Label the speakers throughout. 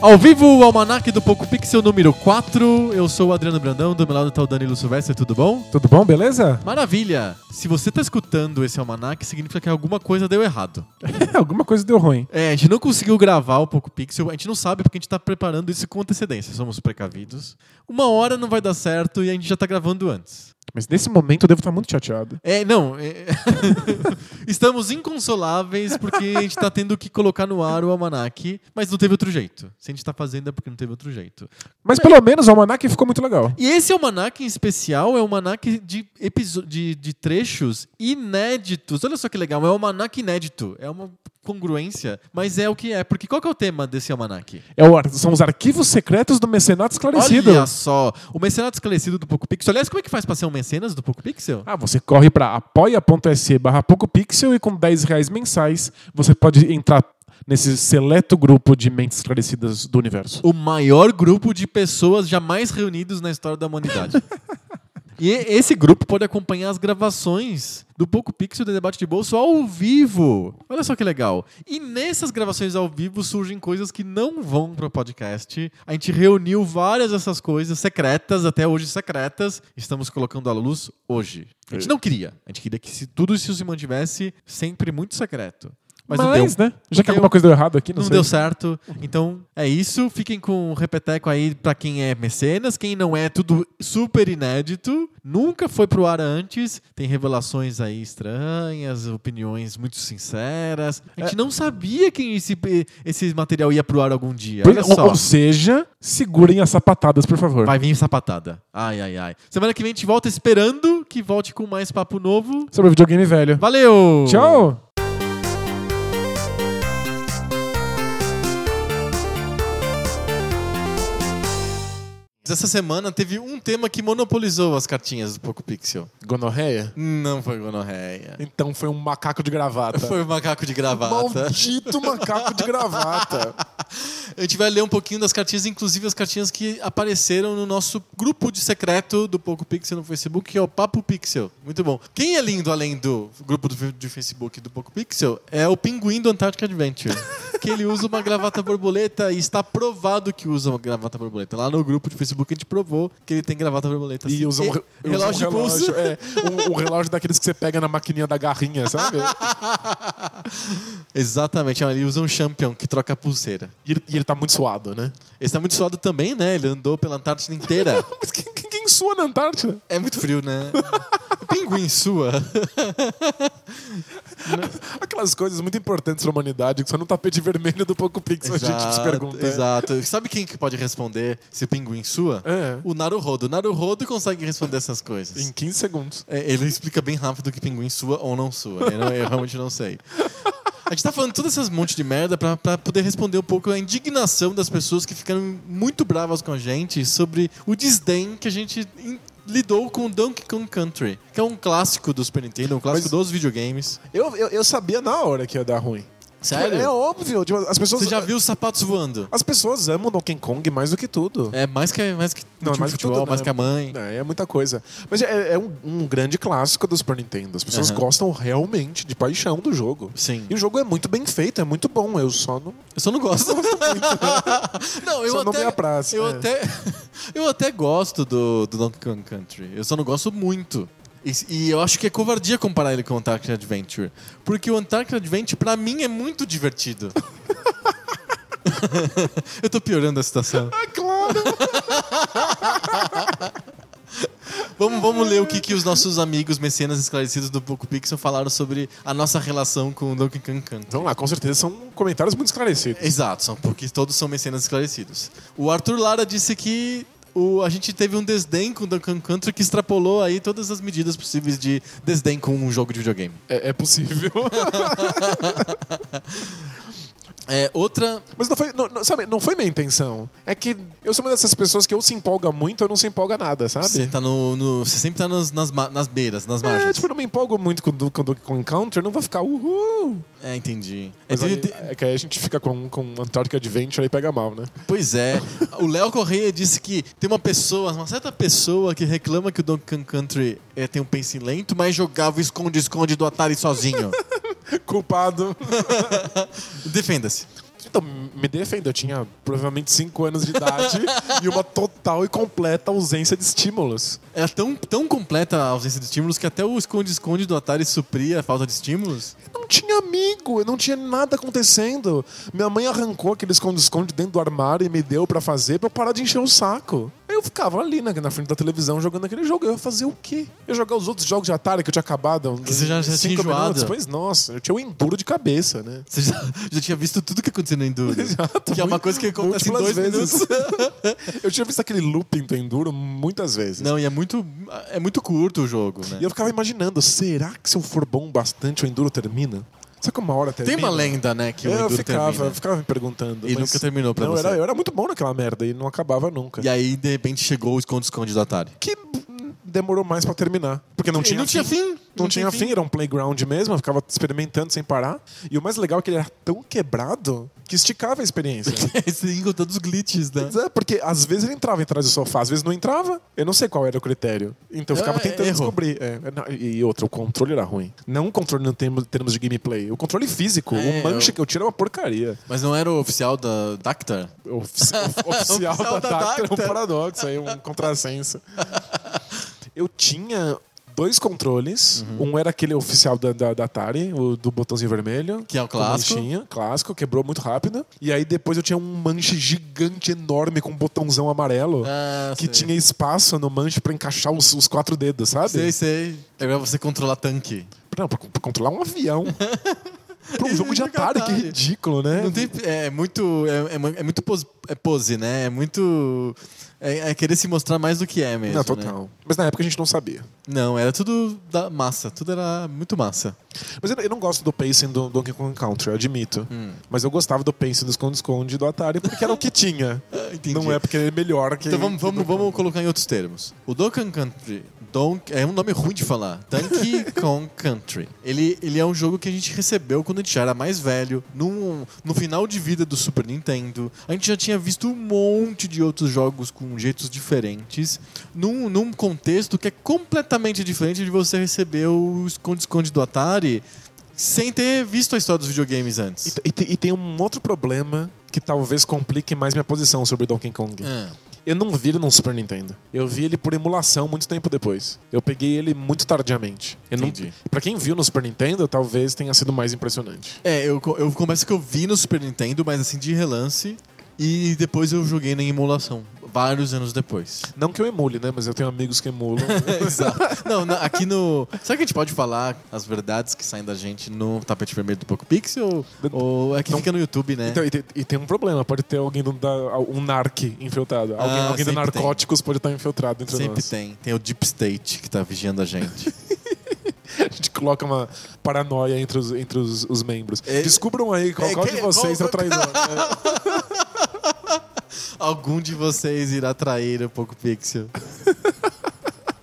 Speaker 1: Ao vivo, o Almanac do Poco Pixel número 4. Eu sou o Adriano Brandão, do meu lado tá o Danilo Silvestre, tudo bom?
Speaker 2: Tudo bom, beleza?
Speaker 1: Maravilha! Se você tá escutando esse almanac, significa que alguma coisa deu errado.
Speaker 2: Alguma coisa deu ruim.
Speaker 1: É, a gente não conseguiu gravar o Poco Pixel, a gente não sabe porque a gente tá preparando isso com antecedência, somos precavidos. Uma hora não vai dar certo e a gente já tá gravando antes.
Speaker 2: Mas nesse momento eu devo estar muito chateado.
Speaker 1: É, não. é- Estamos inconsoláveis porque a gente tá tendo que colocar no ar o almanac, mas não teve outro jeito. Se a gente tá fazendo é porque não teve outro jeito.
Speaker 2: Mas pelo menos o almanac ficou muito legal.
Speaker 1: E esse almanac em especial é um almanac de, episo- de, de trechos inéditos. Olha só que legal, é um almanac inédito. É uma congruência, mas é o que é. Porque qual que é o tema desse almanac?
Speaker 2: É o ar- são os arquivos secretos do Mecenato Esclarecido.
Speaker 1: Olha só, o mecenato esclarecido do Poco Pixel. Aliás, como é que faz pra ser um mecenas do Poco Pixel?
Speaker 2: Ah, você corre pra apoia.se barra PocoPixel e com 10 reais mensais você pode entrar nesse seleto grupo de mentes esclarecidas do universo.
Speaker 1: O maior grupo de pessoas jamais reunidos na história da humanidade. E esse grupo pode acompanhar as gravações do Poco Pixel do Debate de Bolso ao vivo. Olha só que legal. E nessas gravações ao vivo surgem coisas que não vão para o podcast. A gente reuniu várias dessas coisas secretas, até hoje secretas. Estamos colocando à luz hoje. A gente não queria. A gente queria que se tudo isso se mantivesse sempre muito secreto. Mas, não deu.
Speaker 2: né? Já que
Speaker 1: deu.
Speaker 2: alguma coisa deu errado aqui, não,
Speaker 1: Não,
Speaker 2: sei.
Speaker 1: deu certo. Então é isso. Fiquem com o repeteco aí pra quem é mecenas. Quem não é, tudo super inédito. Nunca foi pro ar antes. Tem revelações aí estranhas, opiniões muito sinceras. A
Speaker 2: É.
Speaker 1: gente não sabia que esse, esse material ia pro ar algum dia. Olha
Speaker 2: ou,
Speaker 1: só.
Speaker 2: ou seja, segurem as sapatadas, por favor.
Speaker 1: Vai vir sapatada. Ai, ai, ai. Semana que vem a gente volta esperando que volte com mais papo novo.
Speaker 2: Sobre o videogame velho.
Speaker 1: Valeu!
Speaker 2: Tchau!
Speaker 1: Essa semana teve um tema que monopolizou as cartinhas do Poco Pixel.
Speaker 2: Gonorreia?
Speaker 1: Não foi gonorreia.
Speaker 2: Então foi um macaco de gravata.
Speaker 1: Foi o macaco de gravata. Tá
Speaker 2: Maldito macaco de gravata.
Speaker 1: A gente vai ler um pouquinho das cartinhas, inclusive as cartinhas que apareceram no nosso grupo de secreto do Poco Pixel no Facebook, que é o Papo Pixel. Muito bom. Quem é lindo além do grupo do, de Facebook do Poco Pixel é o pinguim do Antarctic Adventure. que ele usa uma gravata borboleta e está provado que usa uma gravata borboleta. Lá no grupo de Facebook a gente provou que ele tem gravata borboleta.
Speaker 2: E
Speaker 1: assim.
Speaker 2: usa um, re- usa um
Speaker 1: relógio de pulso.
Speaker 2: É, um, um relógio daqueles que você pega na maquininha da garrinha, sabe?
Speaker 1: Exatamente, ele usa um champion que troca a pulseira.
Speaker 2: E ele, e ele tá muito suado, né?
Speaker 1: Ele está muito suado também, né? Ele andou pela Antártida inteira.
Speaker 2: Mas assim? quem, quem- quem sua na Antártida?
Speaker 1: É muito frio, né? Pinguim sua.
Speaker 2: Aquelas coisas muito importantes pra humanidade que só no tapete vermelho do Poco Pixel é a gente se pergunta. né?
Speaker 1: exato. Sabe quem que pode responder se o pinguim sua?
Speaker 2: É.
Speaker 1: O Naruhodo. O Naruhodo consegue responder essas coisas.
Speaker 2: Em 15 segundos.
Speaker 1: É, Ele explica bem rápido que pinguim sua ou não sua. Eu, não- eu realmente não sei. A gente tá falando todas essas monte de merda pra, pra poder responder um pouco a indignação das pessoas que ficaram muito bravas com a gente sobre o desdém que a gente in- lidou com Donkey Kong Country, que é um clássico do Super Nintendo, um clássico
Speaker 2: Mas-
Speaker 1: dos videogames.
Speaker 2: Eu, eu, sabia na hora que ia dar ruim. É,
Speaker 1: Sério?
Speaker 2: óbvio. tipo, as pessoas.
Speaker 1: Você já viu os sapatos voando?
Speaker 2: As pessoas amam Donkey Kong mais do que tudo.
Speaker 1: É mais que mais que
Speaker 2: Não,
Speaker 1: time
Speaker 2: mais
Speaker 1: de
Speaker 2: que
Speaker 1: futebol,
Speaker 2: tudo,
Speaker 1: mais
Speaker 2: né?
Speaker 1: que a mãe.
Speaker 2: É, é muita coisa. Mas é, é um, um grande clássico do Super Nintendo. As pessoas
Speaker 1: Aham.
Speaker 2: gostam realmente de paixão do jogo.
Speaker 1: Sim.
Speaker 2: E o jogo é muito bem feito, é muito bom. Eu só não.
Speaker 1: Eu só não gosto. não, eu
Speaker 2: né? Só não
Speaker 1: até
Speaker 2: me apraz,
Speaker 1: eu
Speaker 2: é.
Speaker 1: até eu até gosto do, do Donkey Kong Country. Eu só não gosto muito. E, e eu acho que é covardia comparar ele com o Antarctic Adventure, porque o Antarctic Adventure pra mim é muito divertido. eu tô piorando a situação.
Speaker 2: É claro!
Speaker 1: Vamos, vamos ler o que, que os nossos amigos mecenas esclarecidos do Poco Pixel falaram sobre a nossa relação com o Donkey Kong Country.
Speaker 2: Vamos lá, com certeza são comentários muito esclarecidos.
Speaker 1: Exato, são porque todos são mecenas esclarecidos. O Arthur Lara disse que o, a gente teve um desdém com o Duncan Country que extrapolou aí todas as medidas possíveis de desdém com um jogo de videogame.
Speaker 2: É, é possível.
Speaker 1: É, outra.
Speaker 2: Mas não foi, não, não- sabe, não foi minha intenção. É que eu sou uma dessas pessoas que ou se empolga muito ou não se empolga nada, sabe?
Speaker 1: Você, tá no, no- você sempre tá nas, nas, ma- nas beiras, nas margens.
Speaker 2: É, tipo, eu não me empolgo muito com o Duke- com o Duke Kong Country, eu não vou ficar uhul.
Speaker 1: É, entendi. É,
Speaker 2: Mas
Speaker 1: teve-
Speaker 2: aí- é que aí a gente fica com, com Antarctic Adventure e pega mal, né?
Speaker 1: Pois é. O Léo Correia disse que tem uma pessoa, uma certa pessoa que reclama que o Donkey Kong Country é, tem um pense lento, mas jogava o esconde-esconde do Atari sozinho.
Speaker 2: Culpado.
Speaker 1: Defenda-se.
Speaker 2: Então, me defenda, eu tinha provavelmente 5 anos de idade e uma total e completa ausência de estímulos.
Speaker 1: Era É tão, tão completa a ausência de estímulos que até o esconde-esconde do Atari supria a falta de estímulos.
Speaker 2: Eu não tinha amigo, eu não tinha nada acontecendo. Minha mãe arrancou aquele esconde-esconde dentro do armário e me deu pra fazer pra eu parar de encher o saco. Aí Eu ficava ali na, na frente da televisão jogando aquele jogo. Eu ia fazer o quê? Eu ia jogar os outros jogos de Atari que eu tinha acabado.
Speaker 1: Você já- já tinha enjoado.
Speaker 2: Pois, nossa, eu tinha um enduro de cabeça, né?
Speaker 1: Você já, já tinha visto tudo que aconteceu no Enduro.
Speaker 2: Exato,
Speaker 1: Que é uma coisa que acontece em dois
Speaker 2: múltiplas vezes.
Speaker 1: minutos.
Speaker 2: eu tinha visto aquele looping do enduro muitas vezes.
Speaker 1: Não, e é muito, é muito curto o jogo, né?
Speaker 2: E eu ficava imaginando, será que se eu for bom bastante o enduro termina? Será que uma hora termina?
Speaker 1: Tem uma lenda, né, que o
Speaker 2: eu
Speaker 1: Enduro
Speaker 2: ficava,
Speaker 1: termina.
Speaker 2: ficava me perguntando.
Speaker 1: E
Speaker 2: mas-
Speaker 1: nunca terminou pra
Speaker 2: não,
Speaker 1: você.
Speaker 2: Era, eu era muito bom naquela merda e não acabava nunca.
Speaker 1: E aí, de repente, chegou o esconde-esconde do Atari.
Speaker 2: Que hum, demorou mais pra terminar. Porque não
Speaker 1: E
Speaker 2: tinha
Speaker 1: não tinha fim.
Speaker 2: Não,
Speaker 1: Não
Speaker 2: tinha
Speaker 1: tem
Speaker 2: fim. era um playground mesmo, eu ficava experimentando sem parar. E o mais legal é que ele era tão quebrado que esticava a experiência.
Speaker 1: Você encontrou todos os glitches, né?
Speaker 2: Mas é, porque às vezes ele entrava atrás do sofá, às vezes não entrava. Eu não sei qual era o critério. Então eu ficava
Speaker 1: É,
Speaker 2: tentando
Speaker 1: erro.
Speaker 2: descobrir. É, não, e outra, o controle era ruim. Não o controle em termos, termos de gameplay. O controle físico.
Speaker 1: É,
Speaker 2: o manche
Speaker 1: eu-
Speaker 2: que eu tiro é uma porcaria.
Speaker 1: Mas não era o oficial da Dactar?
Speaker 2: O ofici- o oficial,
Speaker 1: Oficial
Speaker 2: da
Speaker 1: da
Speaker 2: Tacta é um
Speaker 1: Tacta.
Speaker 2: paradoxo, aí, um contrassenso. Eu tinha dois controles.
Speaker 1: Uhum.
Speaker 2: Um era aquele oficial da, da, da Atari, o do botãozinho vermelho.
Speaker 1: Que é o
Speaker 2: com
Speaker 1: clássico.
Speaker 2: manchinha, clássico, quebrou muito rápido. E aí depois eu tinha um manche gigante, enorme, com um botãozão amarelo.
Speaker 1: Ah,
Speaker 2: que
Speaker 1: sei.
Speaker 2: tinha espaço no manche pra encaixar os, os quatro dedos, sabe?
Speaker 1: Sei, sei. É pra você controlar tanque.
Speaker 2: Não, pra, pra controlar um avião. pra um
Speaker 1: Ele
Speaker 2: jogo de
Speaker 1: joga
Speaker 2: Atari, que
Speaker 1: Atari.
Speaker 2: ridículo, né?
Speaker 1: é Não tem, é muito. É, é mu- é muito pose, é pose, né? É muito. É, é querer se mostrar mais do que é mesmo.
Speaker 2: Não, total. Mas na época a gente não sabia.
Speaker 1: Né? Não, era tudo da massa. Tudo era muito massa.
Speaker 2: Mas eu, eu não gosto do pacing do Donkey Kong Country, eu admito.
Speaker 1: Hum.
Speaker 2: Mas eu gostava do pacing do esconde-esconde do Atari porque era o que tinha.
Speaker 1: Ah, Entendi.
Speaker 2: Não é porque ele é melhor que.
Speaker 1: Então vamos,
Speaker 2: que
Speaker 1: vamos,
Speaker 2: do-
Speaker 1: vamos colocar em outros termos. O Donkey Kong Country. Donkey, é um nome ruim de falar. Donkey Kong Country. Ele, ele é um jogo que a gente recebeu quando a gente já era mais velho, num, no final de vida do Super Nintendo. A gente já tinha visto um monte de outros jogos com jeitos diferentes, num, num contexto que é completamente diferente de você receber o esconde-esconde do Atari sem ter visto a história dos videogames
Speaker 2: E,
Speaker 1: antes.
Speaker 2: te- e te- e tem um outro problema que talvez complique mais minha posição sobre Donkey Kong.
Speaker 1: Ah,
Speaker 2: Eu não vi ele no Super Nintendo. Eu vi ele por emulação muito tempo depois. Eu peguei ele muito tardiamente. Eu não-
Speaker 1: Entendi.
Speaker 2: Pra quem viu no Super Nintendo, talvez tenha sido mais impressionante.
Speaker 1: É, eu, co- eu começo que eu vi no Super Nintendo, mas assim, de relance. E depois eu joguei na emulação, vários anos depois.
Speaker 2: Não que eu emule, né? Mas eu tenho amigos que emulam. né?
Speaker 1: Exato. Não, na- aqui no. Será que a gente pode falar as verdades que saem da gente no tapete vermelho do Poco Pixel? Ou é que
Speaker 2: Não.
Speaker 1: fica no YouTube, né?
Speaker 2: Então, e, te- e tem um problema, pode ter alguém do, da- um narc infiltrado. Alguém,
Speaker 1: Ah,
Speaker 2: alguém do
Speaker 1: sempre
Speaker 2: narcóticos pode estar infiltrado entre
Speaker 1: Sempre
Speaker 2: nós.
Speaker 1: tem. Tem o Deep State que tá vigiando a gente.
Speaker 2: A gente coloca uma paranoia entre os, entre os, os membros.
Speaker 1: É-
Speaker 2: Descubram aí qual,
Speaker 1: É,
Speaker 2: qual
Speaker 1: quem-
Speaker 2: de vocês é o
Speaker 1: qual-
Speaker 2: traidor.
Speaker 1: Algum de vocês irá trair o Poco Pixel.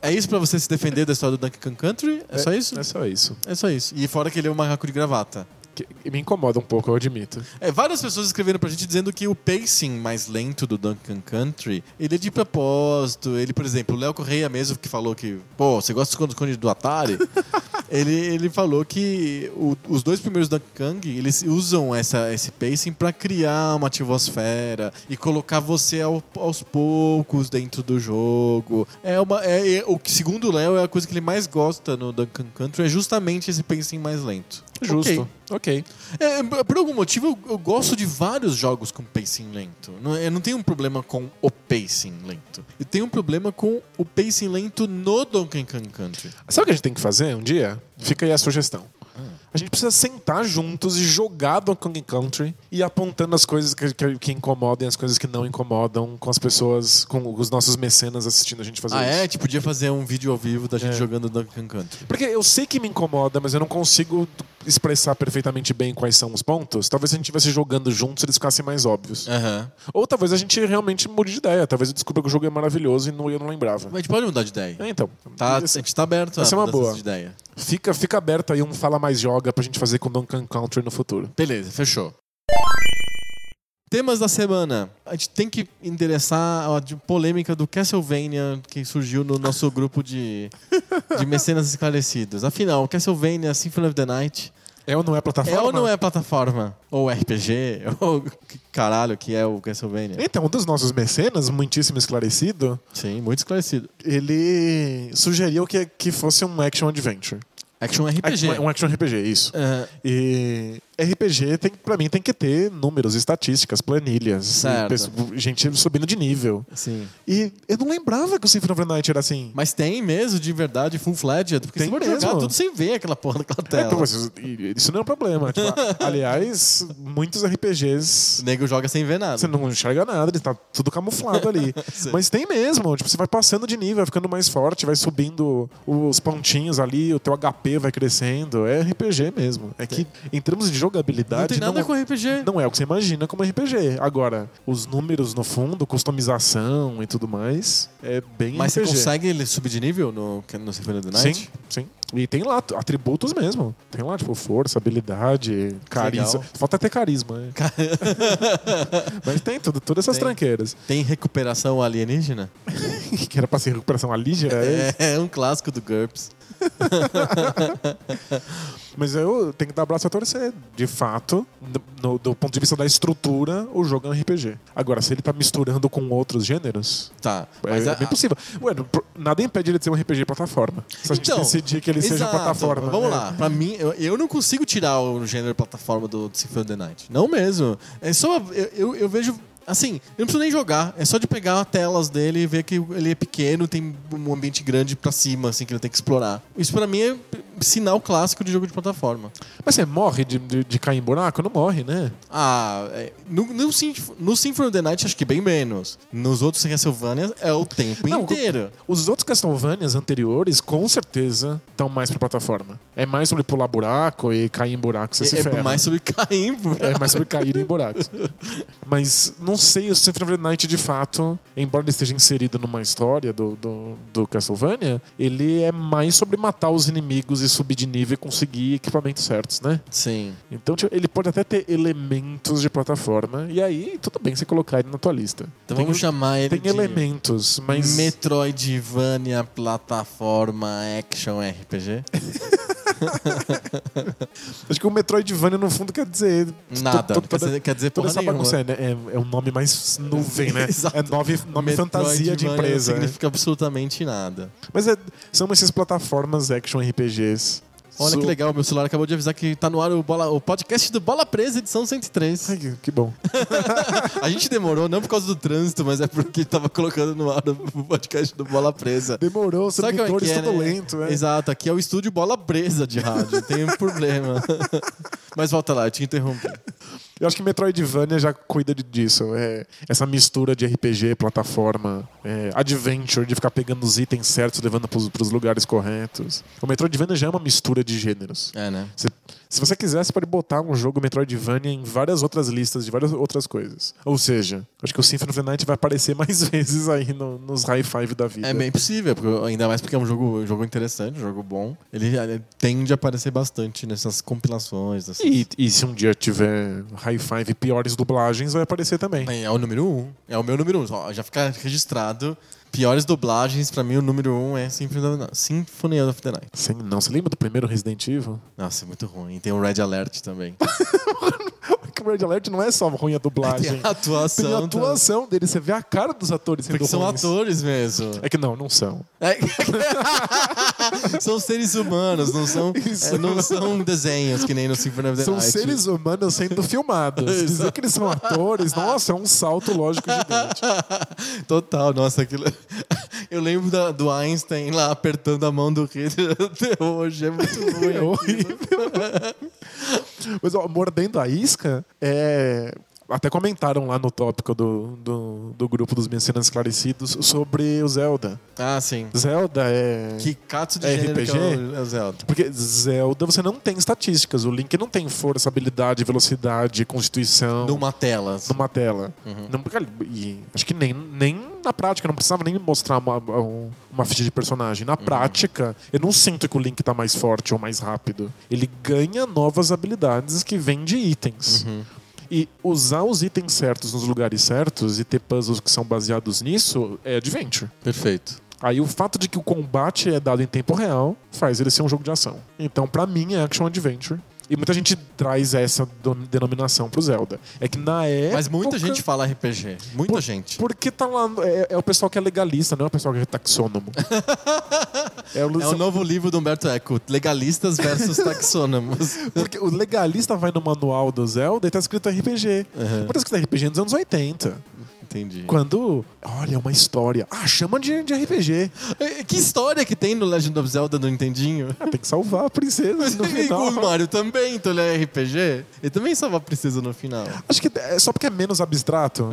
Speaker 1: É isso pra você se defender da história do Donkey Kong Country? É só isso?
Speaker 2: É só isso.
Speaker 1: É só isso. E fora que ele é um macaco de gravata.
Speaker 2: Que- que me incomoda um pouco, eu admito.
Speaker 1: É, várias pessoas escreveram pra gente dizendo que o pacing mais lento do Duncan Country, ele é de propósito. Ele, por exemplo, o Léo Correia mesmo que falou que, pô, você gosta do esconde do Atari? ele, ele falou que o- os dois primeiros Duncan Kong, eles usam essa, esse pacing pra criar uma atmosfera e colocar você ao- aos poucos dentro do jogo. É uma é, é- o que segundo o Léo é a coisa que ele mais gosta no Duncan Country é justamente esse pacing mais lento.
Speaker 2: Justo. Ok.
Speaker 1: É, b- por algum motivo, eu, eu gosto de vários jogos com pacing lento. Não- Eu não tenho um problema com o pacing lento. Eu tenho um problema com o pacing lento no Donkey Kong Country.
Speaker 2: Sabe o que a gente tem que fazer um dia? Fica aí a sugestão. A gente precisa sentar juntos e jogar Donkey Kong Country e ir apontando as coisas que, que, que incomodam e as coisas que não incomodam com as pessoas, com os nossos mecenas assistindo a gente fazer
Speaker 1: Ah,
Speaker 2: isso.
Speaker 1: é? Tipo, podia fazer um vídeo ao vivo da gente
Speaker 2: É.
Speaker 1: jogando Donkey Kong Country.
Speaker 2: Porque eu sei que me incomoda, mas eu não consigo expressar perfeitamente bem quais são os pontos. Talvez se a gente estivesse jogando juntos, eles ficassem mais óbvios.
Speaker 1: Aham.
Speaker 2: Ou talvez a gente realmente mude de ideia. Talvez eu descubra que o jogo é maravilhoso e não, eu não lembrava.
Speaker 1: Mas a gente pode mudar de ideia.
Speaker 2: É, então.
Speaker 1: Tá, a
Speaker 2: Esse-
Speaker 1: gente tá aberto a
Speaker 2: essa é uma
Speaker 1: mudanças
Speaker 2: boa.
Speaker 1: de ideia.
Speaker 2: Fica, fica aberto aí um Fala Mais Joga pra gente fazer com Donkey Kong Country no futuro.
Speaker 1: Beleza, fechou. Temas da semana. A gente tem que endereçar a de- polêmica do Castlevania que surgiu no nosso grupo de, de mecenas esclarecidos. Afinal, Castlevania Symphony of the Night
Speaker 2: É ou não é plataforma?
Speaker 1: é ou não é plataforma? Ou RPG? Ou que caralho que é o Castlevania?
Speaker 2: Então, um dos nossos mecenas, muitíssimo esclarecido,
Speaker 1: Sim, muito esclarecido.
Speaker 2: ele sugeriu que, que fosse um action adventure.
Speaker 1: Action RPG.
Speaker 2: Um action RPG, isso.
Speaker 1: Aham,
Speaker 2: E RPG, tem, pra mim, tem que ter números, estatísticas, planilhas,
Speaker 1: Certo.
Speaker 2: pessoa- gente subindo de nível.
Speaker 1: sim.
Speaker 2: E eu não lembrava que o Symphony of the Night era assim.
Speaker 1: Mas tem mesmo, de verdade, full-fledged. Porque
Speaker 2: Tem
Speaker 1: você pode jogar
Speaker 2: mesmo.
Speaker 1: tudo sem ver aquela porra daquela
Speaker 2: É, então,
Speaker 1: tela.
Speaker 2: mas isso- isso não é um problema. Tipo, a- aliás, muitos RPGs
Speaker 1: O nego joga sem ver nada.
Speaker 2: Você não enxerga nada, ele tá tudo camuflado ali.
Speaker 1: Sim.
Speaker 2: Mas tem mesmo, tipo, você vai passando de nível, vai ficando mais forte, vai subindo os pontinhos ali, o teu HP vai crescendo. É RPG mesmo. É que em termos de jogabilidade.
Speaker 1: Não tem nada com RPG.
Speaker 2: não é o que você imagina como RPG. Agora, os números no fundo, customização e tudo mais, é bem
Speaker 1: Mas você
Speaker 2: RPG.
Speaker 1: consegue ele subir de nível no, no Symphony of the Night?
Speaker 2: Sim, sim. E tem lá t- atributos mesmo. Tem lá, tipo, força, habilidade, carisma.
Speaker 1: Legal.
Speaker 2: Falta até carisma, né?
Speaker 1: Ca-
Speaker 2: Mas tem tudo, todas essas
Speaker 1: Tem.
Speaker 2: tranqueiras.
Speaker 1: Tem recuperação alienígena?
Speaker 2: Que era pra ser recuperação alígera, é
Speaker 1: É, um clássico do GURPS.
Speaker 2: Mas eu tenho que dar abraço a torcer. De fato, do, no- do ponto de vista da estrutura, o jogo é um RPG. Agora, se ele tá misturando com outros gêneros,
Speaker 1: Tá.
Speaker 2: é-
Speaker 1: Mas
Speaker 2: é,
Speaker 1: a-
Speaker 2: bem possível. Ué, não- pro- nada impede ele de ser um RPG plataforma. Se a gente
Speaker 1: Então,
Speaker 2: decidir que ele seja
Speaker 1: Exato.
Speaker 2: plataforma.
Speaker 1: Vamos
Speaker 2: né?
Speaker 1: lá. Pra mim, eu, eu não consigo tirar o gênero plataforma do Symphony of the Night. Não mesmo. É só. Eu, eu, eu vejo. Assim, eu não preciso nem jogar. É só de pegar as telas dele e ver que ele é pequeno, tem um ambiente grande pra cima, assim, que ele tem que explorar. Isso pra mim é sinal clássico de jogo de plataforma.
Speaker 2: Mas você morre de, de, de cair em buraco? Não morre, né?
Speaker 1: Ah, é, no, no, Symf- no Symphony of the Night acho que bem menos. Nos outros Castlevania é o tempo
Speaker 2: Não,
Speaker 1: inteiro.
Speaker 2: Os outros Castlevanias anteriores, com certeza, estão mais pra plataforma. É mais sobre pular buraco e cair em buraco, você se
Speaker 1: É,
Speaker 2: ferra.
Speaker 1: é mais sobre cair.
Speaker 2: É, mas sobre cair em buracos. Mas não sei, o Symphony of the Night, de fato, embora ele esteja inserido numa história do, do, do Castlevania, ele é mais sobre matar os inimigos e subir de nível e conseguir equipamentos certos, né?
Speaker 1: Sim.
Speaker 2: Então tipo, ele pode até ter elementos de plataforma, e aí tudo bem você colocar ele na tua lista.
Speaker 1: Então
Speaker 2: Tem
Speaker 1: vamos
Speaker 2: o-
Speaker 1: chamar ele
Speaker 2: Tem
Speaker 1: de
Speaker 2: elementos, mas.
Speaker 1: Metroidvania Plataforma Action
Speaker 2: É,
Speaker 1: RPG?
Speaker 2: Acho que o Metroidvania, no fundo, quer dizer. to-
Speaker 1: Nada.
Speaker 2: to-
Speaker 1: Não
Speaker 2: toda-
Speaker 1: quer dizer- quer dizer
Speaker 2: Toda
Speaker 1: porra
Speaker 2: essa
Speaker 1: nenhuma.
Speaker 2: bagunça é, né? é, é um nome mais nuvem, né?
Speaker 1: Exato.
Speaker 2: É nove, nome fantasia de
Speaker 1: Metroidvania
Speaker 2: empresa.
Speaker 1: Não
Speaker 2: né?
Speaker 1: significa absolutamente nada.
Speaker 2: Mas é- são essas plataformas action RPGs.
Speaker 1: Olha
Speaker 2: Su-
Speaker 1: que legal, meu celular acabou de avisar que tá no ar o, bola- o podcast do Bola Presa, edição 103.
Speaker 2: Ai, que, que bom.
Speaker 1: A gente demorou, não por causa do trânsito, mas é porque tava colocando no ar o podcast do Bola Presa.
Speaker 2: Demorou, os
Speaker 1: Sabe como é que
Speaker 2: servidores
Speaker 1: é,
Speaker 2: tudo
Speaker 1: né?
Speaker 2: lento. né?
Speaker 1: Exato, aqui é o estúdio bola presa de rádio, tem um problema. Mas volta lá, eu te interrompi.
Speaker 2: Eu acho que Metroidvania já cuida de- disso. É, essa mistura de RPG, plataforma, é, adventure, de ficar pegando os itens certos, levando pros, pros lugares corretos. O Metroidvania já é uma mistura de gêneros.
Speaker 1: É, né?
Speaker 2: Se, se você quiser, você pode botar um jogo Metroidvania em várias outras listas de várias outras coisas. Ou seja, acho que o Symphony of the Night vai aparecer mais vezes aí no- nos high five da vida.
Speaker 1: É bem possível, porque- ainda mais porque é um jogo, um jogo interessante, um jogo bom. Ele eh, tende a aparecer bastante nessas compilações. Assim.
Speaker 2: E, e se um dia tiver high five e piores dublagens, vai aparecer também.
Speaker 1: É, é o número um, é o meu número um. Ó, Já fica registrado. Piores dublagens, pra mim o número um é Symphony of the Night. Symphony of the Night.
Speaker 2: Sim, não, você lembra do primeiro Resident Evil?
Speaker 1: Nossa, é muito ruim. Tem o Red Alert também.
Speaker 2: que Red Alert não é só ruim a dublagem.
Speaker 1: Tem a atuação
Speaker 2: Tem a atuação dele. Você vê a cara dos atores sendo
Speaker 1: Porque são
Speaker 2: ruins.
Speaker 1: atores mesmo.
Speaker 2: É que não, não são.
Speaker 1: É- são seres humanos, não são,
Speaker 2: Isso.
Speaker 1: é, não são desenhos que nem no Symphony of the
Speaker 2: São
Speaker 1: Night.
Speaker 2: seres humanos sendo filmados. Dizer que eles são atores, nossa, é um salto lógico gigante.
Speaker 1: Total, nossa, aquilo. Eu lembro da- do Einstein lá apertando a mão do Hitler até hoje. É muito ruim.
Speaker 2: É horrível. Mas, ó, mordendo a isca, é. Até comentaram lá no tópico do, do, do grupo dos Messinas Esclarecidos sobre o Zelda.
Speaker 1: Ah, sim.
Speaker 2: Zelda é.
Speaker 1: Que catso de
Speaker 2: É
Speaker 1: gênero que é
Speaker 2: RPG?
Speaker 1: o- é o Zelda.
Speaker 2: Porque Zelda você não tem estatísticas. O Link não tem força, habilidade, velocidade, constituição.
Speaker 1: Numa tela. assim.
Speaker 2: numa tela. Não, cara, e acho que nem, nem na prática, não precisava nem mostrar uma, um- uma ficha de personagem.
Speaker 1: Uhum.
Speaker 2: Na prática, eu não sinto que o Link tá mais forte ou mais rápido. Ele ganha novas habilidades que vêm de itens.
Speaker 1: Uhum.
Speaker 2: E usar os itens certos nos lugares certos e ter puzzles que são baseados nisso é adventure.
Speaker 1: Perfeito.
Speaker 2: Aí o fato de que o combate é dado em tempo real faz ele ser um jogo de ação. Então, pra mim, é action adventure. E muita gente traz essa do- denominação pro Zelda. É que na época.
Speaker 1: Mas muita gente fala RPG. Muita
Speaker 2: Por-
Speaker 1: gente.
Speaker 2: Porque tá lá. É, é o pessoal que é legalista, não é o pessoal que é taxônomo. é o,
Speaker 1: É o novo livro do Humberto Eco, Legalistas versus Taxônomos.
Speaker 2: Porque o legalista vai no manual do Zelda e tá escrito RPG.
Speaker 1: Uhum.
Speaker 2: Mas tá escrito RPG nos anos 80.
Speaker 1: Entendi.
Speaker 2: Quando. Olha, uma história. Ah, chama de, de RPG.
Speaker 1: Eh, Que história que tem no Legend of Zelda do Nintendinho?
Speaker 2: Ah, tem que salvar a princesa no
Speaker 1: E o
Speaker 2: final.
Speaker 1: Mario também, então ele é RPG. Ele também salva a princesa no final.
Speaker 2: Acho que é só porque é menos abstrato.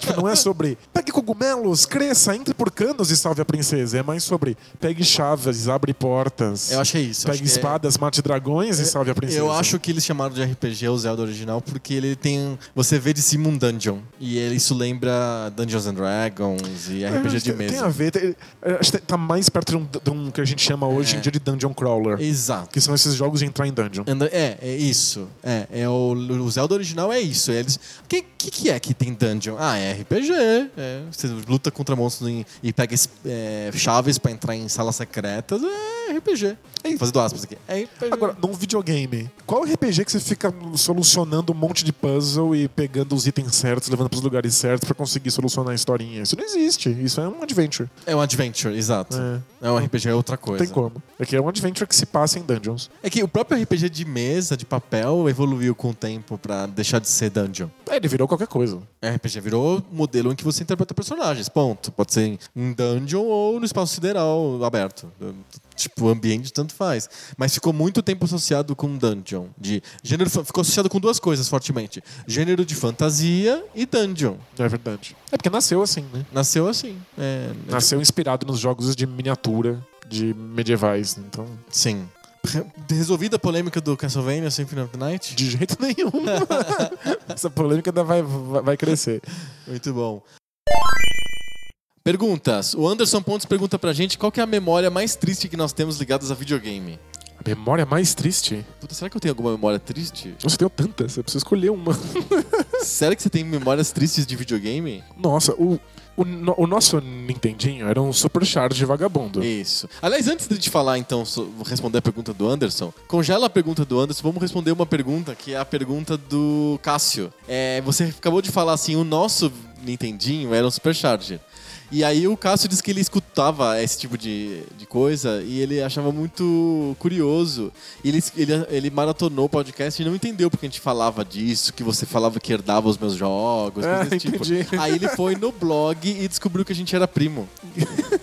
Speaker 2: tipo, não é sobre pegue cogumelos, cresça, entre por canos e salve a princesa. É mais sobre pegue chaves, abre portas.
Speaker 1: Eu achei isso.
Speaker 2: Pegue
Speaker 1: acho que é-
Speaker 2: espadas, mate dragões e salve a princesa.
Speaker 1: Eu acho que eles chamaram de RPG o Zelda original porque ele tem. Você vê de cima um dungeon. E ele- isso lembra Dungeons and Dragons e
Speaker 2: É,
Speaker 1: RPG
Speaker 2: acho
Speaker 1: de
Speaker 2: que Tem a
Speaker 1: mesa.
Speaker 2: ver. tem- é, acho que tá mais perto de um, de um que a gente chama hoje
Speaker 1: É.
Speaker 2: em dia de Dungeon Crawler.
Speaker 1: Exato.
Speaker 2: Que são esses jogos de entrar em dungeon.
Speaker 1: Anda- É, é isso. É, é o, o Zelda original é isso. Eles, que, que que é que tem dungeon? Ah, é RPG. é. Você luta contra monstros em- e pega es- é, chaves pra entrar em salas secretas. É RPG. É Fazendo aspas aqui. É RPG.
Speaker 2: Agora, num videogame, qual RPG que você fica solucionando um monte de puzzle e pegando os itens certos, levando pros lugares certos pra conseguir solucionar a historinha? Isso não existe. Isso é um adventure.
Speaker 1: É um adventure, exato.
Speaker 2: É.
Speaker 1: É, um RPG é outra
Speaker 2: Não
Speaker 1: coisa.
Speaker 2: tem como. É que é um adventure que se passa em dungeons.
Speaker 1: É que o próprio RPG de mesa, de papel, evoluiu com o tempo pra deixar de ser dungeon.
Speaker 2: É, ele virou qualquer coisa.
Speaker 1: RPG virou modelo em que você interpreta personagens, ponto. Pode ser em um dungeon ou no espaço sideral aberto. Tipo, ambiente, tanto faz. Mas ficou muito tempo associado com dungeon. De gênero, ficou associado com duas coisas fortemente: gênero de fantasia e dungeon.
Speaker 2: É verdade. É porque nasceu assim, né?
Speaker 1: Nasceu assim. É, é
Speaker 2: Nasceu inspirado nos jogos de miniatura, de medievais. Então,
Speaker 1: Sim. Resolvida a polêmica do Castlevania Symphony of the Night?
Speaker 2: de jeito nenhum. Essa polêmica ainda vai, vai vai crescer.
Speaker 1: Muito bom. Perguntas. O Anderson Pontes pergunta pra gente qual que é a memória mais triste que nós temos ligadas a videogame.
Speaker 2: A memória mais triste?
Speaker 1: Puta, será que eu tenho alguma memória triste?
Speaker 2: Nossa, eu tenho tantas, eu preciso escolher uma.
Speaker 1: será que você tem memórias tristes de videogame?
Speaker 2: Nossa, o, o, no- o nosso Nintendinho era um supercharge vagabundo.
Speaker 1: Isso. Aliás, antes de te falar, então, so- vou responder a pergunta do Anderson, congela a pergunta do Anderson, vamos responder uma pergunta que é a pergunta do Cássio. É, você acabou de falar assim, o nosso Nintendinho era um Supercharger. E aí o Cássio disse que ele escutava esse tipo de, de coisa e ele achava muito curioso. E ele, ele, ele maratonou o podcast e não entendeu porque a gente falava disso, que você falava que herdava os meus jogos,
Speaker 2: Ah,
Speaker 1: coisas desse tipo.
Speaker 2: entendi.
Speaker 1: Aí ele foi no blog e descobriu que a gente era primo.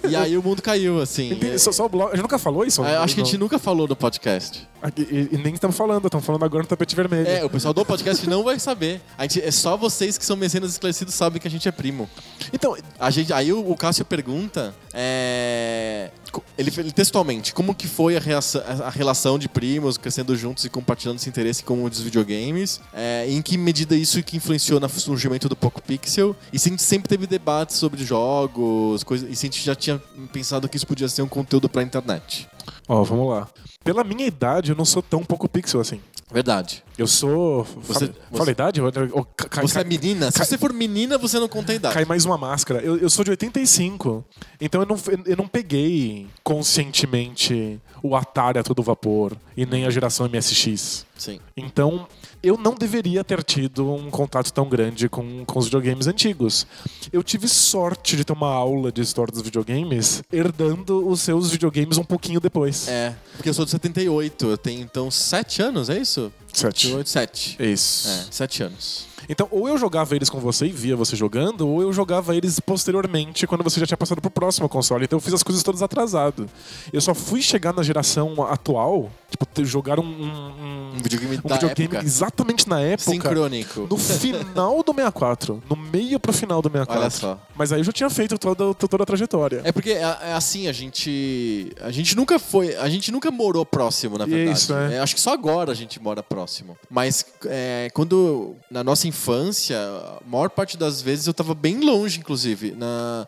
Speaker 1: E aí o mundo caiu, assim.
Speaker 2: Entendi, Só, só o blog. A gente nunca falou isso?
Speaker 1: É, acho que a gente nunca falou do podcast.
Speaker 2: Aqui, e, e nem estamos falando, estamos falando agora no tapete vermelho.
Speaker 1: É, o pessoal do podcast não vai saber. A gente, é só vocês que são mecenas esclarecidos sabem que a gente é primo.
Speaker 2: Então,
Speaker 1: A gente, aí o, o Cássio pergunta, é, co- ele, ele textualmente, como que foi a, reação- a- a relação de primos crescendo juntos e compartilhando esse interesse com os videogames? É, em que medida isso que influenciou no surgimento do Poco Pixel? E se a gente sempre teve debates sobre jogos, coisas, e se a gente já tinha pensado que isso podia ser um conteúdo pra internet?
Speaker 2: ó, vamos lá. Pela minha idade, eu não sou tão pouco pixel assim.
Speaker 1: Verdade.
Speaker 2: Eu sou. Você,
Speaker 1: Você-
Speaker 2: Fala a idade? Eu- eu- ca- ca-
Speaker 1: Você é menina? Se você for menina, você não conta a idade.
Speaker 2: Cai mais uma máscara. Eu, eu sou de 85, então eu não, eu não peguei conscientemente o Atari a todo vapor e nem a geração MSX.
Speaker 1: Sim.
Speaker 2: Então, eu não deveria ter tido um contato tão grande com, com os videogames antigos. Eu tive sorte de ter uma aula de história dos videogames, herdando os seus videogames um pouquinho depois.
Speaker 1: É. Porque eu sou de 78. Eu tenho, então, 7 anos, é isso?
Speaker 2: Sete.
Speaker 1: 78, 7.
Speaker 2: Isso.
Speaker 1: É, 7 anos.
Speaker 2: Então, ou eu jogava eles com você e via você jogando, ou eu jogava eles posteriormente, quando você já tinha passado pro próximo console. Então, eu fiz as coisas todas atrasado. Eu só fui chegar na geração atual, tipo, ter- jogar um, um, um-
Speaker 1: Um videogame
Speaker 2: um
Speaker 1: da
Speaker 2: videogame
Speaker 1: época.
Speaker 2: exatamente na época.
Speaker 1: Sincrônico.
Speaker 2: No final do 64. No meio pro final do 64.
Speaker 1: Olha só.
Speaker 2: Mas aí eu já tinha feito toda, toda a trajetória.
Speaker 1: É porque é é assim, a gente. A gente nunca foi. A gente nunca morou próximo, na verdade.
Speaker 2: Isso, é.
Speaker 1: acho que só agora a gente mora próximo. Mas é, quando. Na nossa infância, a maior parte das vezes eu tava bem longe, inclusive. Na.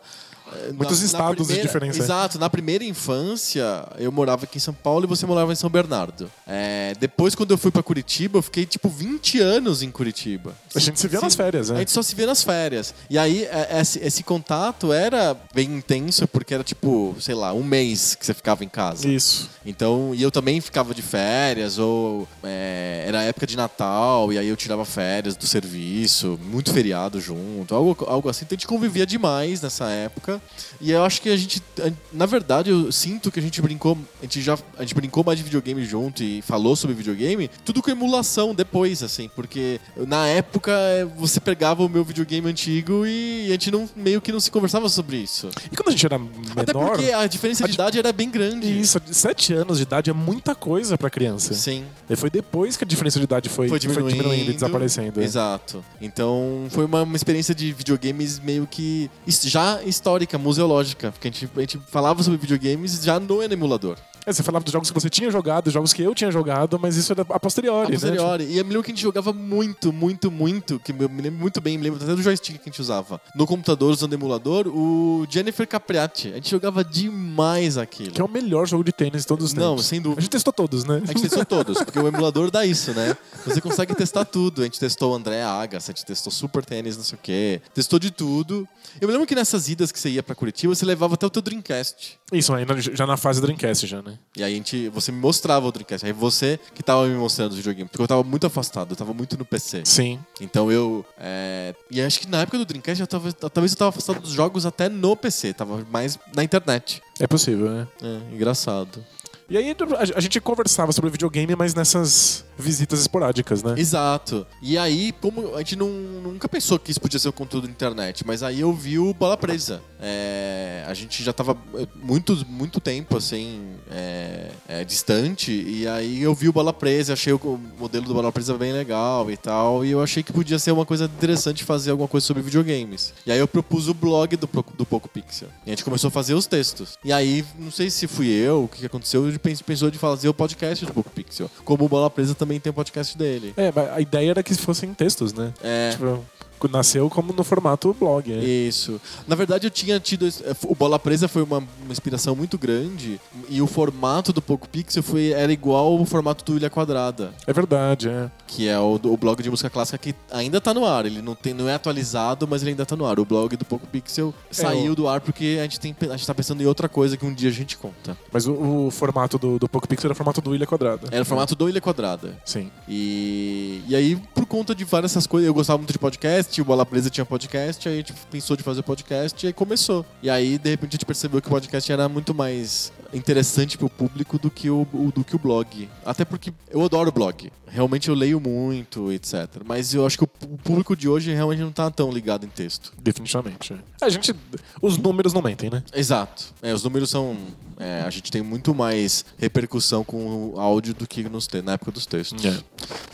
Speaker 1: é,
Speaker 2: Muitos estados de
Speaker 1: primeira-
Speaker 2: diferença, é.
Speaker 1: Exato. Na primeira infância, eu morava aqui em São Paulo e você morava em São Bernardo. É, depois, quando eu fui pra Curitiba, eu fiquei, tipo, 20 anos em Curitiba.
Speaker 2: A gente se via nas férias,
Speaker 1: A
Speaker 2: né?
Speaker 1: gente só se via nas férias. E aí, é- esse, esse contato era bem intenso, porque era tipo, sei lá, um mês que você ficava em casa.
Speaker 2: Isso.
Speaker 1: Então, e eu também ficava de férias, ou é, era época de Natal, e aí eu tirava férias do serviço, muito feriado junto, algo, algo assim. Então a gente convivia demais nessa época. E eu acho que a gente, a- na verdade, eu sinto que a gente brincou, a gente já a gente brincou mais de videogame junto e falou sobre videogame, tudo com emulação depois, assim, porque na época eh, você pegava o meu videogame antigo e a gente não, meio que não se conversava sobre isso.
Speaker 2: E quando a gente era
Speaker 1: Até
Speaker 2: menor.
Speaker 1: porque é a diferença
Speaker 2: a
Speaker 1: de
Speaker 2: di-
Speaker 1: idade era bem grande.
Speaker 2: Isso, de 7 anos de idade é muita coisa pra criança.
Speaker 1: Sim.
Speaker 2: E foi depois que a diferença de idade foi,
Speaker 1: foi diminuindo,
Speaker 2: e desaparecendo. é.
Speaker 1: Exato. Então foi uma, uma experiência de videogames meio que his- já histórica, museológica. Porque a gente, a gente falava sobre videogames já no emulador.
Speaker 2: É, você falava dos jogos que você tinha jogado, dos jogos que eu tinha jogado, mas isso era a posteriori.
Speaker 1: A
Speaker 2: né?
Speaker 1: posteriori. E eu me lembro que a gente jogava muito, muito, muito. Que eu me lembro muito bem, me lembro até do joystick que a gente usava. No computador, usando emulador, o Jennifer Capriati. A gente jogava demais aquilo.
Speaker 2: Tipo, Que é o melhor jogo de tênis de todos os tempos.
Speaker 1: Não, sem dúvida.
Speaker 2: A gente testou todos, né?
Speaker 1: A gente testou todos, porque o emulador dá isso, né? Você consegue testar tudo. A gente testou o André Agassi, a gente testou Super Tênis, não sei o quê. Testou de tudo. Eu me lembro que nessas idas que você ia pra Curitiba, você levava até o teu Dreamcast.
Speaker 2: Isso, ainda já na fase Dreamcast, já, né?
Speaker 1: E aí a gente, você me mostrava o Dreamcast. Aí você que tava me mostrando os videogames, porque eu tava muito afastado, eu tava muito no PC.
Speaker 2: Sim.
Speaker 1: Então eu. é, E acho que na época do Dreamcast, eu tava, talvez eu tava afastado dos jogos até no PC, tava mais na internet.
Speaker 2: É possível, né?
Speaker 1: É, engraçado.
Speaker 2: E aí então, a- a gente conversava sobre videogame, mas nessas visitas esporádicas, né?
Speaker 1: Exato. E aí, como a gente não- nunca pensou que isso podia ser o conteúdo da internet, mas aí eu vi o Bola Presa. É, a gente já tava é, muito, muito tempo, assim, é, é, distante, e aí eu vi o Bola Presa, achei o, o modelo do Bola Presa bem legal e tal, e eu achei que podia ser uma coisa interessante fazer alguma coisa sobre videogames. E aí eu propus o blog do, Pro- do Poco Pixel. E a gente começou a fazer os textos. E aí, não sei se fui eu, o que que aconteceu, a gente pens- pensou de fazer o podcast do Poco Pixel. Como o Bola Presa também tem o podcast dele.
Speaker 2: É, mas a ideia era que fossem textos, né?
Speaker 1: É,
Speaker 2: Tipo, nasceu como no formato blog. né?
Speaker 1: isso. Na verdade, eu tinha tido. esse- eh, O Bola Presa foi uma, uma inspiração muito grande. E o formato do Poco Pixel foi, era igual o formato do Ilha Quadrada,
Speaker 2: É verdade, é.
Speaker 1: que é o, do- o blog de música clássica que ainda tá no ar. Ele não, tem, não é atualizado, mas ele ainda tá no ar. O blog do Poco Pixel saiu
Speaker 2: eu-
Speaker 1: do ar porque a gente, tem, pe- a gente tá pensando em outra coisa que um dia a gente conta.
Speaker 2: Mas o, o formato do, do Poco Pixel era o formato do Ilha Quadrada.
Speaker 1: Era o formato do Ilha Quadrada.
Speaker 2: Sim.
Speaker 1: E, e aí, por conta de várias essas coisas, eu gostava muito de podcast, o Bola Presa tinha podcast, aí a gente pensou de fazer podcast e aí começou. E aí, de repente, a gente percebeu que o podcast era muito mais interessante pro público do que o, o- do que o blog. Até porque eu adoro blog. Realmente eu leio muito, etc. Mas eu acho que o, pú- o público de hoje realmente não tá tão ligado em texto.
Speaker 2: Definitivamente. é. A gente. Os números não mentem, né?
Speaker 1: Exato. É, os números são. é, a gente tem muito mais repercussão com o áudio do que nos te- na época dos textos.
Speaker 2: É.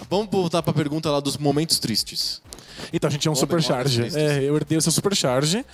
Speaker 1: Vamos voltar pra pergunta lá dos momentos tristes.
Speaker 2: Então a gente tinha um
Speaker 1: Homem,
Speaker 2: Supercharge.
Speaker 1: homens tristes.
Speaker 2: É, eu herdei o seu Supercharge,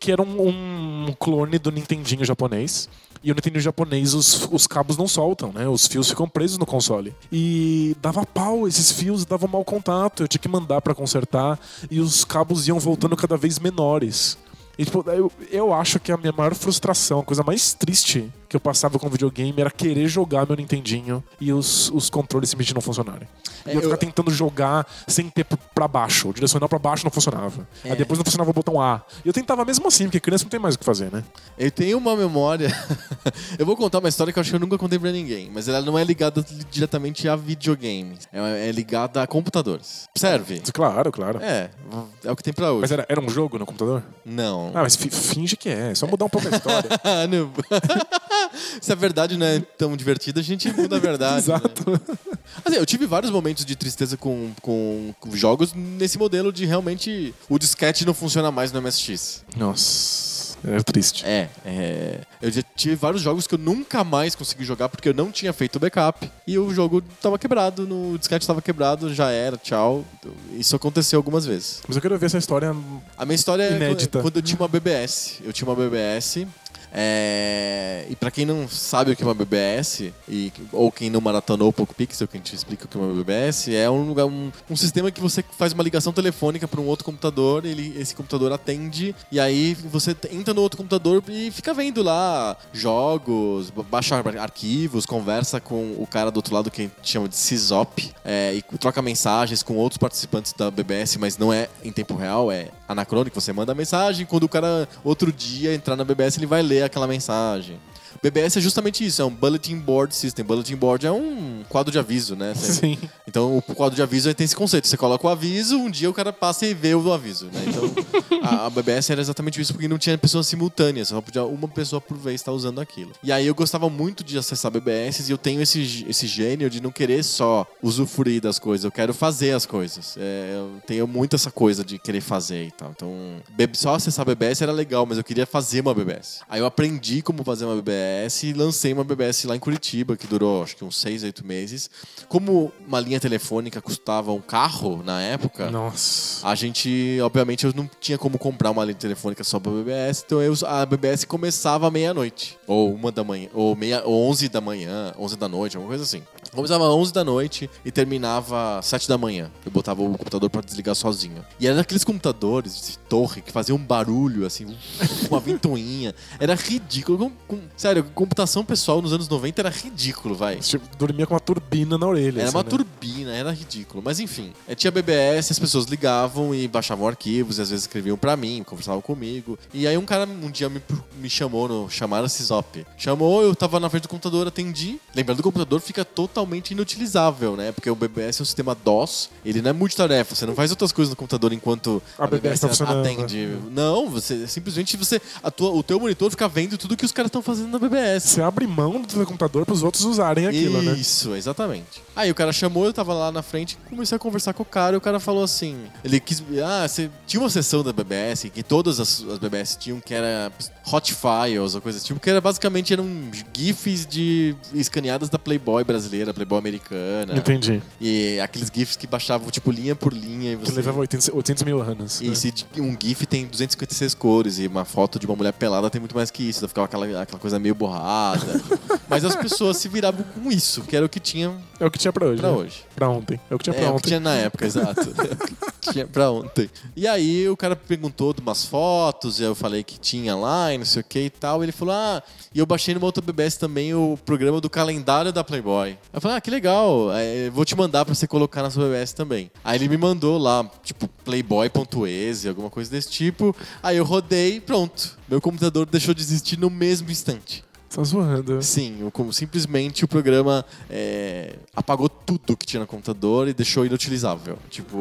Speaker 2: que era um, um clone do Nintendinho japonês. E o Nintendinho japonês, os, os cabos não soltam, né? Os fios ficam presos no console. E dava pau esses fios, dava mau contato. Eu tinha que mandar pra consertar. E os cabos iam voltando cada vez menores. E, tipo, eu, eu acho que a minha maior frustração, a coisa mais triste que eu passava com videogame era querer jogar meu Nintendinho e os, os controles simplesmente não funcionarem. E eu,
Speaker 3: eu-
Speaker 2: ficava tentando jogar sem ter pro- pra baixo. O direcional pra baixo não funcionava.
Speaker 1: É.
Speaker 2: Aí depois não funcionava o botão A. E eu tentava mesmo assim, porque criança não tem mais o que fazer, né?
Speaker 1: Eu tenho uma memória. eu vou contar uma história que eu acho que eu nunca contei pra ninguém, mas ela não é ligada diretamente a videogames. É, é ligada a computadores. Serve?
Speaker 2: Mas, Claro, claro.
Speaker 1: É, é o que tem pra hoje.
Speaker 2: Mas era, era um jogo no computador?
Speaker 1: Não.
Speaker 2: Ah, mas fi- finge que é. É só mudar um pouco a história.
Speaker 1: Ah, não. Se a verdade não é tão divertida, a gente muda a verdade.
Speaker 2: Exato.
Speaker 1: né? Assim, eu tive vários momentos de tristeza com, com, com jogos nesse modelo de realmente o disquete não funciona mais no MSX.
Speaker 2: Nossa. Era triste.
Speaker 1: É, é, eu já tive vários jogos que eu nunca mais consegui jogar porque eu não tinha feito o backup e o jogo tava quebrado, no o disquete tava quebrado, já era, tchau. Isso aconteceu algumas vezes.
Speaker 2: Mas eu quero ver essa história.
Speaker 1: A minha história é
Speaker 2: Inédita.
Speaker 1: quando- quando eu tinha uma BBS. Eu tinha uma BBS. é, E pra quem não sabe o que é uma BBS, e... ou quem não maratonou o Poco Pixel, que a gente explica o que é uma BBS, é um, lugar- um, um sistema que você faz uma ligação telefônica pra um outro computador, ele, esse computador atende, e aí você t- entra no outro computador e fica vendo lá jogos, ba- baixa ar- arquivos, conversa com o cara do outro lado que a gente chama de CISOP, é, e troca mensagens com outros participantes da BBS, mas não é em tempo real, é anacrônico, você manda a mensagem, quando o cara outro dia entrar na BBS, ele vai ler aquela mensagem. BBS é justamente isso, é um Bulletin Board System. Bulletin Board é um quadro de aviso, né? Você-
Speaker 2: Sim.
Speaker 1: então o quadro de aviso aí tem esse conceito. Você coloca o aviso, um dia o cara passa e vê o aviso. Né? Então a, a BBS era exatamente isso, porque não tinha pessoas simultâneas, só podia uma pessoa por vez estar usando aquilo. E aí eu gostava muito de acessar BBS e eu tenho esse, g- esse gênio de não querer só usufruir das coisas, eu quero fazer as coisas. É, eu tenho muito essa coisa de querer fazer e tal. Então be- só acessar BBS era legal, mas eu queria fazer uma BBS. Aí eu aprendi como fazer uma BBS e lancei uma BBS lá em Curitiba, que durou acho que uns seis, oito meses. Como uma linha telefônica custava um carro na época,
Speaker 2: Nossa.
Speaker 1: a gente, obviamente, eu não tinha como comprar uma linha telefônica só pra BBS, então eu- a BBS começava à meia-noite. Ou uma da manhã, ou, meia, ou 11 da manhã, 11 da noite, alguma coisa assim. Começava às 11 da noite e terminava às 7 da manhã. Eu botava o computador pra desligar sozinho. E era aqueles computadores de torre que faziam um barulho, assim, um- uma ventoinha. Era ridículo. Com- com- sério, computação pessoal nos anos 90 era ridículo, vai.
Speaker 2: Tipo, dormia com uma turbina na orelha.
Speaker 1: é. Era
Speaker 2: assim,
Speaker 1: uma
Speaker 2: né?
Speaker 1: turbina, era ridículo. Mas enfim, eh, tinha BBS, as pessoas ligavam e baixavam arquivos, e às vezes escreviam pra mim, conversavam comigo. E aí um cara um dia me, pro- me chamou, no, chamaram a CISOP. Chamou, eu tava na frente do computador, atendi. Lembrando que o computador fica totalmente inutilizável, né? Porque o BBS é um sistema DOS, ele não é multitarefa, você não faz outras coisas no computador enquanto
Speaker 2: A BBS tá funcionando,
Speaker 1: atende. Não, você simplesmente você, a tua- o teu monitor fica vendo tudo que os caras estão fazendo na BBS.
Speaker 2: Você abre mão do teu computador pros outros usarem aquilo, né?
Speaker 1: Isso, exatamente. Aí o cara chamou, eu tava lá na frente, comecei a conversar com o cara e o cara falou assim: ele quis. Ah, você tinha uma sessão da BBS que todas as, as BBS tinham, que era Hot Files ou coisa desse tipo, que era basicamente eram GIFs de escaneadas da Playboy brasileira, Playboy americana.
Speaker 2: Entendi.
Speaker 1: E aqueles GIFs que baixavam, tipo, linha por linha. E
Speaker 2: Que
Speaker 1: você...
Speaker 2: levava 800, 800 mil anos.
Speaker 1: E
Speaker 2: né?
Speaker 1: se um GIF tem 256 cores e uma foto de uma mulher pelada tem muito mais que isso, então ficava aquela, aquela coisa meio borrada. Mas as pessoas se viravam com isso, que era o que tinha
Speaker 2: É o que tinha pra hoje.
Speaker 1: pra
Speaker 2: né?
Speaker 1: hoje.
Speaker 2: Pra ontem. É o que tinha pra
Speaker 1: É, o que
Speaker 2: ontem.
Speaker 1: tinha na época, exato. tinha pra ontem. E aí o cara perguntou de umas fotos, e eu falei que tinha lá e não sei o que e tal. ele falou: Ah, e eu baixei numa outra BBS também o programa do calendário da Playboy. Eu falei, ah, que legal. é, eu vou te mandar pra você colocar na sua BBS também. Aí ele me mandou lá, tipo, playboy.exe, alguma coisa desse tipo. Aí eu rodei pronto. Meu computador deixou de existir no mesmo instante.
Speaker 2: Tá zoando.
Speaker 1: Sim, o- como simplesmente o programa é, apagou tudo que tinha no computador e deixou inutilizável. Tipo,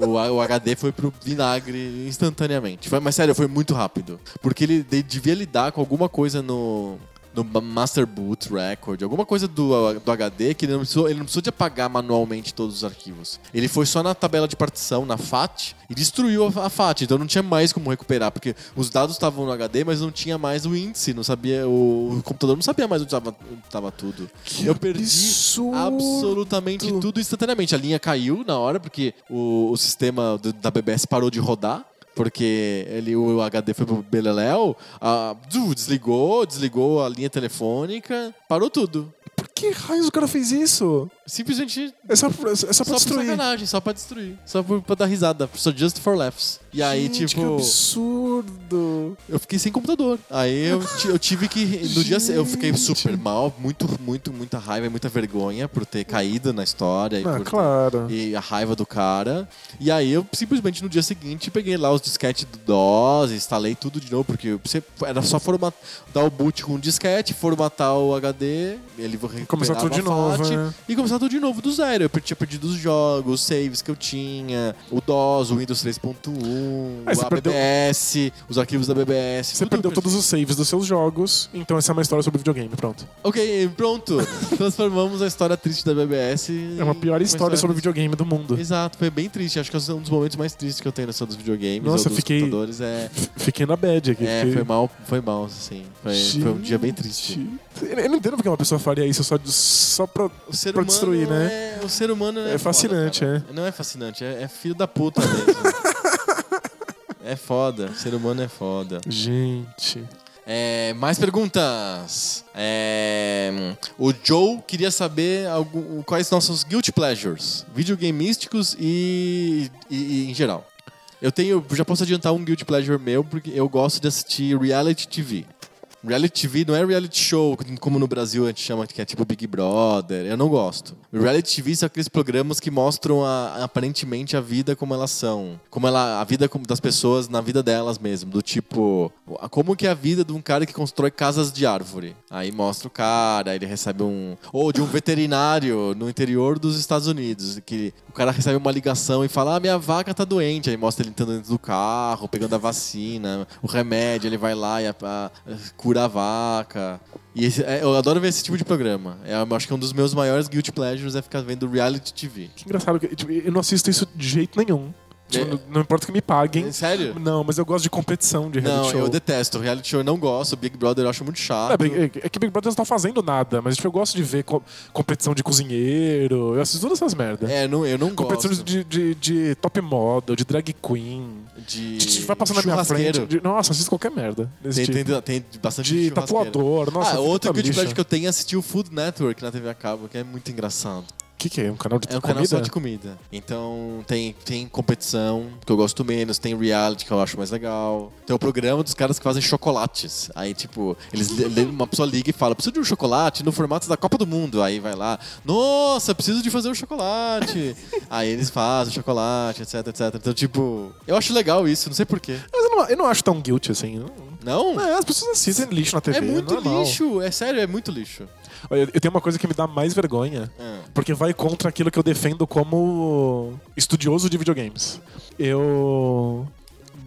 Speaker 1: o, o HD foi pro vinagre instantaneamente. Foi, mas sério, foi muito rápido. Porque ele de- devia lidar com alguma coisa no. No ma- Master Boot Record, alguma coisa do, do HD que ele não, precisou, ele não precisou de apagar manualmente todos os arquivos. Ele foi só na tabela de partição, na FAT, e destruiu a, a FAT. Então não tinha mais como recuperar, porque os dados estavam no HD, mas não tinha mais o índice, não sabia, o, o computador não sabia mais onde estava tudo. Eu perdi
Speaker 2: absurdo.
Speaker 1: absolutamente tudo instantaneamente. A linha caiu na hora, porque o, o sistema do- da BBS parou de rodar. Porque ele, o HD foi pro Beleléu, a- zu, desligou, desligou a linha telefônica, parou tudo.
Speaker 2: Por que raios o cara fez isso?
Speaker 1: Simplesmente
Speaker 2: É só, pra- é só pra
Speaker 1: só por
Speaker 2: destruir.
Speaker 1: sacanagem, só pra destruir. Só por, pra dar risada, só just for laughs. E aí,
Speaker 2: Gente,
Speaker 1: tipo.
Speaker 2: Que absurdo. absurdo.
Speaker 1: Eu fiquei sem computador. Aí eu, ti- eu tive que. No dia se- eu fiquei super mal, muito, muito, muita raiva e muita vergonha por ter caído na história. e
Speaker 2: Ah,
Speaker 1: por-
Speaker 2: claro.
Speaker 1: E a raiva do cara. E aí eu simplesmente no dia seguinte peguei lá os disquetes do DOS, instalei tudo de novo, porque você era só formatar dar o boot com um disquete, formatar o HD, ele recuperava
Speaker 2: Começar tudo de
Speaker 1: a
Speaker 2: novo,
Speaker 1: FAT,
Speaker 2: né?
Speaker 1: E começar tudo de novo do zero. Eu per- tinha perdido os jogos, os saves que eu tinha, o DOS, o Windows 3.1,
Speaker 2: Aí você
Speaker 1: a
Speaker 2: perdeu-
Speaker 1: BBS, os arquivos da BBS.
Speaker 2: Você
Speaker 1: tudo
Speaker 2: perdeu
Speaker 1: eu perdi.
Speaker 2: todos os saves dos seus jogos, então essa é uma história sobre videogame, pronto.
Speaker 1: Ok, pronto. Transformamos a história triste da BBS.
Speaker 2: É uma pior história sobre videogame do mundo.
Speaker 1: Exato, foi bem triste. Acho que é um dos momentos mais tristes que eu tenho na história dos videogames
Speaker 2: Nossa,
Speaker 1: ou dos
Speaker 2: fiquei-
Speaker 1: computadores. É,
Speaker 2: Fiquei na bad aqui.
Speaker 1: é,
Speaker 2: fiquei-
Speaker 1: foi mal, foi mal, assim. Foi, foi um dia bem triste.
Speaker 2: Gente. Eu eu não entendo porque uma pessoa faria isso só, de- só pra.
Speaker 1: O ser
Speaker 2: Pra
Speaker 1: humano
Speaker 2: destruir, né?
Speaker 1: é- o ser humano é,
Speaker 2: É fascinante,
Speaker 1: foda, cara. Não é fascinante, é, é filho da puta mesmo. é foda, o ser humano é foda.
Speaker 2: Gente.
Speaker 1: É, mais perguntas. É, o Joe queria saber algum- quais nossos guilty pleasures, videogameísticos e, e- e em geral. Eu tenho, já posso adiantar um guilty pleasure meu porque eu gosto de assistir reality TV. Reality TV não é reality show, como no Brasil a gente chama, que é tipo Big Brother. Eu não gosto. Reality TV são aqueles programas que mostram a- aparentemente a vida como elas são. Como ela, a vida como- das pessoas na vida delas mesmo. Do tipo, a- como que é a vida de um cara que constrói casas de árvore. Aí mostra o cara, ele recebe um. Ou de um veterinário no interior dos Estados Unidos. Que o cara recebe uma ligação e fala: Ah, minha vaca tá doente. Aí mostra ele entrando dentro do carro, pegando a vacina, o remédio, ele vai lá e a- a- cura a vaca. E esse- é, eu adoro ver esse tipo de programa. É, eu acho que um dos meus maiores guilty pleasures é ficar vendo reality TV.
Speaker 2: Que engraçado. que, tipo, eu não assisto isso de jeito nenhum. Tipo,
Speaker 1: É.
Speaker 2: não, não importa que me paguem.
Speaker 1: É, sério?
Speaker 2: Não, mas eu gosto de competição de reality
Speaker 1: Não,
Speaker 2: show.
Speaker 1: eu detesto. Reality show eu não gosto. Big Brother eu acho muito chato.
Speaker 2: É, Big- é que Big Brother não tá fazendo nada, mas tipo, eu gosto de ver co- competição de cozinheiro. Eu assisto todas essas merdas.
Speaker 1: É, não, eu não
Speaker 2: competição
Speaker 1: gosto.
Speaker 2: de, de, de top model, de drag queen.
Speaker 1: De,
Speaker 2: De, de- vai passando na minha
Speaker 1: churrasqueiro.
Speaker 2: frente. de- nossa, assisto qualquer merda. Desse
Speaker 1: Tem,
Speaker 2: tipo.
Speaker 1: tem, tem bastante
Speaker 2: de
Speaker 1: churrasqueiro.
Speaker 2: tatuador, nossa.
Speaker 1: ah,
Speaker 2: puta
Speaker 1: outro guilty
Speaker 2: lixa.
Speaker 1: pleasure que eu tenho é assistir o Food Network na TV a cabo, que é muito engraçado.
Speaker 2: Que que é? Um canal de
Speaker 1: É um
Speaker 2: comida?
Speaker 1: canal só de comida. Então tem, tem competição, que eu gosto menos, tem reality, que eu acho mais legal. Tem o programa dos caras que fazem chocolates. Aí, tipo, eles li- li- uma pessoa liga e fala: preciso de um chocolate no formato da Copa do Mundo. Aí vai lá, nossa, preciso de fazer um chocolate. Aí eles fazem chocolate, etc, etc. Então, tipo, eu acho legal isso, não sei porquê.
Speaker 2: Mas eu não, eu não acho tão guilty assim. Não-
Speaker 1: Não?
Speaker 2: É, as pessoas assistem lixo na TV.
Speaker 1: É muito
Speaker 2: normal.
Speaker 1: lixo, é sério, é muito lixo.
Speaker 2: Olha, Eu tenho uma coisa que me dá mais vergonha.
Speaker 1: Ah.
Speaker 2: Porque vai contra aquilo que eu defendo como estudioso de videogames. Eu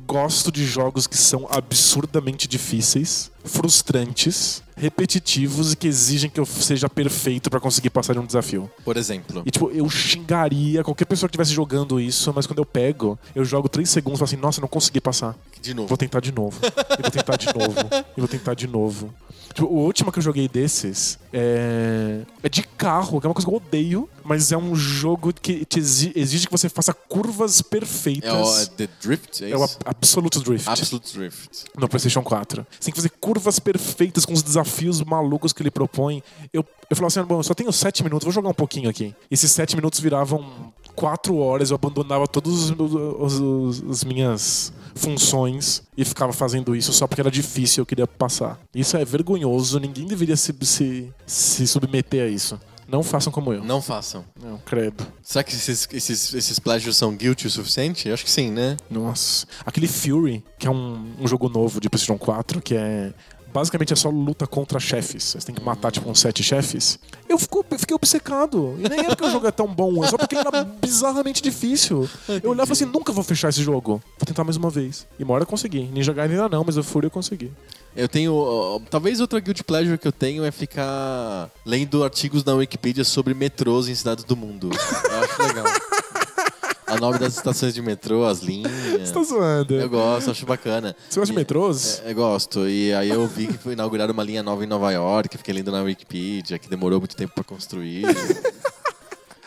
Speaker 2: gosto de jogos que são absurdamente difíceis, frustrantes, repetitivos e que exigem que eu seja perfeito pra conseguir passar de um desafio.
Speaker 1: Por exemplo.
Speaker 2: E tipo, eu xingaria qualquer pessoa que estivesse jogando isso, mas quando eu pego, eu jogo 3 segundos e falo assim, nossa, não consegui passar.
Speaker 1: De novo.
Speaker 2: Vou tentar de novo. Eu vou tentar de novo. Eu vou tentar de novo. Tipo, o último que eu joguei desses é. É de carro, que é uma coisa que eu odeio, mas é um jogo que te exi- exige que você faça
Speaker 1: É o
Speaker 2: curvas
Speaker 1: é
Speaker 2: perfeitas.
Speaker 1: The Drift? É,
Speaker 2: É o
Speaker 1: isso?
Speaker 2: Ab- Absolute Drift
Speaker 1: Absolute Drift.
Speaker 2: no PlayStation 4. Você tem que fazer curvas perfeitas com os desafios malucos que ele propõe. Eu, eu falava assim: ah, bom, eu só tenho 7 minutos, vou jogar um pouquinho aqui. Esses 7 minutos viravam 4 horas, eu abandonava todas as minhas funções e ficava fazendo isso só porque era difícil, eu queria passar. Isso é vergonhoso, ninguém deveria se, se, se submeter a isso. Não façam como eu.
Speaker 1: Não façam.
Speaker 2: Não, credo.
Speaker 1: Será que esses, esses, esses plágios são guilty o suficiente? Eu acho que sim, né?
Speaker 2: Nossa. Aquele Fury, que é um, um jogo novo de PlayStation 4, que é. Basicamente é só luta contra chefes. Você tem que matar, tipo, uns sete chefes. Eu fico- eu fiquei obcecado. E nem era porque o jogo é tão bom, é só porque ele era bizarramente difícil. Eu olhava e falei assim: nunca vou fechar esse jogo. Vou tentar mais uma vez. E uma hora eu consegui. Ninja Gaiden ainda não, mas o Fury eu consegui.
Speaker 1: Eu tenho. ó, Talvez outra guilty pleasure que eu tenho é ficar lendo artigos na Wikipedia sobre metrôs em cidades do mundo. Eu acho legal. O nome das estações de metrô, as linhas.
Speaker 2: Você tá zoando.
Speaker 1: É. Eu gosto, acho bacana.
Speaker 2: Você gosta de
Speaker 1: E-
Speaker 2: metrôs?
Speaker 1: É, eu gosto. E aí eu vi que foi inaugurada uma linha nova em Nova York, fiquei lendo na Wikipedia, que demorou muito tempo pra construir.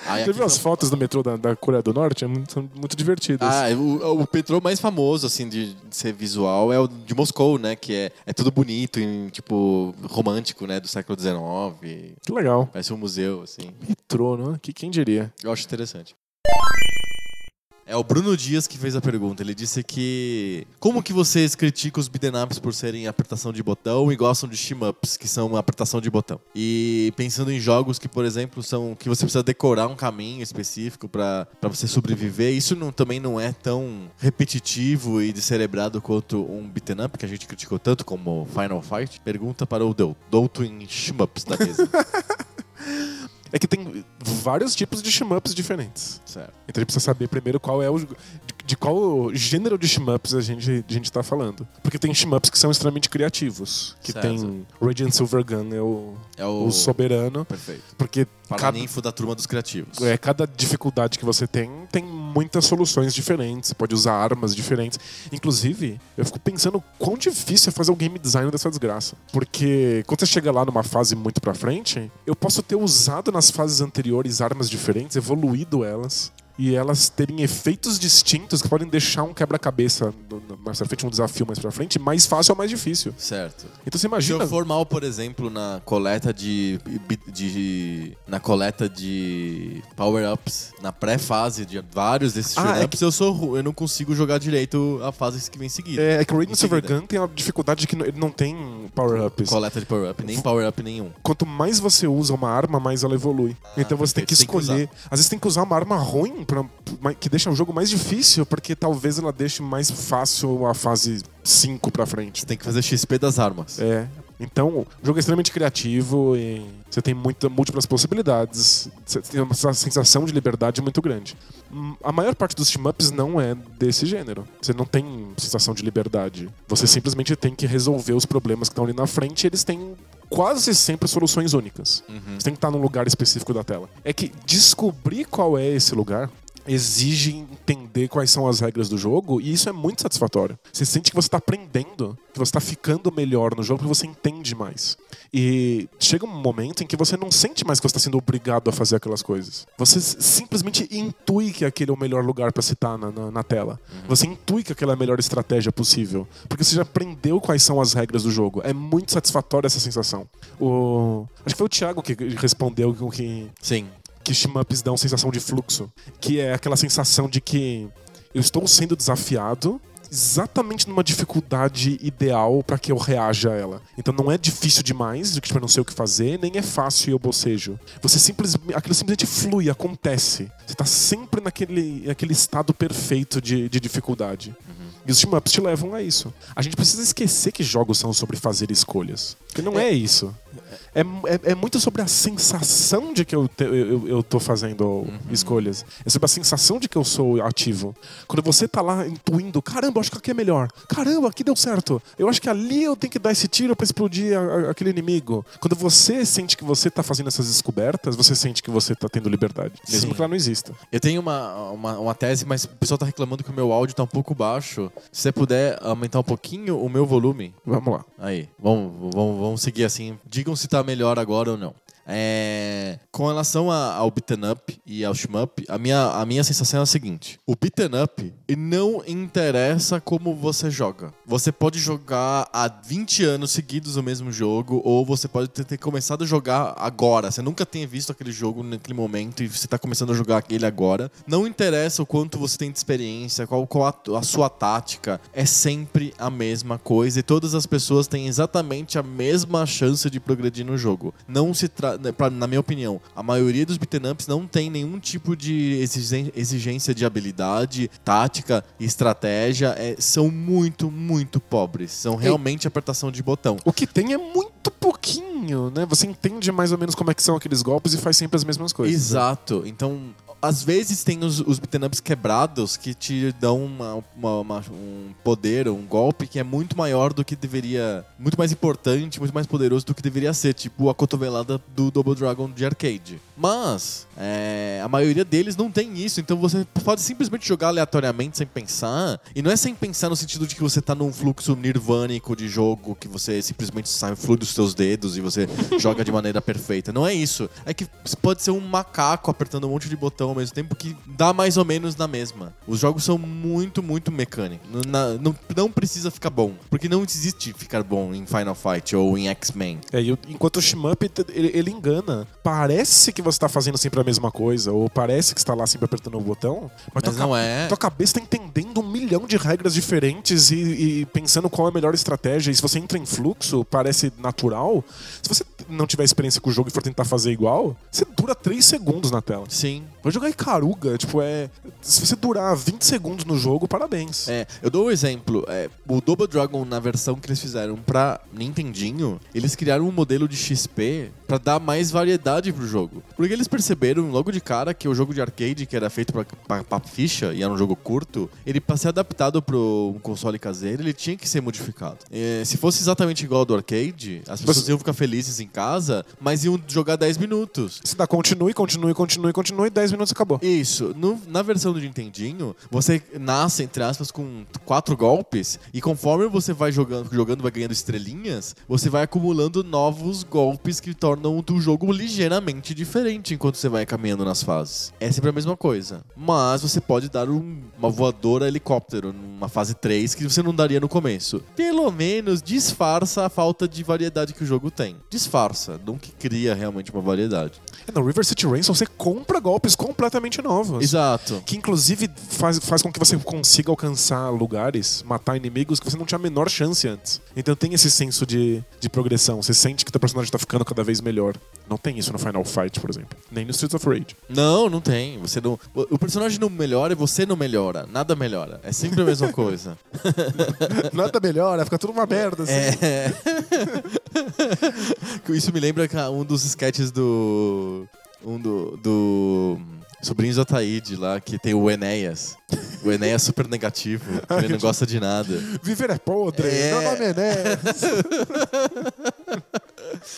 Speaker 1: Aí
Speaker 2: Você
Speaker 1: aqui
Speaker 2: viu
Speaker 1: em
Speaker 2: as
Speaker 1: São
Speaker 2: fotos do metrô da, da Coreia do Norte? É muito- são muito divertidas.
Speaker 1: Ah, o, o metrô mais famoso, assim, de, de ser visual é o de Moscou, né? Que é, é tudo bonito, em, tipo, romântico, né? Do século XIX.
Speaker 2: que legal.
Speaker 1: Parece um museu, assim.
Speaker 2: Metrô, né? Que, quem diria?
Speaker 1: Eu acho interessante. É o Bruno Dias que fez a pergunta. Ele disse que. Como que vocês criticam os beat'em ups por serem apertação de botão e gostam de shmups, que são uma apertação de botão? E pensando em jogos que, por exemplo, são. que você precisa decorar um caminho específico pra pra você sobreviver, isso não- também não é tão repetitivo e descerebrado quanto um beat'em up, que a gente criticou tanto como Final Fight? Pergunta para o Dou- Douto em shmups da mesa.
Speaker 2: É que tem vários tipos de shmups diferentes.
Speaker 1: certo.
Speaker 2: Então a gente precisa saber primeiro qual é o. De, de qual gênero de shmups a gente, a gente tá falando. Porque tem shmups que são extremamente criativos. Que
Speaker 1: Certo.
Speaker 2: tem. Radiant Silver Gun é o,
Speaker 1: É o.
Speaker 2: o soberano.
Speaker 1: Perfeito.
Speaker 2: Porque cada,
Speaker 1: Paraninfo da turma dos criativos.
Speaker 2: é, cada dificuldade que você tem, tem muitas soluções diferentes. Você pode usar armas diferentes. Inclusive, eu fico pensando quão difícil é fazer o game design dessa desgraça. Porque quando você chega lá numa fase muito pra frente, eu posso ter usado nas fases anteriores armas diferentes, evoluído elas. E elas terem efeitos distintos que podem deixar um quebra-cabeça no- no- mais pra frente, um desafio mais pra frente, mais fácil ou mais difícil.
Speaker 1: Certo.
Speaker 2: Então você
Speaker 1: Se
Speaker 2: imagina.
Speaker 1: eu for mal, por exemplo, na coleta de. de- na coleta de power-ups, na pré-fase de vários desses
Speaker 2: Ah,
Speaker 1: power
Speaker 2: é
Speaker 1: ups eu sou ru- eu não consigo jogar direito a fase que vem seguida.
Speaker 2: É, é que o Raiden
Speaker 1: Em
Speaker 2: Silver
Speaker 1: seguida.
Speaker 2: Gun tem a dificuldade de que não- ele não tem power-ups.
Speaker 1: Coleta de power-up, nem power-up nenhum.
Speaker 2: quanto mais você usa uma arma, mais ela evolui. então você tem que
Speaker 1: perfeito. Tem que
Speaker 2: escolher. Às vezes tem que usar uma arma ruim pra, pra- que deixa o jogo mais difícil, porque talvez ela deixe mais fácil a fase 5 pra frente.
Speaker 1: Você tem que fazer XP das armas.
Speaker 2: É. Então, o jogo é extremamente criativo e você tem muita, múltiplas possibilidades. Você tem uma sen- sensação de liberdade muito grande. Hum, A maior parte dos team-ups não é desse gênero. Você não tem sensação de liberdade. Você simplesmente tem que resolver os problemas que estão ali na frente e eles têm quase sempre soluções únicas. Você tem que estar num lugar específico da tela. É que descobrir qual é esse lugar exige entender quais são as regras do jogo e isso é muito satisfatório. Você sente que você está aprendendo, que você tá está ficando melhor no jogo, que você entende mais. E chega um momento em que você não sente mais que você está sendo obrigado a fazer aquelas coisas. Você s- simplesmente intui que aquele é o melhor lugar para citar na, na, na tela. Você intui que aquela é a melhor estratégia possível, porque você já aprendeu quais são as regras do jogo. É muito satisfatória essa sensação. O... Acho que foi o Thiago que respondeu com que
Speaker 1: Sim.
Speaker 2: que shmups dão sensação de fluxo, que é aquela sensação de que eu estou sendo desafiado exatamente numa dificuldade ideal para que eu reaja a ela. Então não é difícil demais, de que tipo, eu não sei o que fazer, nem é fácil e eu bocejo. Você simplesmente, aquilo simplesmente flui, acontece. Você tá sempre naquele, naquele estado perfeito de, de dificuldade. E os shmups te levam a isso. A gente precisa esquecer que jogos são sobre fazer escolhas. Porque não é isso. É, é- é muito sobre a sensação de que eu, te- eu, eu- eu tô fazendo escolhas. É sobre a sensação de que eu sou ativo. Quando você tá lá intuindo, caramba, acho que aqui é melhor. Caramba, aqui deu certo. Eu acho que ali eu tenho que dar esse tiro pra explodir a- a- aquele inimigo. Quando você sente que você tá fazendo essas descobertas, você sente que você tá tendo liberdade. Mesmo
Speaker 1: Sim.
Speaker 2: que ela não exista.
Speaker 1: Eu tenho uma, uma, uma tese, mas o pessoal tá reclamando que o meu áudio tá um pouco baixo. Se você puder aumentar um pouquinho o meu volume,
Speaker 2: Vamos lá.
Speaker 1: Aí, vamos, vamos, vamos seguir assim. Digam se tá melhor agora ou não. É, com relação a- ao beaten up e ao shmup, a minha, a minha sensação é a seguinte: o beaten up não interessa como você joga. Você pode jogar há 20 anos seguidos o mesmo jogo, ou você pode ter, ter começado a jogar agora. Você nunca tenha visto aquele jogo naquele momento e você tá começando a jogar aquele agora. Não interessa o quanto você tem de experiência, qual, qual a, a sua tática. É sempre a mesma coisa e todas as pessoas têm exatamente a mesma chance de progredir no jogo. Não se tra... né, pra- Na minha opinião, a maioria dos beat'em ups não tem nenhum tipo de exigen- exigência de habilidade, tática, estratégia. É, são muito, muito pobres. São realmente apertação de botão.
Speaker 2: O que tem é muito pouquinho, né? Você entende mais ou menos como é que são aqueles golpes e faz sempre as mesmas coisas. né?
Speaker 1: Exato. Então, às vezes tem os, os beat'em ups quebrados que te dão uma- uma- uma- um poder, um golpe que é muito maior do que deveria. Muito mais importante, muito mais poderoso do que deveria ser. Tipo a cotovelada do Double Dragon de arcade. Mas, é, a maioria deles não tem isso. Então você pode simplesmente jogar aleatoriamente sem pensar. E não é sem pensar no sentido de que você tá num fluxo nirvânico de jogo, que você simplesmente sai flui dos seus dedos e você joga de maneira perfeita. Não é isso. É que você pode ser um macaco apertando um monte de botão ao ao mesmo tempo que dá mais ou menos na mesma. Os jogos são muito, muito mecânicos. Não, na- não, não precisa ficar bom. Porque não existe ficar bom em Final Fight ou em X-Men.
Speaker 2: É, e o- enquanto o shmup, ele, ele engana. Parece que você tá fazendo sempre a mesma coisa, ou parece que você tá lá sempre apertando o botão, mas,
Speaker 1: Mas
Speaker 2: tua,
Speaker 1: não
Speaker 2: ca-
Speaker 1: é.
Speaker 2: tua cabeça tá entendendo um milhão de regras diferentes e, e pensando qual é a melhor estratégia. E se você entra em fluxo, parece natural. Se você não tiver experiência com o jogo e for tentar fazer igual, você dura 3 segundos na tela.
Speaker 1: Sim.
Speaker 2: Vai jogar Icaruga, tipo, é. Se você durar 20 segundos no jogo, parabéns.
Speaker 1: É, eu dou um exemplo. É, o Double Dragon, na versão que eles fizeram pra Nintendinho, eles criaram um modelo de XP pra dar mais variedade pro jogo. Porque eles perceberam logo de cara que o jogo de arcade, que era feito pra, pra, pra ficha e era um jogo curto, ele pra ser adaptado pro um console caseiro, ele tinha que ser modificado. É, se fosse exatamente igual ao do arcade, as pessoas iam ficar felizes em casa, mas iam jogar 10 minutos.
Speaker 2: Se dá continue, continue, continue, continue, 10 minutos acabou.
Speaker 1: Isso. No- na versão do Nintendinho, você nasce, entre aspas, com quatro golpes. E conforme você vai jogando, jogando vai ganhando estrelinhas, você vai acumulando novos golpes que tornam o jogo ligeiramente diferente enquanto você vai caminhando nas fases. É sempre a mesma coisa. Mas você pode dar um- uma voadora helicóptero numa fase 3 que você não daria no começo. Pelo menos disfarça a falta de variedade que o jogo tem. Disfarça, não que cria realmente uma variedade.
Speaker 2: É, No River City Ransom você compra golpes completamente novos.
Speaker 1: Exato.
Speaker 2: Que inclusive faz, faz com que você consiga alcançar lugares, matar inimigos que você não tinha a menor chance antes. Então tem esse senso de, de progressão. Você sente que teu personagem tá ficando cada vez melhor. Não tem isso no Final Fight, por exemplo. Nem no Streets of Rage.
Speaker 1: Não, não tem. Você não. O o personagem não melhora e você não melhora. Nada melhora. É sempre a mesma coisa.
Speaker 2: Nada melhora, fica tudo uma merda. Assim.
Speaker 1: É. Isso me lembra ca- um dos sketches do. Um do. do Sobrinhos do Ataíde lá, que tem o Enéas. O Enéas super negativo. Ele não gosta de nada.
Speaker 2: Viver é podre,
Speaker 1: É.
Speaker 2: meu nome é Né.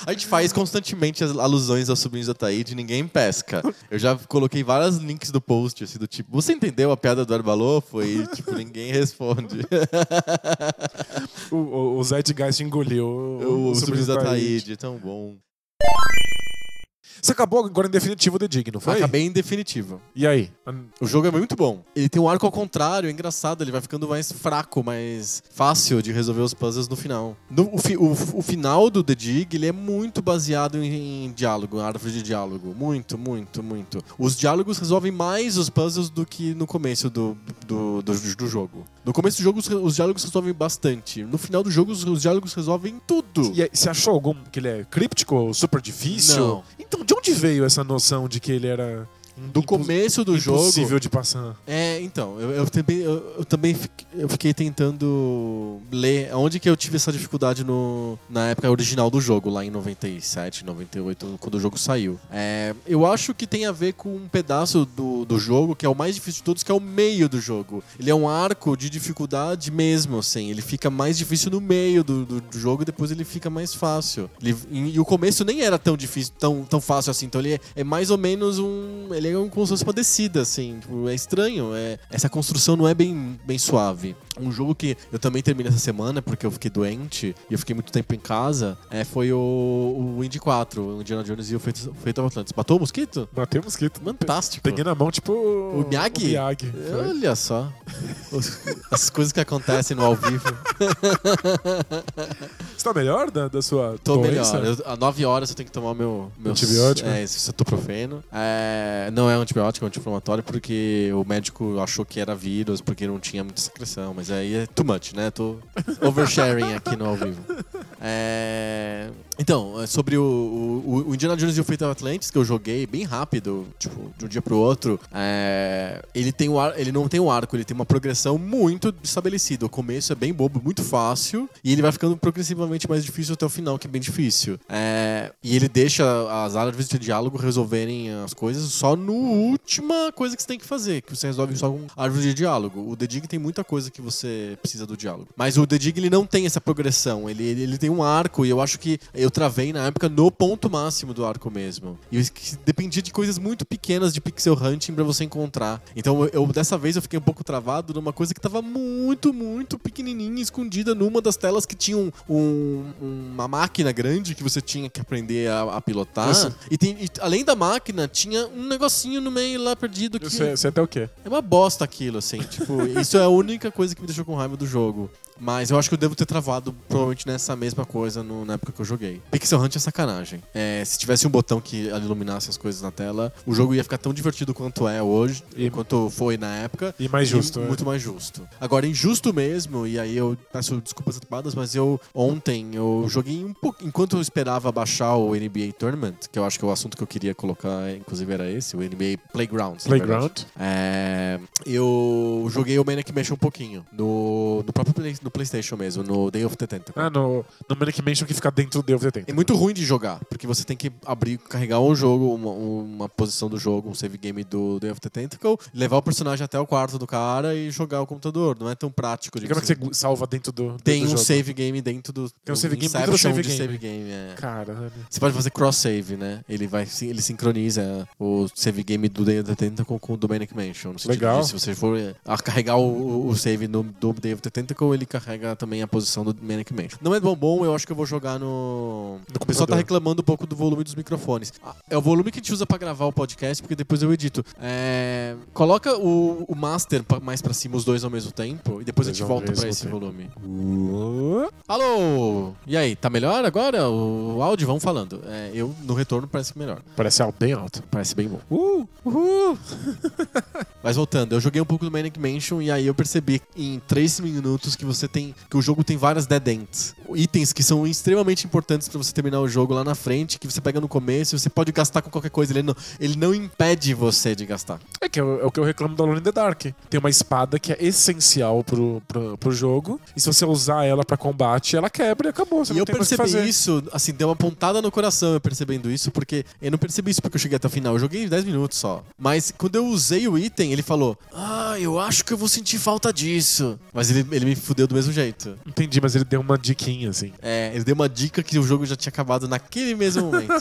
Speaker 1: A gente faz constantemente as alusões aos sobrinhos da Taíde e ninguém pesca. Eu já coloquei vários links do post, assim, do tipo, você entendeu a piada do Arbalofo? E, tipo, ninguém responde.
Speaker 2: O, o, o Zeitgeist engoliu
Speaker 1: O, sobrinhos da
Speaker 2: Taíde.
Speaker 1: Taíde, é tão bom.
Speaker 2: Você acabou agora em definitivo The Dig, não foi?
Speaker 1: Acabei em definitivo.
Speaker 2: E aí?
Speaker 1: O jogo é muito bom. Ele tem um arco ao contrário, é engraçado, ele vai ficando mais fraco, mais fácil de resolver os puzzles no final. No- o, fi- o- o final do The Dig, ele é muito baseado em, em diálogo, em árvore de diálogo. Muito, muito, muito. Os diálogos resolvem mais os puzzles do que no começo do, do, do- do jogo. No começo do jogo, os, os diálogos resolvem bastante. No final do jogo, os, os diálogos resolvem tudo.
Speaker 2: E aí, você achou algum que ele é críptico ou super difícil?
Speaker 1: Não.
Speaker 2: Então, de onde veio essa noção de que ele era um
Speaker 1: Do começo do jogo.
Speaker 2: impossível de passar?
Speaker 1: É, então, eu, eu também, eu, eu também fiquei, eu fiquei tentando ler onde que eu tive essa dificuldade no, na época original do jogo, lá em 97, 98, quando o jogo saiu. É, eu acho que tem a ver com um pedaço do, do jogo, que é o mais difícil de todos, que é o meio do jogo. Ele é um arco de dificuldade mesmo, assim. Ele fica mais difícil no meio do, do- do jogo e depois ele fica mais fácil. Ele- e, e o começo nem era tão difícil, tão, tão fácil assim. Então ele é, é mais ou menos um. Ele é um, como se fosse uma descida, assim. Tipo, é estranho. é- essa construção não é bem, bem suave. Um jogo que eu também terminei essa semana porque eu fiquei doente e eu fiquei muito tempo em casa é, foi o, o Indy 4, o Indiana Jones e o Feito, Feito ao Atlantis. Matou o mosquito?
Speaker 2: Bateu o mosquito.
Speaker 1: Fantástico.
Speaker 2: Peguei na mão, tipo. O
Speaker 1: tá. Miyagi? É.
Speaker 2: O Miyagi. Foi.
Speaker 1: Olha só. Os- As coisas que acontecem no ao vivo.
Speaker 2: Você tá melhor da, da sua
Speaker 1: Tô
Speaker 2: doença?
Speaker 1: melhor. Eu, há 9 horas eu tenho que tomar meu. meu
Speaker 2: Antibiótico?
Speaker 1: É, esse ibuprofeno. É, não é antibiótico, é anti-inflamatório, porque o médico achou que era vírus, porque não tinha muita secreção. Mas aí é too much, né? Tô oversharing aqui no ao vivo. É, Então, é sobre o, o, o Indiana Jones e o Fate of Atlantis, que eu joguei bem rápido, tipo, de um dia pro outro, é, ele, tem um ar- ele não tem um arco, ele tem uma progressão muito estabelecida. O começo é bem bobo, muito fácil, e ele vai ficando progressivamente mais difícil até o final, que é bem difícil. É, e ele deixa as árvores de diálogo resolverem as coisas só no última coisa que você tem que fazer, que você resolve só com árvore de diálogo. O The Dig tem muita coisa que você precisa do diálogo. Mas o The Dig, ele não tem essa progressão, ele, ele, ele tem um arco, e eu acho que eu eu travei na época no ponto máximo do arco mesmo. E eu esque- dependia de coisas muito pequenas de pixel hunting pra você encontrar. Então eu, eu- dessa vez eu fiquei um pouco travado numa coisa que tava muito, muito pequenininha, escondida numa das telas que tinha um- um- uma máquina grande que você tinha que aprender a, a pilotar.
Speaker 2: Isso.
Speaker 1: E, tem- e além da máquina, tinha um negocinho no meio lá perdido que
Speaker 2: Isso é, isso é até o quê?
Speaker 1: é uma bosta aquilo, assim. Tipo, isso é a única coisa que me deixou com raiva do jogo. Mas eu acho que eu devo ter travado provavelmente nessa mesma coisa no- na época que eu joguei. Pixel Hunt é sacanagem. É, se tivesse um botão que iluminasse as coisas na tela, o jogo ia ficar tão divertido quanto é hoje,
Speaker 2: E-
Speaker 1: quanto foi na época.
Speaker 2: E mais justo, né?
Speaker 1: Muito mais justo. Agora, injusto mesmo, e aí eu peço desculpas antecipadas, mas eu ontem eu joguei um pouco. Enquanto eu esperava baixar o NBA Tournament, que eu acho que é o assunto que eu queria colocar, inclusive, era esse, o NBA Playgrounds. na verdade.
Speaker 2: Playground?
Speaker 1: É, eu joguei o Maniac Mansion um pouquinho. No, no próprio play, no PlayStation mesmo, no Day of the Tentacle.
Speaker 2: Ah, no, no Manic Mansion que fica dentro do Deus Detento.
Speaker 1: É muito ruim de jogar, porque você tem que abrir, carregar um jogo, uma, uma posição do jogo, um save game do Day of the Tentacle, levar o personagem até o quarto do cara e jogar o computador. Não é tão prático de
Speaker 2: Como é que você salva dentro do, dentro
Speaker 1: Tem
Speaker 2: do
Speaker 1: um
Speaker 2: jogo?
Speaker 1: save game dentro do.
Speaker 2: Tem um save game dentro do
Speaker 1: Inception
Speaker 2: save
Speaker 1: de
Speaker 2: game.
Speaker 1: save game, é.
Speaker 2: Caralho.
Speaker 1: Você pode fazer cross-save, né? Ele vai, sin- ele sincroniza o save game do Day of the Tentacle com o do Manic Mansion. No sentido
Speaker 2: Legal.
Speaker 1: de se você for eh, a carregar o, o- o save no, do Day of the Tentacle, ele carrega também a posição do Manic Mansion. Não é bom bom, eu acho que eu vou jogar no... O pessoal tá
Speaker 2: computador.
Speaker 1: reclamando um pouco do volume dos microfones. Ah, É o volume que a gente usa pra gravar o podcast, porque depois eu edito. É, Coloca o, o master pra- mais pra cima, os dois ao mesmo tempo, e depois
Speaker 2: Dois
Speaker 1: a gente
Speaker 2: ao
Speaker 1: volta pra
Speaker 2: mesmo
Speaker 1: esse
Speaker 2: tempo.
Speaker 1: volume. Alô! E aí, tá melhor agora? O áudio, vamos falando. É, eu, no retorno, parece melhor.
Speaker 2: Parece algo bem alto.
Speaker 1: Parece bem bom.
Speaker 2: Uh, uhul.
Speaker 1: Mas voltando, eu joguei um pouco do Manic Mansion e aí eu percebi em 3 minutos que você tem. que o jogo tem várias dead ends. Itens que são extremamente importantes pra você terminar o jogo lá na frente, que você pega no começo e você pode gastar com qualquer coisa. Ele não, ele não impede você de gastar.
Speaker 2: É que é o é o que eu reclamo do Alone in the Dark. Tem uma espada que é essencial pro, pro, pro jogo. E se você usar ela pra combate, ela quebra e acabou. Você
Speaker 1: e
Speaker 2: não
Speaker 1: eu
Speaker 2: tem mais o que
Speaker 1: percebi
Speaker 2: fazer.
Speaker 1: isso, assim, deu uma pontada no coração eu percebendo isso, porque eu não percebi isso porque eu cheguei até o final. Eu joguei 10 minutos só. Mas quando eu usei o item, ele falou: Ah, eu acho que eu vou sentir falta disso. Mas ele, ele me fudeu do mesmo jeito.
Speaker 2: Entendi, mas ele deu uma diquinha, assim.
Speaker 1: É, ele deu uma dica que o jogo já tinha acabado naquele mesmo momento.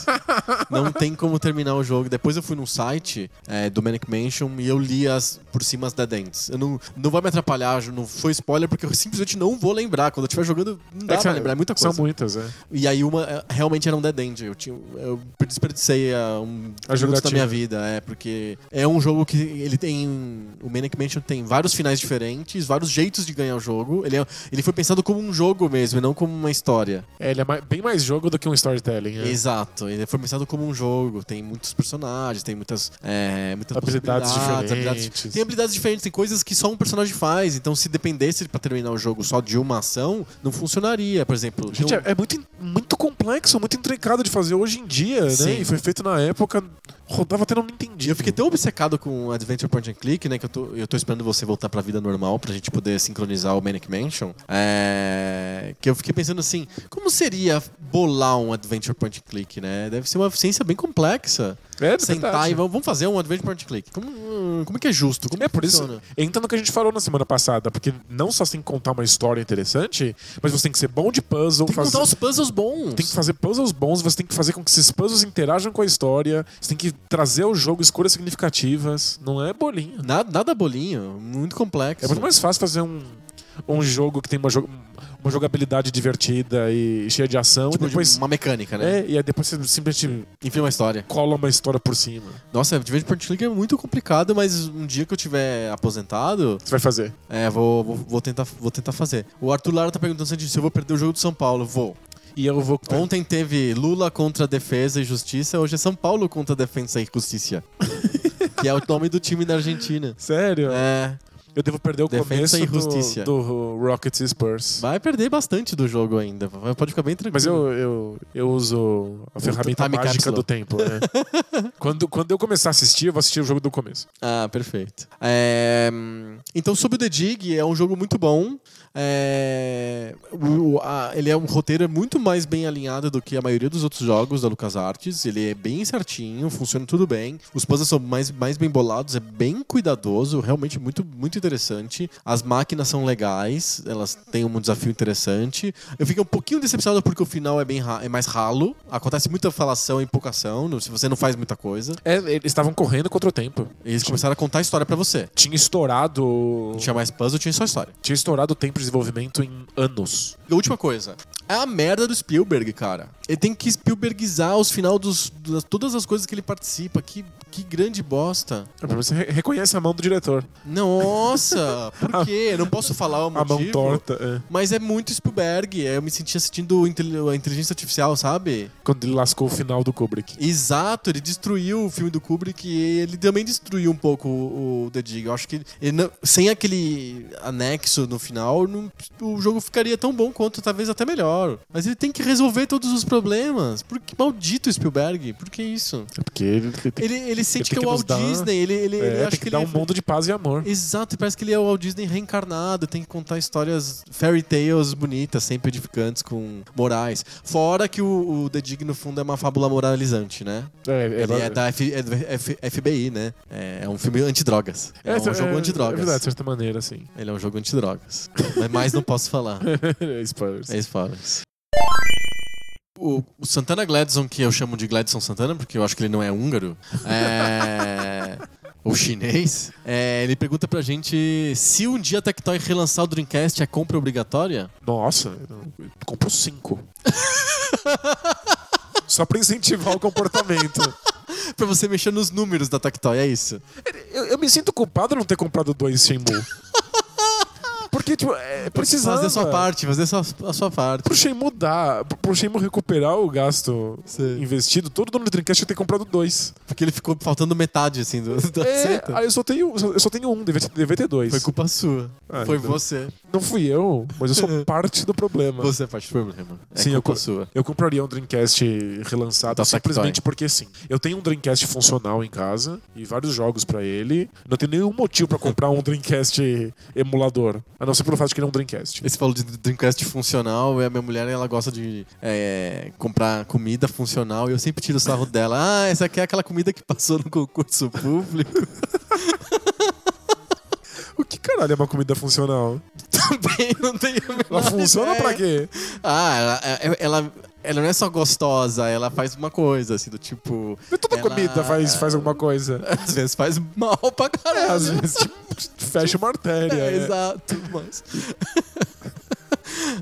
Speaker 1: não tem como terminar o jogo. Depois eu fui num site é, do Manic Mansion e eu li as por cima as dead ends. Eu não, não vai me atrapalhar, não foi spoiler, porque eu simplesmente não vou lembrar. Quando eu estiver jogando, não dá pra
Speaker 2: que são-
Speaker 1: lembrar, é muita coisa.
Speaker 2: São muitas, é.
Speaker 1: E aí uma eh, realmente era um dead end. Eu, tinha, eu desperdicei ah, um minuto
Speaker 2: A
Speaker 1: da
Speaker 2: jogatina.
Speaker 1: minha vida, é, porque é um jogo que ele tem. O Manic Mansion tem vários finais diferentes, vários jeitos de ganhar o jogo. Ele, é- ele foi pensado como um jogo mesmo, e não como uma história.
Speaker 2: É, ele é mais- bem mais jogo do que um storytelling. É.
Speaker 1: Exato. Ele foi pensado como um jogo. Tem muitos personagens, tem muitas, é, muitas
Speaker 2: Habilidades
Speaker 1: possibilidades,
Speaker 2: diferentes.
Speaker 1: habilidades- Tem habilidades diferentes, tem coisas que só um personagem faz. Então, se dependesse pra terminar o jogo só de uma ação, não funcionaria. Por exemplo,
Speaker 2: Gente,
Speaker 1: tem um-
Speaker 2: é, é muito, in- muito complexo, muito intricado de fazer hoje em dia, né?
Speaker 1: Sim.
Speaker 2: E foi feito na época. Rodava até não entendi.
Speaker 1: E eu fiquei tão obcecado com Adventure Point and Click, né? Que eu tô, eu tô esperando você voltar pra vida normal pra gente poder sincronizar o Manic Mansion. É, que eu fiquei pensando assim, como seria bolar um Adventure Point and Click, né? Deve ser uma ciência bem complexa.
Speaker 2: É, de
Speaker 1: Sentar
Speaker 2: verdade.
Speaker 1: e vamos vamos fazer um Adventure Point and Click. Como, como que é justo? Como
Speaker 2: É
Speaker 1: que
Speaker 2: por isso.
Speaker 1: funciona?
Speaker 2: Entra no que a gente falou na semana passada, porque não só você tem que contar uma história interessante, mas você tem que ser bom de puzzle,
Speaker 1: Tem que
Speaker 2: fazer-
Speaker 1: montar os puzzles bons.
Speaker 2: tem que fazer puzzles bons, você tem que fazer com que esses puzzles interajam com a história, você tem que trazer ao jogo escolhas significativas. Não é bolinha.
Speaker 1: Nada, nada bolinho, muito complexo.
Speaker 2: É muito mais fácil fazer um, um jogo que tem uma, jo- uma jogabilidade divertida e cheia de ação,
Speaker 1: Tipo,
Speaker 2: e depois.
Speaker 1: uma mecânica, né?
Speaker 2: É, e aí depois você simplesmente
Speaker 1: Enfim, uma história.
Speaker 2: cola uma história por cima.
Speaker 1: Nossa, Adventure Point and Click é muito complicado, mas um dia que eu tiver aposentado,
Speaker 2: Você vai fazer.
Speaker 1: É, vou, vou, vou tentar, vou tentar fazer. O Arthur Lara tá perguntando se eu disse, se eu vou perder o jogo do São Paulo. Vou.
Speaker 2: E eu vou.
Speaker 1: Ontem teve Lula contra Defesa e Justiça, hoje é São Paulo contra Defesa e Justiça. que é o nome do time da Argentina.
Speaker 2: Sério?
Speaker 1: É,
Speaker 2: Eu devo perder o
Speaker 1: Defensa
Speaker 2: começo
Speaker 1: e Justiça.
Speaker 2: do, do Rockets e Spurs.
Speaker 1: vai perder bastante do jogo ainda. vai- Pode ficar bem tranquilo.
Speaker 2: Mas eu, eu, eu uso a ferramenta
Speaker 1: time
Speaker 2: mágica
Speaker 1: capsule.
Speaker 2: do tempo. né? quando, quando eu começar a assistir, eu vou assistir o jogo do começo.
Speaker 1: Ah, perfeito. É, hum, Então, sobre o The Dig, é um jogo muito bom. É, o- o- a- ele é um roteiro muito mais bem alinhado do que a maioria dos outros jogos da LucasArts. Ele é bem certinho, funciona tudo bem. Os puzzles são mais, mais bem bolados, é bem cuidadoso, realmente muito, muito interessante. As máquinas são legais, elas têm um desafio interessante. Eu fiquei um pouquinho decepcionado porque o final é, bem ra- é mais ralo. Acontece muita falação e pouca ação, não- se você não faz muita coisa.
Speaker 2: É, eles estavam correndo contra o tempo.
Speaker 1: Eles começaram a contar a história pra você.
Speaker 2: Tinha estourado.
Speaker 1: Não tinha mais puzzle, tinha só história.
Speaker 2: Tinha estourado o tempo de desenvolvimento em anos.
Speaker 1: E a última coisa. É a merda do Spielberg, cara. Ele tem que Spielbergizar os final dos, das- todas as coisas que ele participa. Que, que grande bosta.
Speaker 2: É, Pelo menos Você re- reconhece a mão do diretor.
Speaker 1: Nossa, por quê? Eu não posso falar o
Speaker 2: A
Speaker 1: motivo.
Speaker 2: mão torta. é.
Speaker 1: Mas é muito Spielberg. Eu me sentia sentindo intel- a inteligência artificial, sabe?
Speaker 2: Quando ele lascou o final do Kubrick.
Speaker 1: Exato, ele destruiu o filme do Kubrick e ele também destruiu um pouco o, o The Dig. Eu acho que ele não- sem aquele anexo no final, não- o jogo ficaria tão bom quanto, talvez até melhor. Mas ele tem que resolver todos os problemas. Por que maldito Spielberg? Por que isso?
Speaker 2: É porque ele, ele tem,
Speaker 1: Ele, ele sente que
Speaker 2: tem
Speaker 1: é o
Speaker 2: que
Speaker 1: Walt
Speaker 2: nos dar-
Speaker 1: Disney, ele, ele,
Speaker 2: é,
Speaker 1: ele
Speaker 2: tem
Speaker 1: acha
Speaker 2: que,
Speaker 1: que ele
Speaker 2: dar
Speaker 1: é-
Speaker 2: um mundo de paz e amor.
Speaker 1: Exato, parece que ele é o Walt Disney reencarnado, tem que contar histórias, fairy tales bonitas, sempre edificantes, com morais. Fora que o, o The Dig, no fundo, é uma fábula moralizante, né?
Speaker 2: É,
Speaker 1: Ele é da F- é do F- FBI, né? É é um filme antidrogas. É, um jogo
Speaker 2: É
Speaker 1: antidrogas.
Speaker 2: verdade, de certa maneira, sim.
Speaker 1: Ele é um jogo antidrogas. Mas mais não posso falar.
Speaker 2: Spoilers.
Speaker 1: É spoilers. O, o Santana Gladson, que eu chamo de Gladson Santana, porque eu acho que ele não é húngaro, é, ou chinês, é, ele pergunta pra gente se um dia a Tectoy relançar o Dreamcast é compra obrigatória.
Speaker 2: Nossa, eu compro cinco. Só pra incentivar o comportamento.
Speaker 1: pra você mexer nos números da Tectoy, é isso.
Speaker 2: Eu, eu me sinto culpado de não ter comprado dois Shenmue. Porque, tipo, é, precisava.
Speaker 1: Fazer a sua parte, fazer a sua, a sua parte.
Speaker 2: Pro Shenmue dar, pro- pro Shenmue recuperar o gasto
Speaker 1: Sei.
Speaker 2: investido, todo dono do Dreamcast eu ter comprado dois.
Speaker 1: Porque ele ficou faltando metade, assim, do, do
Speaker 2: É,
Speaker 1: acerto.
Speaker 2: aí eu só tenho, eu só tenho um, devia ter, devia ter dois.
Speaker 1: Foi culpa sua.
Speaker 2: Ah,
Speaker 1: Foi
Speaker 2: então.
Speaker 1: você.
Speaker 2: Não fui eu, mas eu sou parte do problema.
Speaker 1: Você é parte do problema. É
Speaker 2: Sim, eu
Speaker 1: culpa
Speaker 2: co-
Speaker 1: sua.
Speaker 2: Eu compraria um Dreamcast relançado
Speaker 1: Da
Speaker 2: simplesmente porque sim. Eu tenho um Dreamcast funcional em casa e vários jogos pra ele. Não tenho nenhum motivo pra comprar um Dreamcast emulador. A não ser pelo fato de que ele é um Dreamcast.
Speaker 1: Esse falou de Dreamcast funcional, e a minha mulher ela gosta de é, comprar comida funcional, e eu sempre tiro o sarro dela. Ah, essa aqui é aquela comida que passou no concurso público.
Speaker 2: O que caralho é uma comida funcional?
Speaker 1: Também não tenho a menor
Speaker 2: Ela funciona
Speaker 1: ideia.
Speaker 2: pra quê?
Speaker 1: Ah, ela, ela, ela não é só gostosa, ela faz uma coisa, assim, do tipo.
Speaker 2: É Toda
Speaker 1: Ela-
Speaker 2: comida faz, faz alguma coisa.
Speaker 1: Às vezes faz mal pra
Speaker 2: É,
Speaker 1: caralho.
Speaker 2: às vezes tipo, fecha uma artéria.
Speaker 1: É,
Speaker 2: né?
Speaker 1: exato, mas.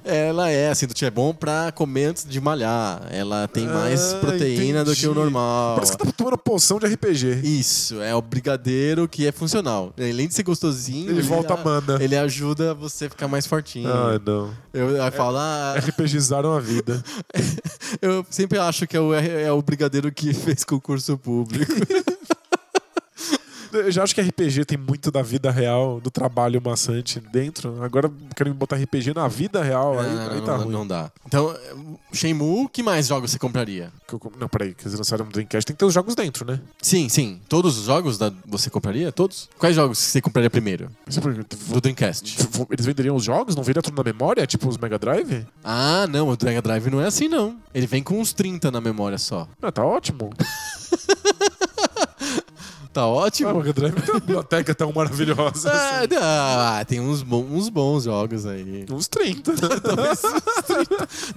Speaker 1: Ela é assim, do tipo, é bom pra comer antes de malhar. Ela tem mais
Speaker 2: Ah,
Speaker 1: proteína do que o
Speaker 2: entendi.
Speaker 1: normal.
Speaker 2: Parece que tá tomando poção de RPG.
Speaker 1: Isso, é o brigadeiro que é funcional. Além de ser gostosinho,
Speaker 2: Ele volta
Speaker 1: a-
Speaker 2: mana.
Speaker 1: Ele ajuda você a ficar mais fortinho.
Speaker 2: Ah, não.
Speaker 1: eu, eu falo, ah,
Speaker 2: RPGizaram a vida.
Speaker 1: eu sempre acho que é o, é o brigadeiro que fez concurso público.
Speaker 2: Eu já acho que RPG tem muito da vida real, do trabalho maçante dentro. Agora querem me botar RPG na vida real, aí,
Speaker 1: Ah,
Speaker 2: aí
Speaker 1: não,
Speaker 2: tá
Speaker 1: não,
Speaker 2: ruim.
Speaker 1: não dá. Então, Shenmue, que mais jogos você compraria?
Speaker 2: Que eu com- Não. peraí, que eles lançaram um Dreamcast, tem que ter os jogos dentro, né?
Speaker 1: Sim, sim. Todos os jogos da- você compraria? Todos? Quais jogos você compraria primeiro?
Speaker 2: Mas, é por exemplo,
Speaker 1: Do Dreamcast.
Speaker 2: v- v- Eles venderiam os jogos? Não viria tudo na memória? Tipo os Mega Drive?
Speaker 1: Ah, não, o Mega Drive não é assim, não. Ele vem com uns 30 na memória só.
Speaker 2: Ah, tá ótimo.
Speaker 1: Tá
Speaker 2: Ah, o
Speaker 1: ótimo.
Speaker 2: Mega Drive tem uma biblioteca tão maravilhosa.
Speaker 1: Ah,
Speaker 2: assim.
Speaker 1: ah, tem uns, bo- uns bons jogos aí.
Speaker 2: Uns 30.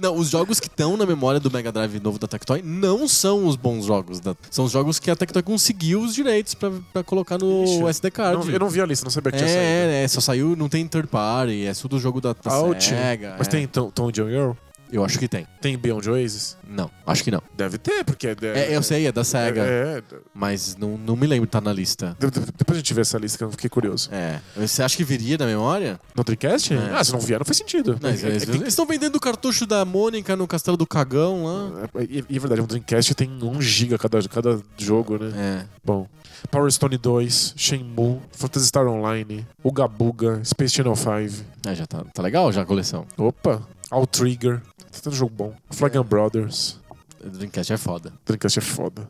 Speaker 1: Não, os jogos que estão na memória do Mega Drive novo da Tectoy não são os bons jogos. da- São os jogos que a Tectoy conseguiu os direitos pra, pra colocar no
Speaker 2: Ixi,
Speaker 1: SD card.
Speaker 2: Não, eu não vi a lista, não sabia que tinha saído.
Speaker 1: é, é, só saiu, não tem third party, é tudo jogo da, da
Speaker 2: Out.
Speaker 1: Sega.
Speaker 2: Mas
Speaker 1: é.
Speaker 2: tem Tom, Tom John Girl?
Speaker 1: Eu acho que tem.
Speaker 2: Tem Beyond Oasis?
Speaker 1: Não, acho que não.
Speaker 2: Deve ter, porque é.
Speaker 1: É, eu sei, é da
Speaker 2: É,
Speaker 1: SEGA,
Speaker 2: é, de-
Speaker 1: mas não, não me lembro de estar na lista.
Speaker 2: de- depois a gente vê essa lista que eu fiquei curioso.
Speaker 1: É. Você acha que viria da memória?
Speaker 2: No Dreamcast?
Speaker 1: É.
Speaker 2: Ah, se não vier, não faz sentido.
Speaker 1: Não, eles-
Speaker 2: É- é-
Speaker 1: eles
Speaker 2: tem-
Speaker 1: eles estão vendendo o cartucho da Mônica no Castelo do Cagão lá.
Speaker 2: é- E e é verdade, um Dreamcast tem 1 giga cada, cada jogo, né?
Speaker 1: É.
Speaker 2: Bom. Power Stone 2, Shenmue, Phantasy Star Online, Ugabuga, Space Channel 5.
Speaker 1: É, já tá, tá legal já a coleção.
Speaker 2: Opa! All Trigger. Tem tanto jogo bom.
Speaker 1: É.
Speaker 2: Flag and Brothers.
Speaker 1: Dreamcast é foda.
Speaker 2: Dreamcast é foda.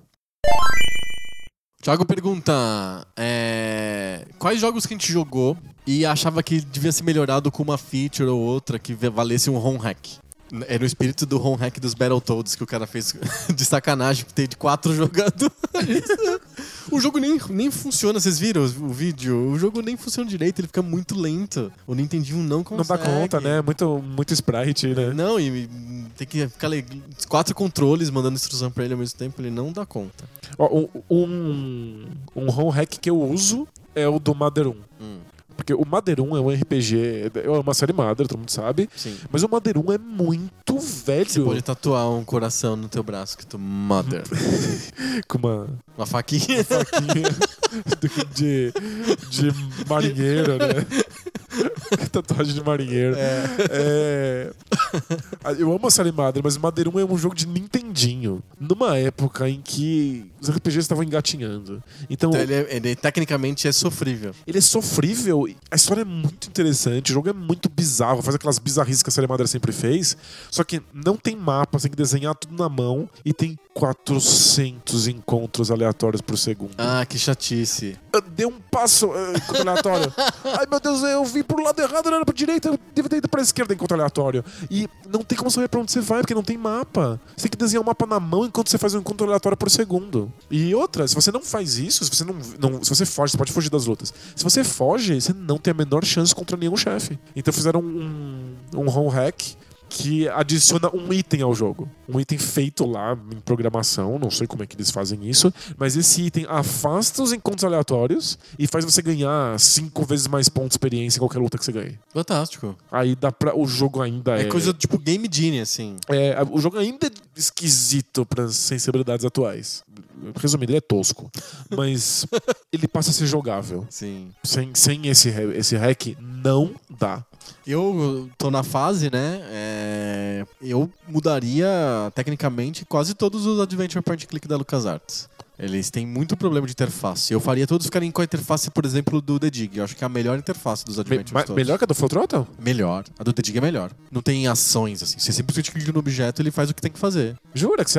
Speaker 1: Thiago pergunta: é, quais jogos que a gente jogou e achava que devia ser melhorado com uma feature ou outra que valesse um home hack? Era o espírito do home hack dos Battletoads que o cara fez de sacanagem, que tem de quatro jogadores. o jogo nem, nem funciona, vocês viram o vídeo? O jogo nem funciona direito, ele fica muito lento. O Nintendinho não
Speaker 2: Não
Speaker 1: consegue.
Speaker 2: dá conta, né? Muito, muito sprite, né?
Speaker 1: Não, e e tem que ficar le- quatro controles mandando instrução pra ele ao mesmo tempo, ele não dá conta.
Speaker 2: Ó, um, um, um home hack que eu uso é o do Mother 1.
Speaker 1: Hum.
Speaker 2: Porque o Mother 1 é um RPG, é uma série Mother, todo mundo sabe.
Speaker 1: Sim.
Speaker 2: Mas o Mother 1 é muito velho.
Speaker 1: Você pode tatuar um coração no teu braço que tu mother.
Speaker 2: Com uma
Speaker 1: Uma faquinha.
Speaker 2: faquinha do- de, de marinheiro, né? Tatuagem de marinheiro. É. Eu amo a série Mother, mas Mother 1 é um jogo de Nintendinho. Numa época em que os RPGs estavam engatinhando. Então,
Speaker 1: Então ele, é- ele tecnicamente é sofrível.
Speaker 2: ele é sofrível, a história é muito interessante, o jogo é muito bizarro, faz aquelas bizarrices que a série Madre sempre fez, só que não tem mapa, você tem que desenhar tudo na mão e tem 400 encontros aleatórios por segundo.
Speaker 1: Ah, que chatice.
Speaker 2: Eu dei um passo eh, encontro aleatório. Ai meu Deus, eu vim pro lado errado, não era pra direita, eu devia ter ido pra esquerda encontro aleatório. E não tem como saber pra onde você vai, porque não tem mapa. Você tem que desenhar o mapa na mão enquanto você faz um encontro aleatório por segundo. E outra, se você não faz isso, se você não, não- se você foge, você pode fugir das lutas. Se você foge, você não tem a menor chance contra nenhum chefe. Então fizeram um, um home hack que adiciona um item ao jogo. Um item feito lá em programação, não sei como é que eles fazem isso, mas esse item afasta os encontros aleatórios e faz você ganhar cinco vezes mais pontos de experiência em qualquer luta que você ganhe.
Speaker 1: Fantástico.
Speaker 2: Aí dá pra. O jogo ainda é.
Speaker 1: É, coisa tipo Game Genie, assim.
Speaker 2: é, a- o jogo ainda é esquisito para sensibilidades atuais. Resumindo, ele é tosco. Mas ele passa a ser jogável.
Speaker 1: Sim.
Speaker 2: Sem, sem esse, re- esse hack, não dá.
Speaker 1: Eu tô na fase, né? é, eu mudaria tecnicamente quase todos os Adventure Point Click da LucasArts. Eles têm muito problema de interface. Eu faria todos ficarem com a interface, por exemplo, do The Dig. Eu acho que é a melhor interface dos
Speaker 2: Me-
Speaker 1: Adventures
Speaker 2: ma-
Speaker 1: todos.
Speaker 2: melhor que a do Full Throttle?
Speaker 1: Melhor. A do The Dig é melhor. Não tem ações, assim. Você simplesmente clica no objeto ele faz o que tem que fazer.
Speaker 2: Jura que você,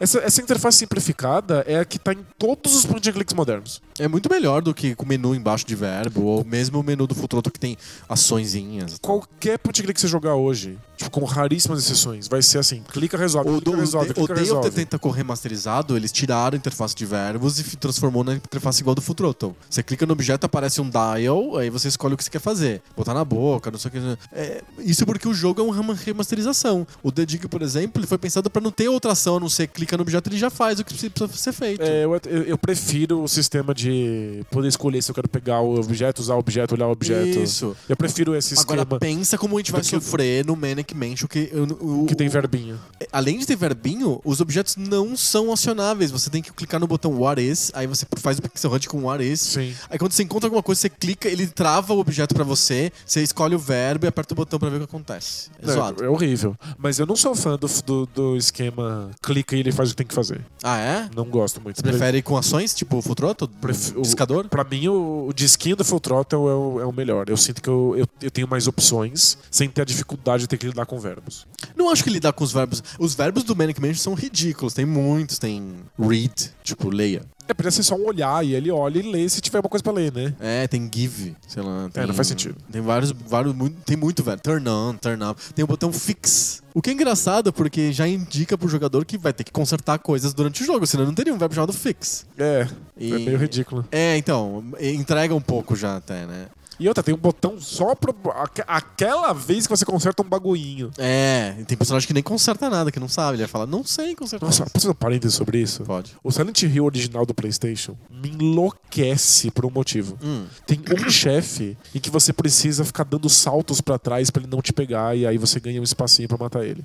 Speaker 2: essa, essa interface simplificada é a que tá em todos os point and clicks modernos.
Speaker 1: É muito melhor do que com o menu embaixo de verbo, ou mesmo o menu do Futroto que tem açõezinhas. e tal.
Speaker 2: Qualquer point and click que você jogar hoje, tipo, com raríssimas exceções, vai ser assim, clica, resolve,
Speaker 1: O
Speaker 2: clica,
Speaker 1: do
Speaker 2: resolve,
Speaker 1: Odeio
Speaker 2: clica,
Speaker 1: Odeio
Speaker 2: resolve.
Speaker 1: tenta correr remasterizado, eles tiraram a interface de verbos e fi- transformou na interface igual do Futroto. Você clica no objeto, aparece um dial, aí você escolhe o que você quer fazer. Botar na boca, não sei o que. É, isso porque o jogo é uma rema- remasterização. O The Dig, por exemplo, ele foi pensado pra não ter outra ação, a não ser clica no objeto ele já faz o que precisa ser feito.
Speaker 2: É, eu, eu- eu prefiro o sistema de poder escolher se eu quero pegar o objeto, usar o objeto, olhar o objeto.
Speaker 1: Isso.
Speaker 2: Eu prefiro esse esquema
Speaker 1: Agora pensa como a gente vai
Speaker 2: Porque o-
Speaker 1: sofrer no Manic Mansion que o, o-
Speaker 2: que tem verbinho.
Speaker 1: além de ter verbinho, os objetos não são acionáveis. Você tem que clicar no botão What is, aí você faz o pixel hunt com What is.
Speaker 2: Sim.
Speaker 1: Aí quando você encontra alguma coisa, você clica, ele trava o objeto pra você, você escolhe o verbo e aperta o botão pra ver o que acontece. É zoado.
Speaker 2: É, é horrível. Mas eu não sou fã do, do, do esquema clica e ele faz o que tem que fazer.
Speaker 1: Ah, é?
Speaker 2: Não gosto muito.
Speaker 1: Você prefere com ações, tipo Futroto?
Speaker 2: Pref- o-
Speaker 1: Discador?
Speaker 2: Pra mim, o, o disquinho do Full Throttle é o, é o melhor. Eu sinto que eu, eu, eu tenho mais opções sem ter a dificuldade de ter que lidar com verbos.
Speaker 1: Não acho que lidar com os verbos. Os verbos do Manic Mansion são ridículos. Tem muitos. Tem read, tipo leia.
Speaker 2: É, podia ser só um olhar e ele olha e lê se tiver alguma coisa pra ler, né?
Speaker 1: É, tem give, sei lá. Tem,
Speaker 2: É, não faz sentido.
Speaker 1: Tem vários, vários, mu- tem muito, velho. Turn on, turn off. Tem o botão fix. O que é engraçado, porque já indica pro jogador que vai ter que consertar coisas durante o jogo, senão não teria um verbo chamado fix.
Speaker 2: É,
Speaker 1: E-
Speaker 2: é meio ridículo.
Speaker 1: É, então, e- entrega um pouco já até, né?
Speaker 2: E outra, tem um botão só pra aque- aquela vez que você conserta um bagulhinho.
Speaker 1: É, e tem personagem que nem conserta nada, que não sabe. Ele vai falar, não sei consertar.
Speaker 2: Nossa, posso fazer um parênteses sobre isso?
Speaker 1: Pode.
Speaker 2: O Silent Hill original do PlayStation me enlouquece por um motivo.
Speaker 1: Hum.
Speaker 2: Tem um chefe em que você precisa ficar dando saltos pra trás pra ele não te pegar e aí você ganha um espacinho pra matar ele.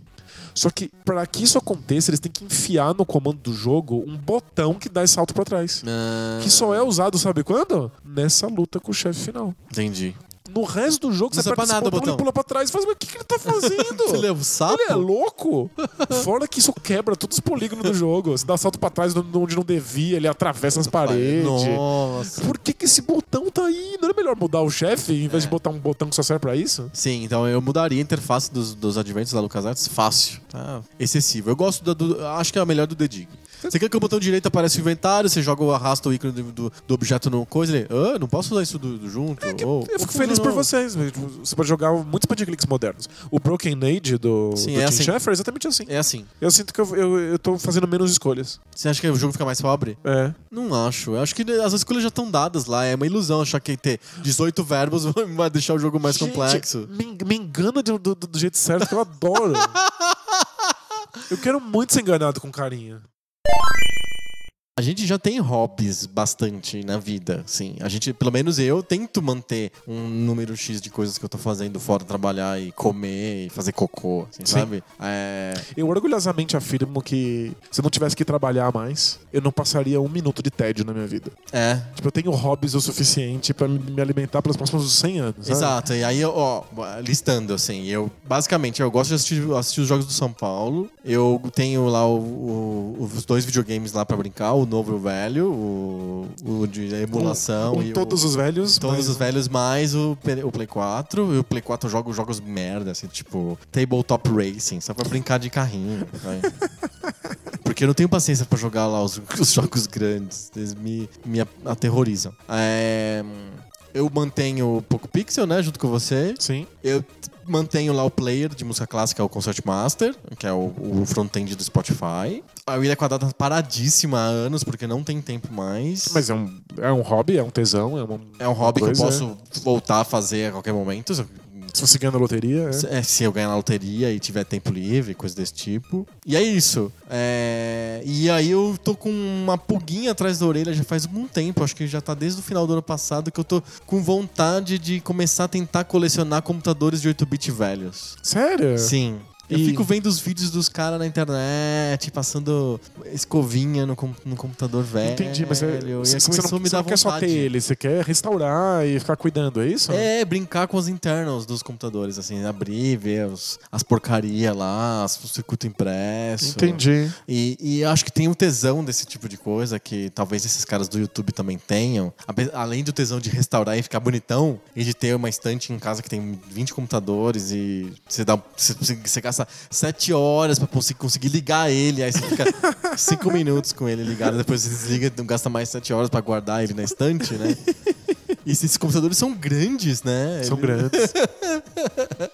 Speaker 2: Só que pra que isso aconteça, eles têm que enfiar no comando do jogo um botão que dá esse salto pra trás.
Speaker 1: Ah,
Speaker 2: Que só é usado, sabe quando? Nessa luta com o chefe final.
Speaker 1: Entendi.
Speaker 2: No resto do jogo,
Speaker 1: Não
Speaker 2: você
Speaker 1: serve pra
Speaker 2: aperta esse
Speaker 1: nada o
Speaker 2: botão,
Speaker 1: botão.
Speaker 2: e pula pra trás e faz, mas o que, que ele tá fazendo?
Speaker 1: Você leva o sapo?
Speaker 2: Ele é louco? Fora que isso quebra todos os polígonos do jogo. Você dá salto pra trás onde não devia, ele atravessa as paredes.
Speaker 1: Nossa.
Speaker 2: Por que, que esse botão tá aí? Não era melhor mudar o chefe em
Speaker 1: É.
Speaker 2: vez de botar um botão que só serve pra isso?
Speaker 1: Sim, então eu mudaria a interface dos, dos adventos da LucasArts fácil, tá? Excessivo. Eu gosto da do. Acho que é a melhor do The Dig. Você clica com o botão direito, aparece o inventário, você joga ou arrasta o ícone do, do- do objeto numa coisa, ele, ah, não posso usar isso do, do junto. ou,
Speaker 2: É Eu fico
Speaker 1: ou,
Speaker 2: feliz
Speaker 1: não.
Speaker 2: por vocês. mas, tipo, Você pode jogar muitos cliques modernos. O Broken Age do,
Speaker 1: Sim,
Speaker 2: do
Speaker 1: é
Speaker 2: Tim
Speaker 1: assim.
Speaker 2: Schafer é exatamente assim.
Speaker 1: É assim.
Speaker 2: Eu sinto que eu, eu, eu tô fazendo menos escolhas.
Speaker 1: Você acha que o jogo fica mais pobre?
Speaker 2: É.
Speaker 1: Não acho. Eu acho que as escolhas já estão dadas lá. É uma ilusão achar que ter 18 verbos vai deixar o jogo mais
Speaker 2: Gente,
Speaker 1: complexo.
Speaker 2: Me, en- me engana de- do, do- do jeito certo que eu adoro. eu quero muito ser enganado com carinha.
Speaker 1: A gente já tem hobbies bastante na vida, sim. A gente, pelo menos eu, tento manter um número X de coisas que eu tô fazendo fora trabalhar e comer e fazer cocô, assim,
Speaker 2: Sim.
Speaker 1: sabe? É...
Speaker 2: Eu orgulhosamente afirmo que se eu não tivesse que trabalhar mais, eu não passaria um minuto de tédio na minha vida.
Speaker 1: É.
Speaker 2: Tipo, eu tenho hobbies o suficiente pra me- me alimentar pelos próximos 100 anos. sabe?
Speaker 1: Exato, e aí, ó, listando, assim, eu basicamente eu gosto de assistir, assistir os jogos do São Paulo. Eu tenho lá o- o- os dois videogames lá pra brincar, o novo e o velho, o, o de emulação
Speaker 2: Um, um
Speaker 1: e o-
Speaker 2: todos os velhos.
Speaker 1: Todos
Speaker 2: mas-
Speaker 1: os velhos, mais o, P- o Play 4. E o Play 4 eu jogo jogos merda, assim, tipo Tabletop Racing, só pra brincar de carrinho. vai. Porque eu não tenho paciência pra jogar lá os, os jogos grandes. Eles me, me a- aterrorizam. É, eu mantenho o Poco Pixel, né, junto com você.
Speaker 2: Sim.
Speaker 1: Eu t- mantenho lá o player de música clássica, o Concert Master, que é o, o front-end do Spotify. A Ilha Quadrada tá paradíssima há anos, porque não tem tempo mais.
Speaker 2: Mas é um, é um hobby, é um tesão, é uma.
Speaker 1: É um hobby que
Speaker 2: coisa.
Speaker 1: eu posso voltar a fazer a qualquer momento. Se eu,
Speaker 2: Se você ganha na loteria, é.
Speaker 1: se- é, se eu ganhar na loteria e tiver tempo livre, coisa desse tipo. E é isso. É, E aí eu tô com uma pulguinha atrás da orelha já faz algum tempo. Acho que já tá desde o final do ano passado que eu tô com vontade de começar a tentar colecionar computadores de 8-bit velhos.
Speaker 2: Sério?
Speaker 1: Sim. Eu
Speaker 2: É. E-
Speaker 1: fico vendo os vídeos dos caras na internet, passando escovinha no, com- no computador velho.
Speaker 2: Entendi, mas
Speaker 1: e
Speaker 2: é-
Speaker 1: aí
Speaker 2: você, você
Speaker 1: começou
Speaker 2: não,
Speaker 1: a me
Speaker 2: você
Speaker 1: dar
Speaker 2: não quer só
Speaker 1: vontade.
Speaker 2: ter ele, você quer restaurar e ficar cuidando, é isso?
Speaker 1: É, brincar com as internals dos computadores, assim, abrir, ver os- as porcaria lá, as- o circuito impresso.
Speaker 2: Entendi.
Speaker 1: E, e acho que tem um tesão desse tipo de coisa que talvez esses caras do YouTube também tenham. Ape- Além do tesão de restaurar e ficar bonitão, e de ter uma estante em casa que tem 20 computadores e você, dá, você, você- você gasta 7 horas pra conseguir, conseguir ligar ele, aí você fica 5 minutos com ele ligado, depois você desliga e gasta mais 7 horas pra guardar ele na estante, né? E esses computadores são grandes, né?
Speaker 2: São
Speaker 1: Eles-
Speaker 2: grandes.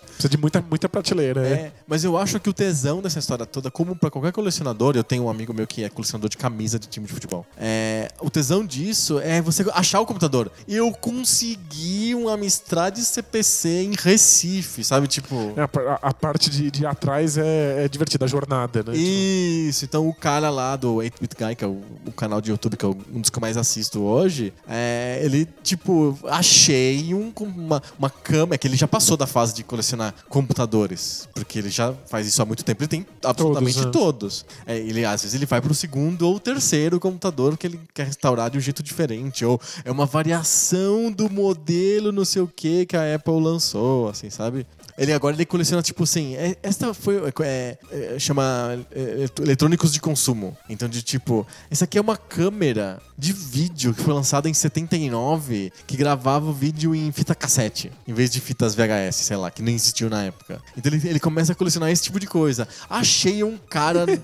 Speaker 2: Precisa de muita, muita prateleira, é.
Speaker 1: é, mas eu acho que o tesão dessa história toda, como pra qualquer colecionador, eu tenho um amigo meu que é colecionador de camisa de time de futebol. É, o tesão disso é você achar o computador. Eu consegui um Amstrad CPC em Recife, sabe? Tipo.
Speaker 2: É, a par- a, a parte de, de atrás é, é divertida, a jornada, né?
Speaker 1: Isso, então o cara lá do 8-Bit Guy, que é o, o canal de YouTube que é um dos que eu mais assisto hoje, é, ele, tipo, achei um, com uma, uma cama, é que ele já passou da fase de colecionar computadores, porque ele já faz isso há muito tempo, ele tem absolutamente
Speaker 2: né?
Speaker 1: todos. É, ele, às vezes ele vai pro segundo ou terceiro computador que ele quer restaurar de um jeito diferente, ou é uma variação do modelo não sei o que que a Apple lançou, assim, sabe? Ele agora ele coleciona, tipo assim, é- esta foi. é- é- chama é, é, eletrônicos de consumo. Então, de tipo, essa aqui é uma câmera de vídeo que foi lançada em 79 que gravava o vídeo em fita cassete, em vez de fitas VHS, sei lá, que nem existiu na época. Então ele, ele começa a colecionar esse tipo de coisa. Achei um cara.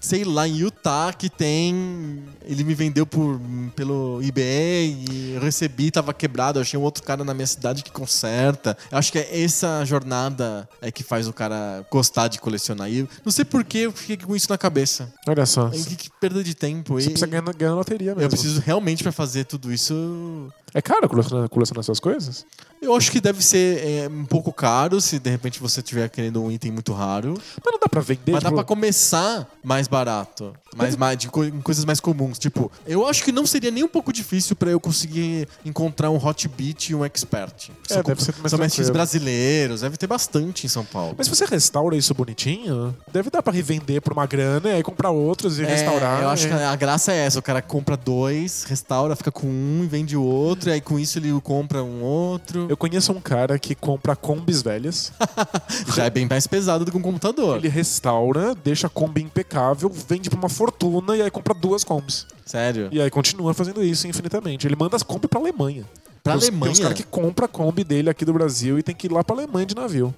Speaker 1: Sei lá, em Utah que tem. Ele me vendeu por, pelo eBay e eu recebi, tava quebrado. eu Achei um outro cara na minha cidade que conserta. Eu acho que é essa jornada é que faz o cara gostar de colecionar. E eu não sei por que eu fiquei com isso na cabeça.
Speaker 2: Tipo, Olha só.
Speaker 1: Ai,
Speaker 2: Você
Speaker 1: Que, que perda de tempo. E-
Speaker 2: precisa ganhar, na- ganhar na loteria mesmo.
Speaker 1: eu preciso realmente pra fazer tudo isso.
Speaker 2: É caro colecionar, colecionar essas coisas?
Speaker 1: Eu acho que deve ser é, um pouco caro se de repente você estiver querendo um item muito raro.
Speaker 2: Mas não dá pra vender.
Speaker 1: Mas dá
Speaker 2: tipo,
Speaker 1: pra começar mais barato. Mais, mais, de co- em coisas mais comuns. Tipo, eu acho que não seria nem um pouco difícil pra eu conseguir encontrar um Hot Beat e um Expert.
Speaker 2: É,
Speaker 1: São compu-
Speaker 2: deve ser mais
Speaker 1: São MSX
Speaker 2: tranquilo.
Speaker 1: brasileiros, deve ter bastante em São Paulo.
Speaker 2: Mas se você restaura isso bonitinho, deve dar pra revender por uma grana e aí comprar outros e
Speaker 1: É,
Speaker 2: restaurar.
Speaker 1: eu acho que
Speaker 2: é.
Speaker 1: a graça é essa: o cara compra dois, restaura, fica com um e vende o outro, e aí com isso ele compra um outro.
Speaker 2: Eu conheço um cara que compra combis velhas,
Speaker 1: Já é bem mais pesado do que um computador.
Speaker 2: ele restaura, deixa a Kombi impecável, vende por uma fortuna e aí compra duas combis.
Speaker 1: Sério.
Speaker 2: E aí continua fazendo isso infinitamente. Ele manda as Kombi pra Alemanha.
Speaker 1: Pra
Speaker 2: Tem uns- Tem uns
Speaker 1: Alemanha?
Speaker 2: caras que compram a Kombi dele aqui do Brasil e tem que ir lá pra Alemanha de navio.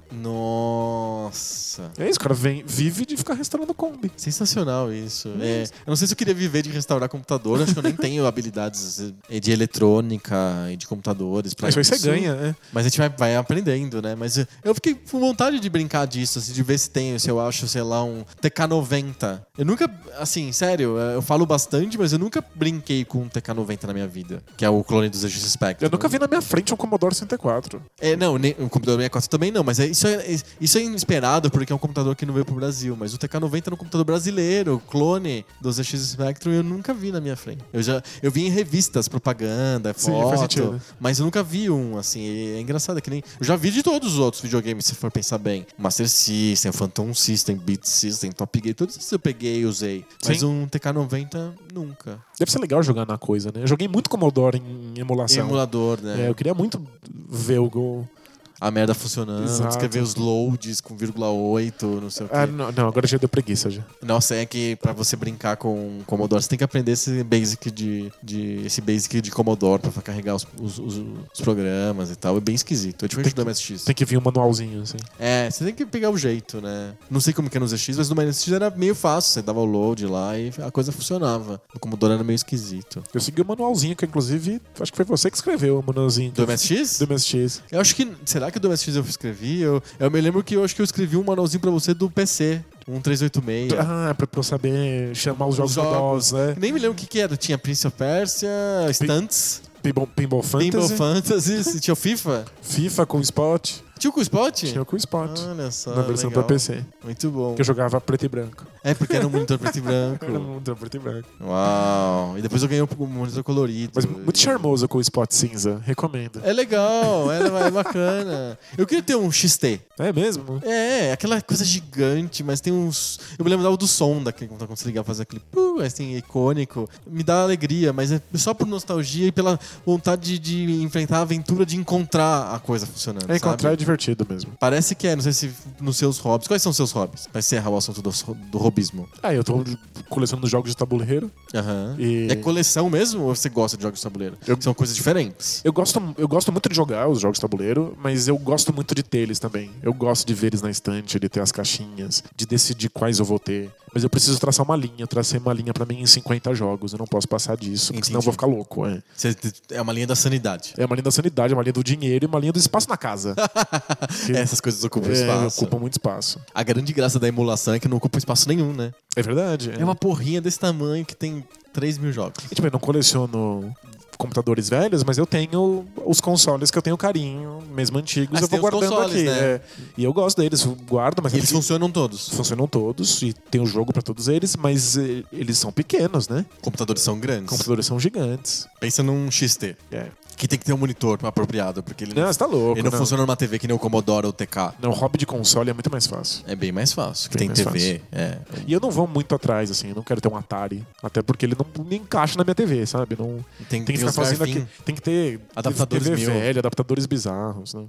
Speaker 1: Nossa.
Speaker 2: É isso, o cara vem, vive de ficar restaurando Kombi.
Speaker 1: Sensacional isso. É, eu não sei se eu queria viver de restaurar computador, acho que eu nem tenho habilidades eh, de eletrônica e de computadores pra
Speaker 2: Mas aí você
Speaker 1: isso.
Speaker 2: ganha, né?
Speaker 1: Mas a gente vai, vai aprendendo, né? Mas eu- eu fiquei com vontade de brincar disso, assim, de ver se tem, se eu acho, sei lá, um TK90. Eu nunca, assim, sério, eh, eu falo bastante, mas eu nunca brinquei com um TK90 na minha vida, que é o clone dos Age Spectrum.
Speaker 2: Eu nunca vi na minha frente um Commodore 64.
Speaker 1: É, não, nem- o computador 64 também não, mas é- isso, é, isso é inesperado porque é um computador que não veio pro Brasil. Mas o TK90 é um computador brasileiro, clone do ZX Spectrum, eu nunca vi na minha frente. Eu já eu vi em revistas, propaganda,
Speaker 2: Sim,
Speaker 1: foto,
Speaker 2: faz sentido.
Speaker 1: mas eu nunca vi um, assim. e É engraçado, é que nem. Eu já vi de todos os outros videogames, se for pensar bem. Master System, Phantom System, Beat System, Top Gear, todos esses eu peguei e usei. Mas
Speaker 2: Sim.
Speaker 1: um TK90 nunca.
Speaker 2: Deve ser legal jogar na coisa, né? Eu joguei muito Commodore em emulação.
Speaker 1: Emulador, né?
Speaker 2: É, eu queria muito ver o gol.
Speaker 1: A merda funcionando,
Speaker 2: Exato.
Speaker 1: escrever os loads com vírgula 8, não sei o quê.
Speaker 2: Ah, não, não, agora já deu preguiça já.
Speaker 1: Nossa, é que pra você brincar com um Commodore, você tem que aprender esse basic de, de- esse basic de Commodore pra carregar os, os- os- os programas e tal. É bem esquisito. É diferente do MSX.
Speaker 2: Tem que vir um manualzinho, assim.
Speaker 1: É, você tem que pegar o jeito, né? Não sei como que é no ZX, mas no MSX era meio fácil. Você dava o load lá e a coisa funcionava. No Commodore era meio esquisito.
Speaker 2: Eu segui o manualzinho, que inclusive, acho que foi você que escreveu o manualzinho.
Speaker 1: Do MSX?
Speaker 2: Do MSX.
Speaker 1: Eu acho que. Será que o do MSX eu escrevi? Eu, eu me lembro que eu acho que eu escrevi um manualzinho pra você do PC, um 386.
Speaker 2: Ah, pra, pra eu saber chamar os jogos,
Speaker 1: Os jogos.
Speaker 2: manuais, né?
Speaker 1: Nem me lembro o que, que era. Tinha Prince of Persia, Stunts.
Speaker 2: Pinball, Pinball Fantasy,
Speaker 1: Pinball Fantasy, se tinha o FIFA?
Speaker 2: FIFA com Spot.
Speaker 1: Tinha o Cuspot?
Speaker 2: Tinha o com Spot.
Speaker 1: Olha só.
Speaker 2: na versão
Speaker 1: legal.
Speaker 2: pra PC.
Speaker 1: Muito bom.
Speaker 2: Que eu jogava preto e branco.
Speaker 1: É porque era um monitor preto e branco.
Speaker 2: Era muito preto e branco.
Speaker 1: Uau. E depois eu ganhei um monitor colorido.
Speaker 2: Mas muito charmoso com o Spot cinza. Recomendo.
Speaker 1: É legal, é, é bacana. Eu queria ter um XT.
Speaker 2: É mesmo?
Speaker 1: É, aquela coisa gigante, mas tem uns. Eu me lembrava do som daquele é quando você ligava fazer aquele pu, assim, icônico. Me dá alegria, mas é só por nostalgia e pela vontade de enfrentar a aventura de encontrar a coisa funcionando.
Speaker 2: É encontrar é
Speaker 1: sabe?
Speaker 2: divertido mesmo.
Speaker 1: Parece que é, não sei se nos seus hobbies. Quais são os seus hobbies? Pra encerrar o assunto do, do robismo.
Speaker 2: Ah, eu tô colecionando jogos de tabuleiro.
Speaker 1: Aham.
Speaker 2: E-
Speaker 1: É coleção mesmo ou você gosta de jogos de tabuleiro?
Speaker 2: Eu-
Speaker 1: São coisas diferentes.
Speaker 2: Eu gosto, eu gosto muito de jogar os jogos de tabuleiro, mas eu gosto muito de ter eles também. Eu gosto de ver eles na estante, de ter as caixinhas, de decidir quais eu vou ter. Mas eu preciso traçar uma linha. Eu tracei uma linha pra mim em 50 jogos. Eu não posso passar disso, porque senão eu
Speaker 1: Entendi.
Speaker 2: vou ficar louco. É.
Speaker 1: Você- É uma linha da sanidade.
Speaker 2: é uma linha da sanidade, uma linha do dinheiro e uma linha do espaço na casa. Que-
Speaker 1: Essas coisas ocupam
Speaker 2: É,
Speaker 1: espaço.
Speaker 2: ocupa muito espaço.
Speaker 1: A grande graça da emulação é que não ocupa espaço nenhum, né?
Speaker 2: É verdade.
Speaker 1: É uma porrinha desse tamanho que tem 3 mil jogos.
Speaker 2: tipo, Eu também não coleciono computadores velhos, mas eu tenho os consoles que eu tenho carinho, mesmo antigos,
Speaker 1: Ah,
Speaker 2: eu
Speaker 1: você
Speaker 2: vou
Speaker 1: tem os
Speaker 2: guardando
Speaker 1: consoles,
Speaker 2: aqui.
Speaker 1: né?
Speaker 2: é. E eu gosto deles, eu guardo, mas
Speaker 1: E eles
Speaker 2: é porque
Speaker 1: funcionam todos.
Speaker 2: funcionam todos e tem o jogo pra todos eles, mas eh, eles são pequenos, né?
Speaker 1: Computadores são grandes.
Speaker 2: Computadores são gigantes.
Speaker 1: Pensa num XT.
Speaker 2: É.
Speaker 1: Que tem que ter um monitor apropriado, porque ele não,
Speaker 2: Não, você tá louco.
Speaker 1: ele não funciona numa TV que nem o Commodore ou o TK.
Speaker 2: Não, hobby de console é muito mais fácil.
Speaker 1: É bem mais fácil. Que
Speaker 2: Bem
Speaker 1: tem
Speaker 2: mais
Speaker 1: TV. É.
Speaker 2: E eu não vou muito atrás, assim, eu não quero ter um Atari. Até porque ele não me encaixa na minha TV, sabe? Não,
Speaker 1: Tem,
Speaker 2: tem que
Speaker 1: tem
Speaker 2: ficar
Speaker 1: os
Speaker 2: fazendo
Speaker 1: garfinhos.
Speaker 2: aqui. Tem que ter
Speaker 1: Adaptadores
Speaker 2: TV
Speaker 1: mil.
Speaker 2: velha, adaptadores bizarros, né?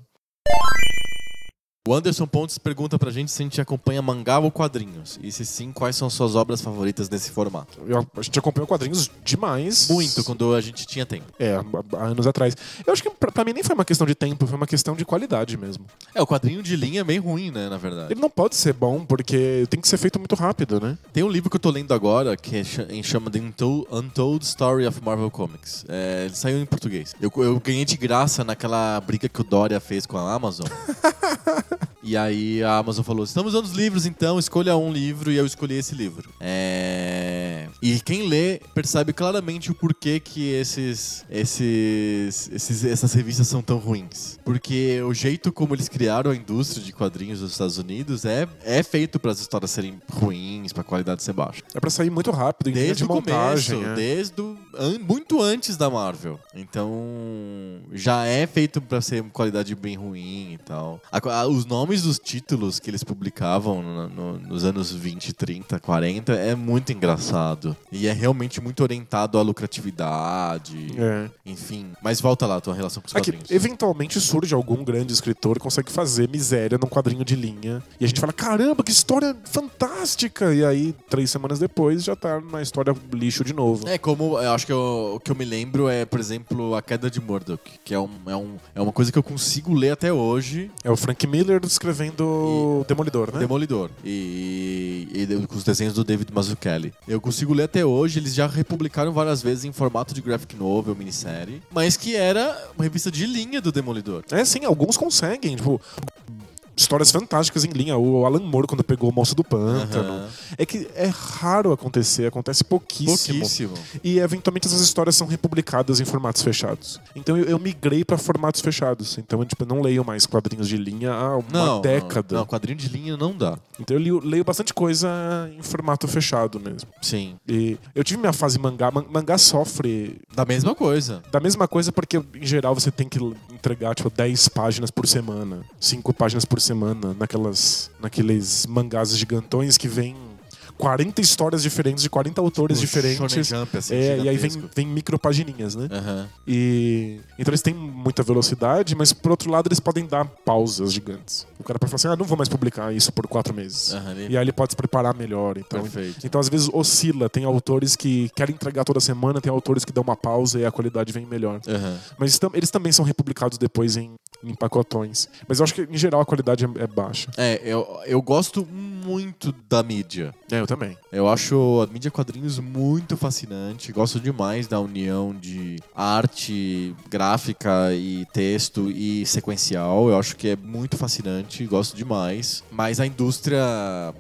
Speaker 1: O Anderson Pontes pergunta pra gente se a gente acompanha mangá ou quadrinhos. E se sim, quais são suas obras favoritas nesse formato?
Speaker 2: Eu- a gente acompanhou quadrinhos demais.
Speaker 1: Muito, quando a gente tinha tempo.
Speaker 2: É, há- há anos atrás. Eu acho que pra, pra mim nem foi uma questão de tempo, foi uma questão de qualidade mesmo.
Speaker 1: É, o quadrinho de linha é bem ruim, né, na verdade.
Speaker 2: Ele não pode ser bom porque tem que ser feito muito rápido, né?
Speaker 1: Tem um livro que eu tô lendo agora que é cha- em- chama The Unto- Untold Story of Marvel Comics. É, ele saiu em português. Eu, eu ganhei de graça naquela briga que o Dória fez com a Amazon. E aí a Amazon falou: estamos dando os livros, então escolha um livro, e eu escolhi esse livro. É... E quem lê percebe claramente o porquê que esses, esses, esses- essas revistas são tão ruins. Porque o jeito como eles criaram a indústria de quadrinhos nos Estados Unidos é, é feito para as histórias serem ruins, para a qualidade ser baixa.
Speaker 2: É pra sair muito rápido, em linha
Speaker 1: Desde
Speaker 2: de
Speaker 1: o
Speaker 2: montagem.
Speaker 1: começo,
Speaker 2: é.
Speaker 1: desde o- an- muito antes da Marvel. Então, já é feito pra ser qualidade bem ruim e tal. A co- a- os nomes dos títulos que eles publicavam no- no- nos anos 20, 30, 40 é muito engraçado. E é realmente muito orientado à lucratividade.
Speaker 2: É.
Speaker 1: Enfim, mas volta lá a tua relação com os
Speaker 2: Aqui,
Speaker 1: quadrinhos.
Speaker 2: eventualmente surge algum grande escritor que consegue fazer miséria num quadrinho de linha. E a gente fala, caramba, que história fantástica! E aí, três semanas depois, já tá na história lixo de novo.
Speaker 1: É como eu acho acho que eu, o que eu me lembro é, por exemplo, A Queda de Murdoch, que é, um, é, um, é uma coisa que eu consigo ler até hoje,
Speaker 2: É o Frank Miller escrevendo Demolidor,
Speaker 1: o
Speaker 2: né?
Speaker 1: Demolidor, e, e de- com os desenhos do David Mazzucchelli. Eu consigo ler até hoje, eles já republicaram várias vezes em formato de graphic novel, minissérie, mas que era uma revista de linha do Demolidor.
Speaker 2: É, sim, alguns conseguem. Tipo, histórias fantásticas em linha. O Alan Moore, quando pegou o Monstro do Pântano.
Speaker 1: Aham.
Speaker 2: É que é raro acontecer, acontece pouquíssimo.
Speaker 1: Pouquíssimo.
Speaker 2: E eventualmente essas histórias são republicadas em formatos fechados. Então eu, eu migrei pra formatos fechados. Então eu, tipo, eu não leio mais quadrinhos de linha há uma
Speaker 1: Não, não,
Speaker 2: década.
Speaker 1: Não, quadrinho de linha não dá.
Speaker 2: Então eu li- leio bastante coisa em formato fechado mesmo.
Speaker 1: Sim.
Speaker 2: E eu tive minha fase mangá. Man- mangá sofre
Speaker 1: Da mesma coisa.
Speaker 2: da mesma coisa porque, em geral, você tem que entregar, tipo, 10 páginas por semana, 5 páginas por semana, naquelas, naqueles mangás gigantões que vem 40 histórias diferentes de 40 autores
Speaker 1: Um Shonen
Speaker 2: diferentes.
Speaker 1: Jump, assim,
Speaker 2: é, e aí vem,
Speaker 1: gigantesco.
Speaker 2: vem micropagininhas, né?
Speaker 1: Aham.
Speaker 2: E então eles têm muita velocidade, mas por outro lado eles podem dar pausas gigantes. O cara pode falar assim: "Ah, não vou mais publicar isso por quatro meses".
Speaker 1: Aham, ele- é
Speaker 2: E aí ele pode se preparar melhor, então.
Speaker 1: Perfeito.
Speaker 2: Então às vezes oscila, tem autores que querem entregar toda semana, tem autores que dão uma pausa e a qualidade vem melhor.
Speaker 1: Aham.
Speaker 2: Mas tam- eles também são republicados depois em, em pacotões. Mas eu acho que em geral a qualidade é, é baixa.
Speaker 1: É, eu, eu gosto muito da mídia.
Speaker 2: É, eu também.
Speaker 1: Eu acho a mídia quadrinhos muito fascinante. Gosto demais da união de arte gráfica e texto e sequencial. Eu acho que é muito fascinante. Gosto demais. Mas a indústria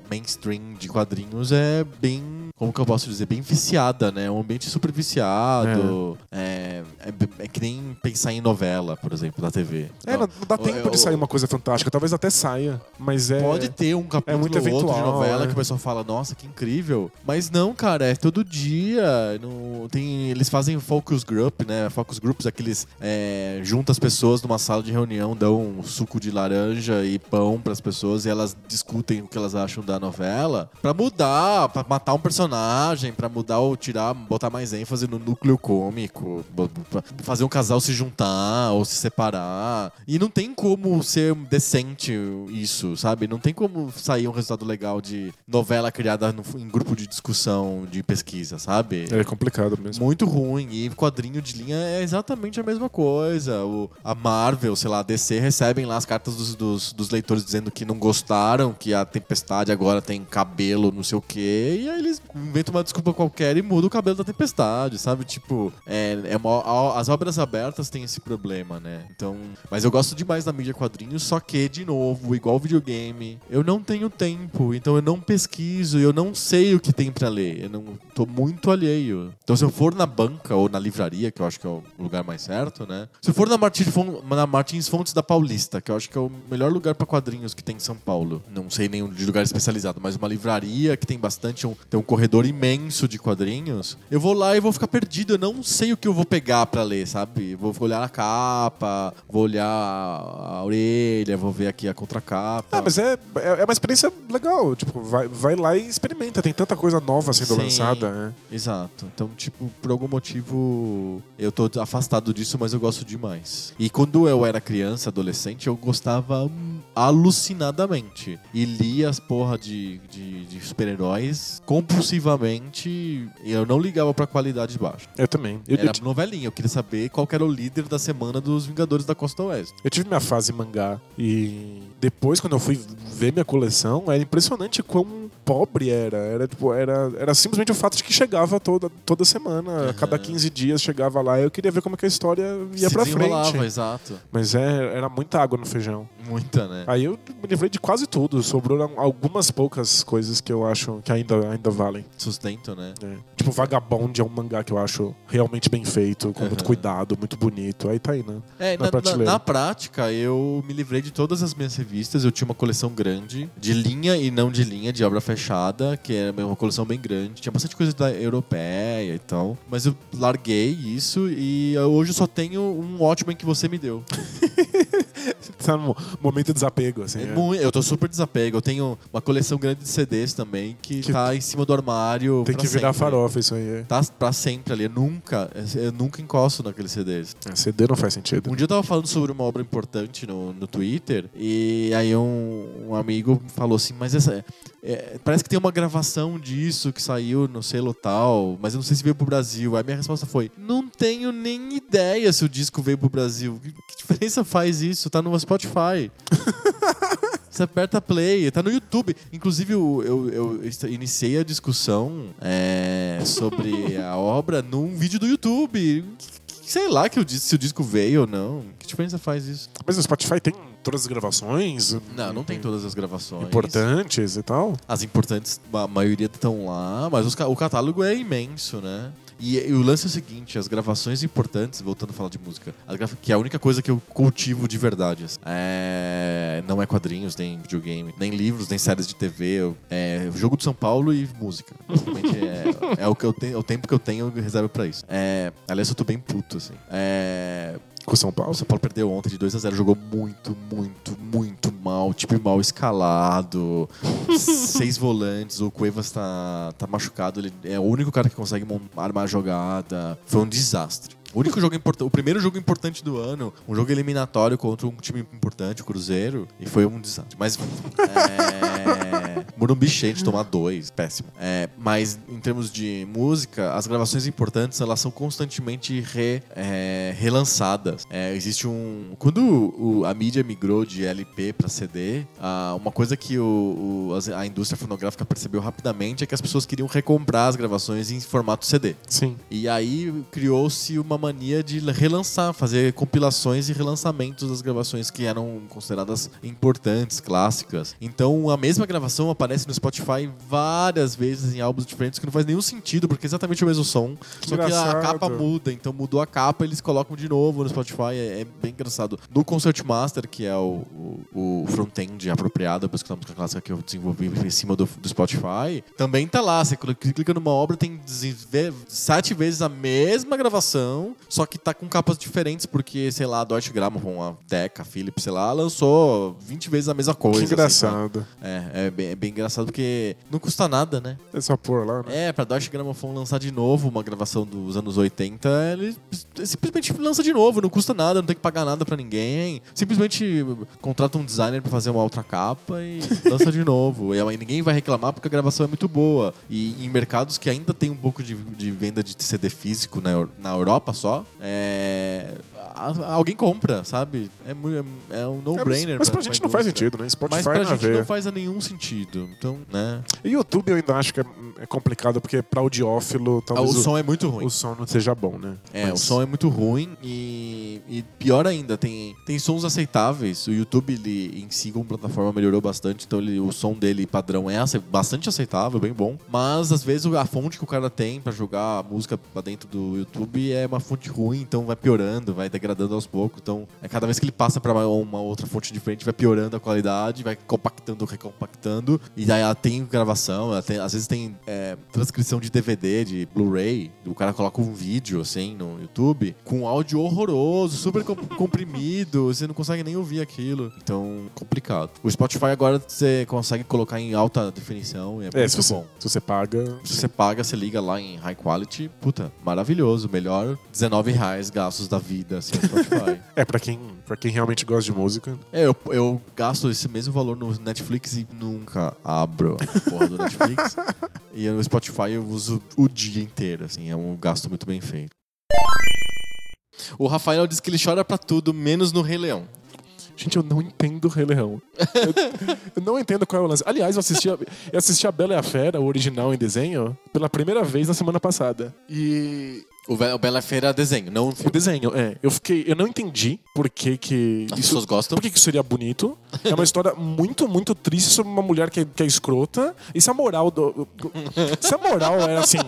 Speaker 1: mainstream de quadrinhos é bem. Como que eu posso dizer? Bem viciada, né? É um ambiente super viciado. É, é b- é que nem pensar em novela, por exemplo, na TV.
Speaker 2: É, não, não dá
Speaker 1: eu-
Speaker 2: tempo
Speaker 1: eu-
Speaker 2: de sair uma coisa fantástica, talvez até saia, mas é
Speaker 1: Pode ter um capítulo
Speaker 2: é muito
Speaker 1: ou outro de
Speaker 2: eventual,
Speaker 1: novela
Speaker 2: é.
Speaker 1: que o pessoal fala, nossa, que incrível. Mas não, cara, é todo dia. Não, tem, eles fazem focus group, né? Focus groups, aqueles. É, junta as pessoas numa sala de reunião, dão um suco de laranja e pão pras pessoas e elas discutem o que elas acham da novela. Pra mudar, pra matar um personagem, pra mudar ou tirar, botar mais ênfase no núcleo cômico, bo- bo- pra fazer um casal se juntar ou se separar. E não tem como ser decente isso, sabe? Não tem como sair um resultado legal de novela criada no- em grupo de discussão, de pesquisa, sabe?
Speaker 2: é complicado mesmo.
Speaker 1: Muito ruim. E quadrinho de linha é exatamente a mesma coisa. O, a Marvel, sei lá, a DC recebem lá as cartas dos, dos, dos leitores dizendo que não gostaram, que a Tempestade agora tem cabelo, não sei o quê. E aí eles inventam uma desculpa qualquer e mudam o cabelo da Tempestade, sabe? Tipo, é, é mó- a- as obras abertas têm esse problema, né? Então. Mas eu gosto demais da mídia quadrinhos, só que, de novo, igual videogame, eu não tenho tempo, então eu não pesquiso, eu não sei o que tem pra ler. Eu não tô muito alheio. Então, se eu for na banca ou na livraria, que eu acho que é o lugar mais certo, né? Se eu for na Martins, Fon- na Martins Fontes da Paulista, que eu acho que é o melhor lugar pra quadrinhos que tem em São Paulo. Não sei nenhum de lugar especializado, mas uma livraria que tem bastante, um- tem um corredor imenso de quadrinhos. Eu vou lá e vou ficar perdido, eu não sei o que eu vou pegar pra ler, sabe? Eu Vou olhar a capa, vou olhar a orelha, vou ver aqui a contracapa.
Speaker 2: Ah, mas é, é, é uma experiência legal. Tipo, vai, vai lá e experimenta. Tem tanta coisa nova sendo
Speaker 1: Sim.
Speaker 2: lançada, né?
Speaker 1: Exato. Então, tipo, por algum motivo eu tô afastado disso, mas eu gosto demais. E quando eu era criança, adolescente, eu gostava hum, alucinadamente. E lia as porra de, de, de super-heróis compulsivamente. E eu não ligava pra qualidade baixa.
Speaker 2: Eu também. Eu, eu
Speaker 1: Era
Speaker 2: ti-
Speaker 1: novelinha. Eu queria saber qual que era o líder da semana dos Vingadores da Costa Oeste.
Speaker 2: eu tive minha fase mangá e depois, quando eu fui ver minha coleção, era impressionante quão pobre era. Era, tipo, era, era simplesmente o fato de que chegava toda, toda semana, a cada 15 dias chegava lá. Eu queria ver como é que a história ia
Speaker 1: Uhum. Se
Speaker 2: pra
Speaker 1: desenrolava,
Speaker 2: frente.
Speaker 1: exato.
Speaker 2: Mas é, era muita água no feijão.
Speaker 1: Muita, né?
Speaker 2: Aí eu me livrei de quase tudo. Sobraram algumas poucas coisas que eu acho que ainda, ainda valem.
Speaker 1: Sustento, né?
Speaker 2: É. Tipo, Vagabond é um mangá que eu acho realmente bem feito, com muito
Speaker 1: Aham.
Speaker 2: cuidado, muito bonito. Aí tá aí, né?
Speaker 1: É,
Speaker 2: Na
Speaker 1: na, na,
Speaker 2: prateleira.
Speaker 1: na prática, eu me livrei de todas as minhas revistas. Eu tinha uma coleção grande, de linha e não de linha, de obra fechada, que era uma coleção bem grande. Tinha bastante coisa da europeia e tal. Mas eu larguei isso e hoje eu só tenho um Watchmen que você me deu.
Speaker 2: tá num momento de desapego, assim.
Speaker 1: É
Speaker 2: né?
Speaker 1: muito- eu tô super desapego. Eu tenho uma coleção grande de CDs também que,
Speaker 2: Que-
Speaker 1: tá em cima do armário.
Speaker 2: Tem
Speaker 1: pra
Speaker 2: que virar
Speaker 1: sempre.
Speaker 2: farofa isso aí. é.
Speaker 1: Tá pra sempre ali. Eu nunca, eu nunca encosto naqueles CDs.
Speaker 2: É, CD não faz sentido.
Speaker 1: Um dia eu tava falando sobre uma obra importante no, no Twitter, e aí um, um amigo falou assim, mas essa. é, parece que tem uma gravação disso que saiu no selo tal, mas eu não sei se veio pro Brasil. Aí minha resposta foi: Não tenho nem ideia se o disco veio pro Brasil. Que, que diferença faz isso? Tá no Spotify. Você aperta play, tá no YouTube. Inclusive, eu, eu- eu est- iniciei a discussão é, sobre a obra num vídeo do YouTube. Sei lá que eu disse se o disco veio ou não. Que tipo, diferença faz isso?
Speaker 2: Mas o Spotify tem todas as gravações?
Speaker 1: Não, não tem
Speaker 2: Uhum.
Speaker 1: todas as gravações.
Speaker 2: Importantes e tal?
Speaker 1: As importantes, a maioria estão lá, mas os ca- o catálogo é imenso, né? E, e o lance é o seguinte, as gravações importantes, voltando a falar de música, as grava- que é a única coisa que eu cultivo de verdade. assim. É, não é quadrinhos, nem videogame, nem livros, nem séries de TV. eu- É jogo de São Paulo e música. Basicamente, é, é o que eu tenho, é o tempo que eu tenho eu reservo pra isso. É, aliás, eu tô bem puto, assim. É,
Speaker 2: Com São Paulo?
Speaker 1: o São Paulo perdeu ontem de 2x0, jogou muito, muito, muito mal, tipo mal escalado, seis volantes, o Cuevas tá, tá machucado, ele é o único cara que consegue mon- armar a jogada. Foi um desastre. O único jogo importante, o primeiro jogo importante do ano, um jogo eliminatório contra um time importante, o Cruzeiro, e foi um desastre. Mas é... Morumbi cheio de tomar dois, péssimo. É, mas em termos de música, as gravações importantes elas são constantemente re- é, relançadas. É, existe um quando o- o- a mídia migrou de LP para CD, ah, uma coisa que o- o- as- a indústria fonográfica percebeu rapidamente é que as pessoas queriam recomprar as gravações em formato CD.
Speaker 2: Sim.
Speaker 1: E aí criou-se uma mania de relançar, fazer compilações e relançamentos das gravações que eram consideradas importantes, clássicas. Então a mesma gravação aparece no Spotify várias vezes em álbuns diferentes, que não faz nenhum sentido, porque é exatamente o mesmo som.
Speaker 2: Que
Speaker 1: só que a
Speaker 2: engraçado.
Speaker 1: capa muda, então mudou a capa, eles colocam de novo no Spotify, é, é bem engraçado. No Concertmaster, que é o, o, o front-end apropriado para escutar música clássica que eu desenvolvi em cima do, do Spotify, também tá lá. Você cl- clica numa obra, tem desenve- sete vezes a mesma gravação, só que tá com capas diferentes, porque, sei lá, a Deutsche Grammophon, a Deca, a Philips, sei lá, lançou 20 vezes a mesma coisa.
Speaker 2: que
Speaker 1: assim,
Speaker 2: engraçado.
Speaker 1: tá? é, é bem, é bem engraçado porque não custa nada, né?
Speaker 2: É só pôr lá, né?
Speaker 1: É, pra Deutsche Grammophon lançar de novo uma gravação dos anos 80, ele simplesmente lança de novo, não custa nada, não tem que pagar nada pra ninguém. Simplesmente contrata um designer pra fazer uma outra capa e lança de novo. E aí ninguém vai reclamar porque a gravação é muito boa. E em mercados que ainda tem um pouco de, de venda de CD físico na, Eu- na Europa só, é, a- alguém compra, sabe? É, mu- é um
Speaker 2: É,
Speaker 1: no-brainer.
Speaker 2: mas, mas pra gente não faz
Speaker 1: indústria.
Speaker 2: sentido, né? Spotify
Speaker 1: Mas pra
Speaker 2: não
Speaker 1: gente
Speaker 2: vê.
Speaker 1: não faz nenhum sentido. Então, né?
Speaker 2: E YouTube eu ainda acho que é, é complicado, porque pra audiófilo
Speaker 1: Ah, O
Speaker 2: talvez
Speaker 1: som é muito ruim.
Speaker 2: o som não seja bom, né?
Speaker 1: É,
Speaker 2: Mas-
Speaker 1: o som é muito ruim e, e pior ainda, tem, tem sons aceitáveis. O YouTube, ele, em si, como plataforma, melhorou bastante, então ele- o som dele padrão é ace- bastante aceitável, bem bom. Mas, às vezes, o- a fonte que o cara tem pra jogar a música pra dentro do YouTube é uma fonte ruim, então vai piorando, vai degradando aos poucos. Então, é cada vez que ele passa pra uma- uma outra fonte diferente, vai piorando a qualidade, vai compactando, recompactando. E daí ela tem gravação, ela tem- às vezes tem é, transcrição de DVD, de Blu-ray. O cara coloca um vídeo, assim, no YouTube, com áudio horroroso, super com- comprimido, você não consegue nem ouvir aquilo. Então, complicado. O Spotify agora você consegue colocar em alta definição, e é,
Speaker 2: É, se
Speaker 1: muito
Speaker 2: você,
Speaker 1: bom.
Speaker 2: se você paga.
Speaker 1: Se você paga, você liga lá em high quality, puta, maravilhoso, melhor 19 reais gastos da vida, assim, no Spotify.
Speaker 2: É, pra quem, pra quem realmente gosta de música.
Speaker 1: É, eu, eu gasto esse mesmo valor no Netflix e nunca abro a porra do Netflix. e no Spotify eu uso o dia inteiro, assim, é um gasto muito bem feito. O Rafael diz que ele chora pra tudo, menos no Rei Leão.
Speaker 2: Gente, eu não entendo o Rei Leão. Eu, eu não entendo qual é o lance. Aliás, eu assisti, a, eu assisti a Bela e a Fera, o original em desenho, pela primeira vez na semana passada. E.
Speaker 1: O, Ve- o Bela Feira é desenho, não um
Speaker 2: O
Speaker 1: filme.
Speaker 2: desenho, é. Eu fiquei. Eu não entendi por que que.
Speaker 1: As
Speaker 2: isso-
Speaker 1: pessoas gostam.
Speaker 2: Por Então, que, que isso seria bonito? É uma história muito, muito triste sobre uma mulher que é, que é escrota. E se a moral do. Se a moral era assim.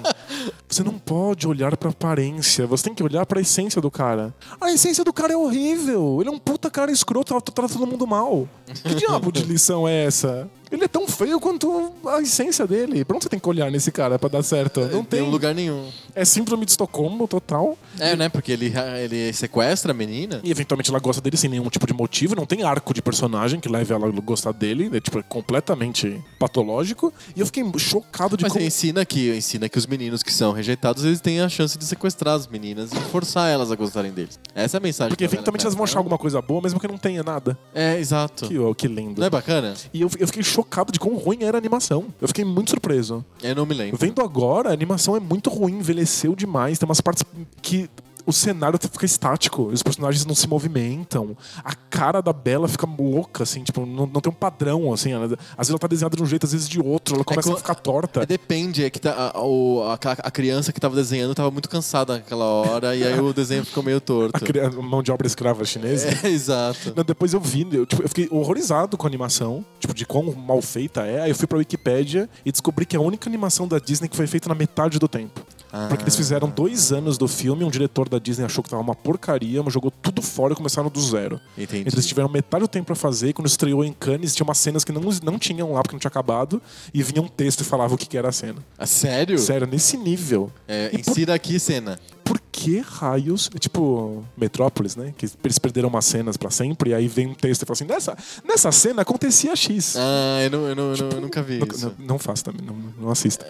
Speaker 2: Você não pode olhar pra aparência, você tem que olhar pra essência do cara. A essência do cara é horrível. Ele é um puta cara escroto, trata todo mundo mal. Que diabo de lição é essa? Ele é tão feio quanto a essência dele. Pra onde você tem que olhar nesse cara pra dar certo? Não tem.
Speaker 1: Tem um lugar nenhum.
Speaker 2: É síndrome de Estocolmo total.
Speaker 1: É, né? Porque ele, ele sequestra a menina.
Speaker 2: E eventualmente ela gosta dele sem nenhum tipo de motivo, não tem arco de personagem que leve ela a gostar dele, é tipo é completamente patológico. E eu fiquei chocado de
Speaker 1: Mas é
Speaker 2: como.
Speaker 1: ensina que ensina que os meninos que são rejeitados, eles têm a chance de sequestrar as meninas e forçar elas a gostarem deles. Essa é a mensagem.
Speaker 2: Porque
Speaker 1: da novela,
Speaker 2: eventualmente
Speaker 1: cara.
Speaker 2: elas vão achar alguma coisa boa, mesmo que não tenha nada.
Speaker 1: É, exato.
Speaker 2: Que, ó, que lindo.
Speaker 1: Não é bacana?
Speaker 2: E eu, eu fiquei chocado de quão ruim era a animação. Eu fiquei muito surpreso.
Speaker 1: Eu É, não me lembro.
Speaker 2: Vendo agora, a animação é muito ruim, envelheceu demais. Tem umas partes que o cenário fica estático, os personagens não se movimentam. A cara da Bela fica louca, assim, tipo, não, não tem um padrão, assim. Ela, às vezes ela tá desenhada de um jeito, às vezes de outro, ela começa
Speaker 1: co-
Speaker 2: a ficar
Speaker 1: É,
Speaker 2: torta.
Speaker 1: depende, é que tá- a, o- a, a criança que tava desenhando tava muito cansada naquela hora e aí o desenho ficou meio torto.
Speaker 2: A cria- mão de obra escrava chinesa.
Speaker 1: É, exato.
Speaker 2: Não, depois eu vi, eu, tipo, eu fiquei horrorizado com a animação, tipo, de quão mal feita é. Aí eu fui pra Wikipédia e descobri que é a única animação da Disney que foi feita na metade do tempo.
Speaker 1: Ah.
Speaker 2: Porque eles fizeram dois anos do filme, um diretor da Disney achou que tava uma porcaria, mas jogou tudo fora e começaram do zero.
Speaker 1: Entendi.
Speaker 2: Eles tiveram metade do tempo pra fazer, e quando estreou em Cannes, tinha umas cenas que não, não tinham lá porque não tinha acabado, e vinha um texto e falava o que, que era a cena.
Speaker 1: Ah, sério?
Speaker 2: Sério, nesse nível.
Speaker 1: É,
Speaker 2: E por-
Speaker 1: insira aqui cena.
Speaker 2: Por que raios? É tipo Metrópolis, né? Que eles perderam umas cenas pra sempre, e aí vem um texto e fala assim: nessa, nessa cena acontecia X.
Speaker 1: Ah, eu, não, eu, não, eu
Speaker 2: Tipo,
Speaker 1: não- eu nunca vi
Speaker 2: Não,
Speaker 1: isso.
Speaker 2: não- não faço também, não, não assista.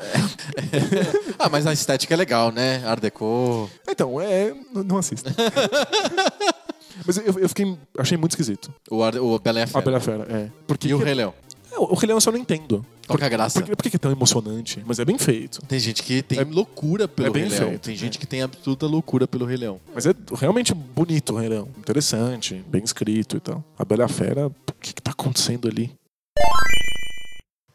Speaker 1: Ah, mas a estética é legal, né? Art Deco.
Speaker 2: Então, é. n- Não assista. Mas eu, eu fiquei. Achei muito esquisito.
Speaker 1: O, Ar, o Bela e a
Speaker 2: A
Speaker 1: Fera.
Speaker 2: Bela Fera, é. Porque
Speaker 1: E o Rei Leão.
Speaker 2: É, o Rei Leão eu só não entendo.
Speaker 1: Qual que é a graça?
Speaker 2: Por, que- por que que é tão emocionante? Mas é bem feito.
Speaker 1: Tem gente que tem
Speaker 2: É-
Speaker 1: loucura pelo
Speaker 2: é bem
Speaker 1: Rei Leão.
Speaker 2: feito,
Speaker 1: Tem
Speaker 2: é.
Speaker 1: gente que tem absoluta loucura pelo Rei Leão.
Speaker 2: Mas é realmente bonito o Rei Leão. Interessante, bem escrito e tal. A Bela Fera, o que, que tá acontecendo ali?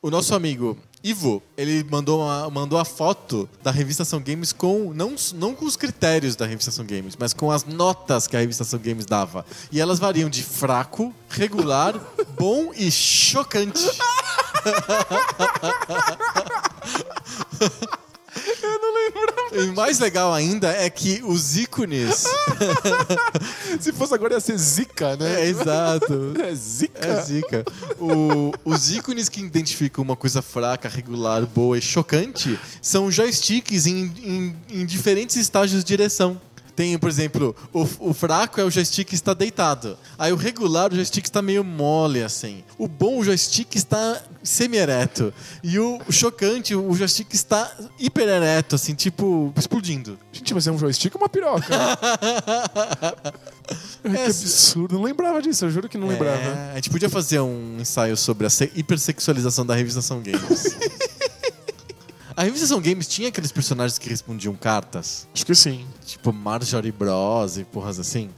Speaker 1: O nosso amigo Ivo, ele mandou, uma, mandou a foto da revista Ação Games com. Não, s- não com os critérios da revista Ação Games, mas com as notas que a revista Ação Games dava. E elas variam de fraco, regular, bom e chocante. Eu não lembro. E mais legal ainda é que os ícones.
Speaker 2: Se fosse agora ia ser zica,
Speaker 1: é, exato.
Speaker 2: É zica.
Speaker 1: É zica. O- os ícones que identificam uma coisa fraca, regular, boa e chocante são joysticks em, em- em diferentes estágios de direção. Tem, por exemplo, o, o fraco é o joystick que está deitado. Aí o regular, o joystick está meio mole, assim. O bom, o joystick está semi-ereto. E o chocante, o joystick está hiper-ereto, assim, tipo, explodindo.
Speaker 2: Gente, mas é um joystick ou uma piroca? Ai, que absurdo. Não lembrava disso, eu juro que não lembrava.
Speaker 1: É, a gente podia fazer um ensaio sobre a se- hipersexualização da revista São Games. a revista São Games tinha aqueles personagens que respondiam cartas,
Speaker 2: Acho que sim.
Speaker 1: tipo Marjorie Bros e porras assim.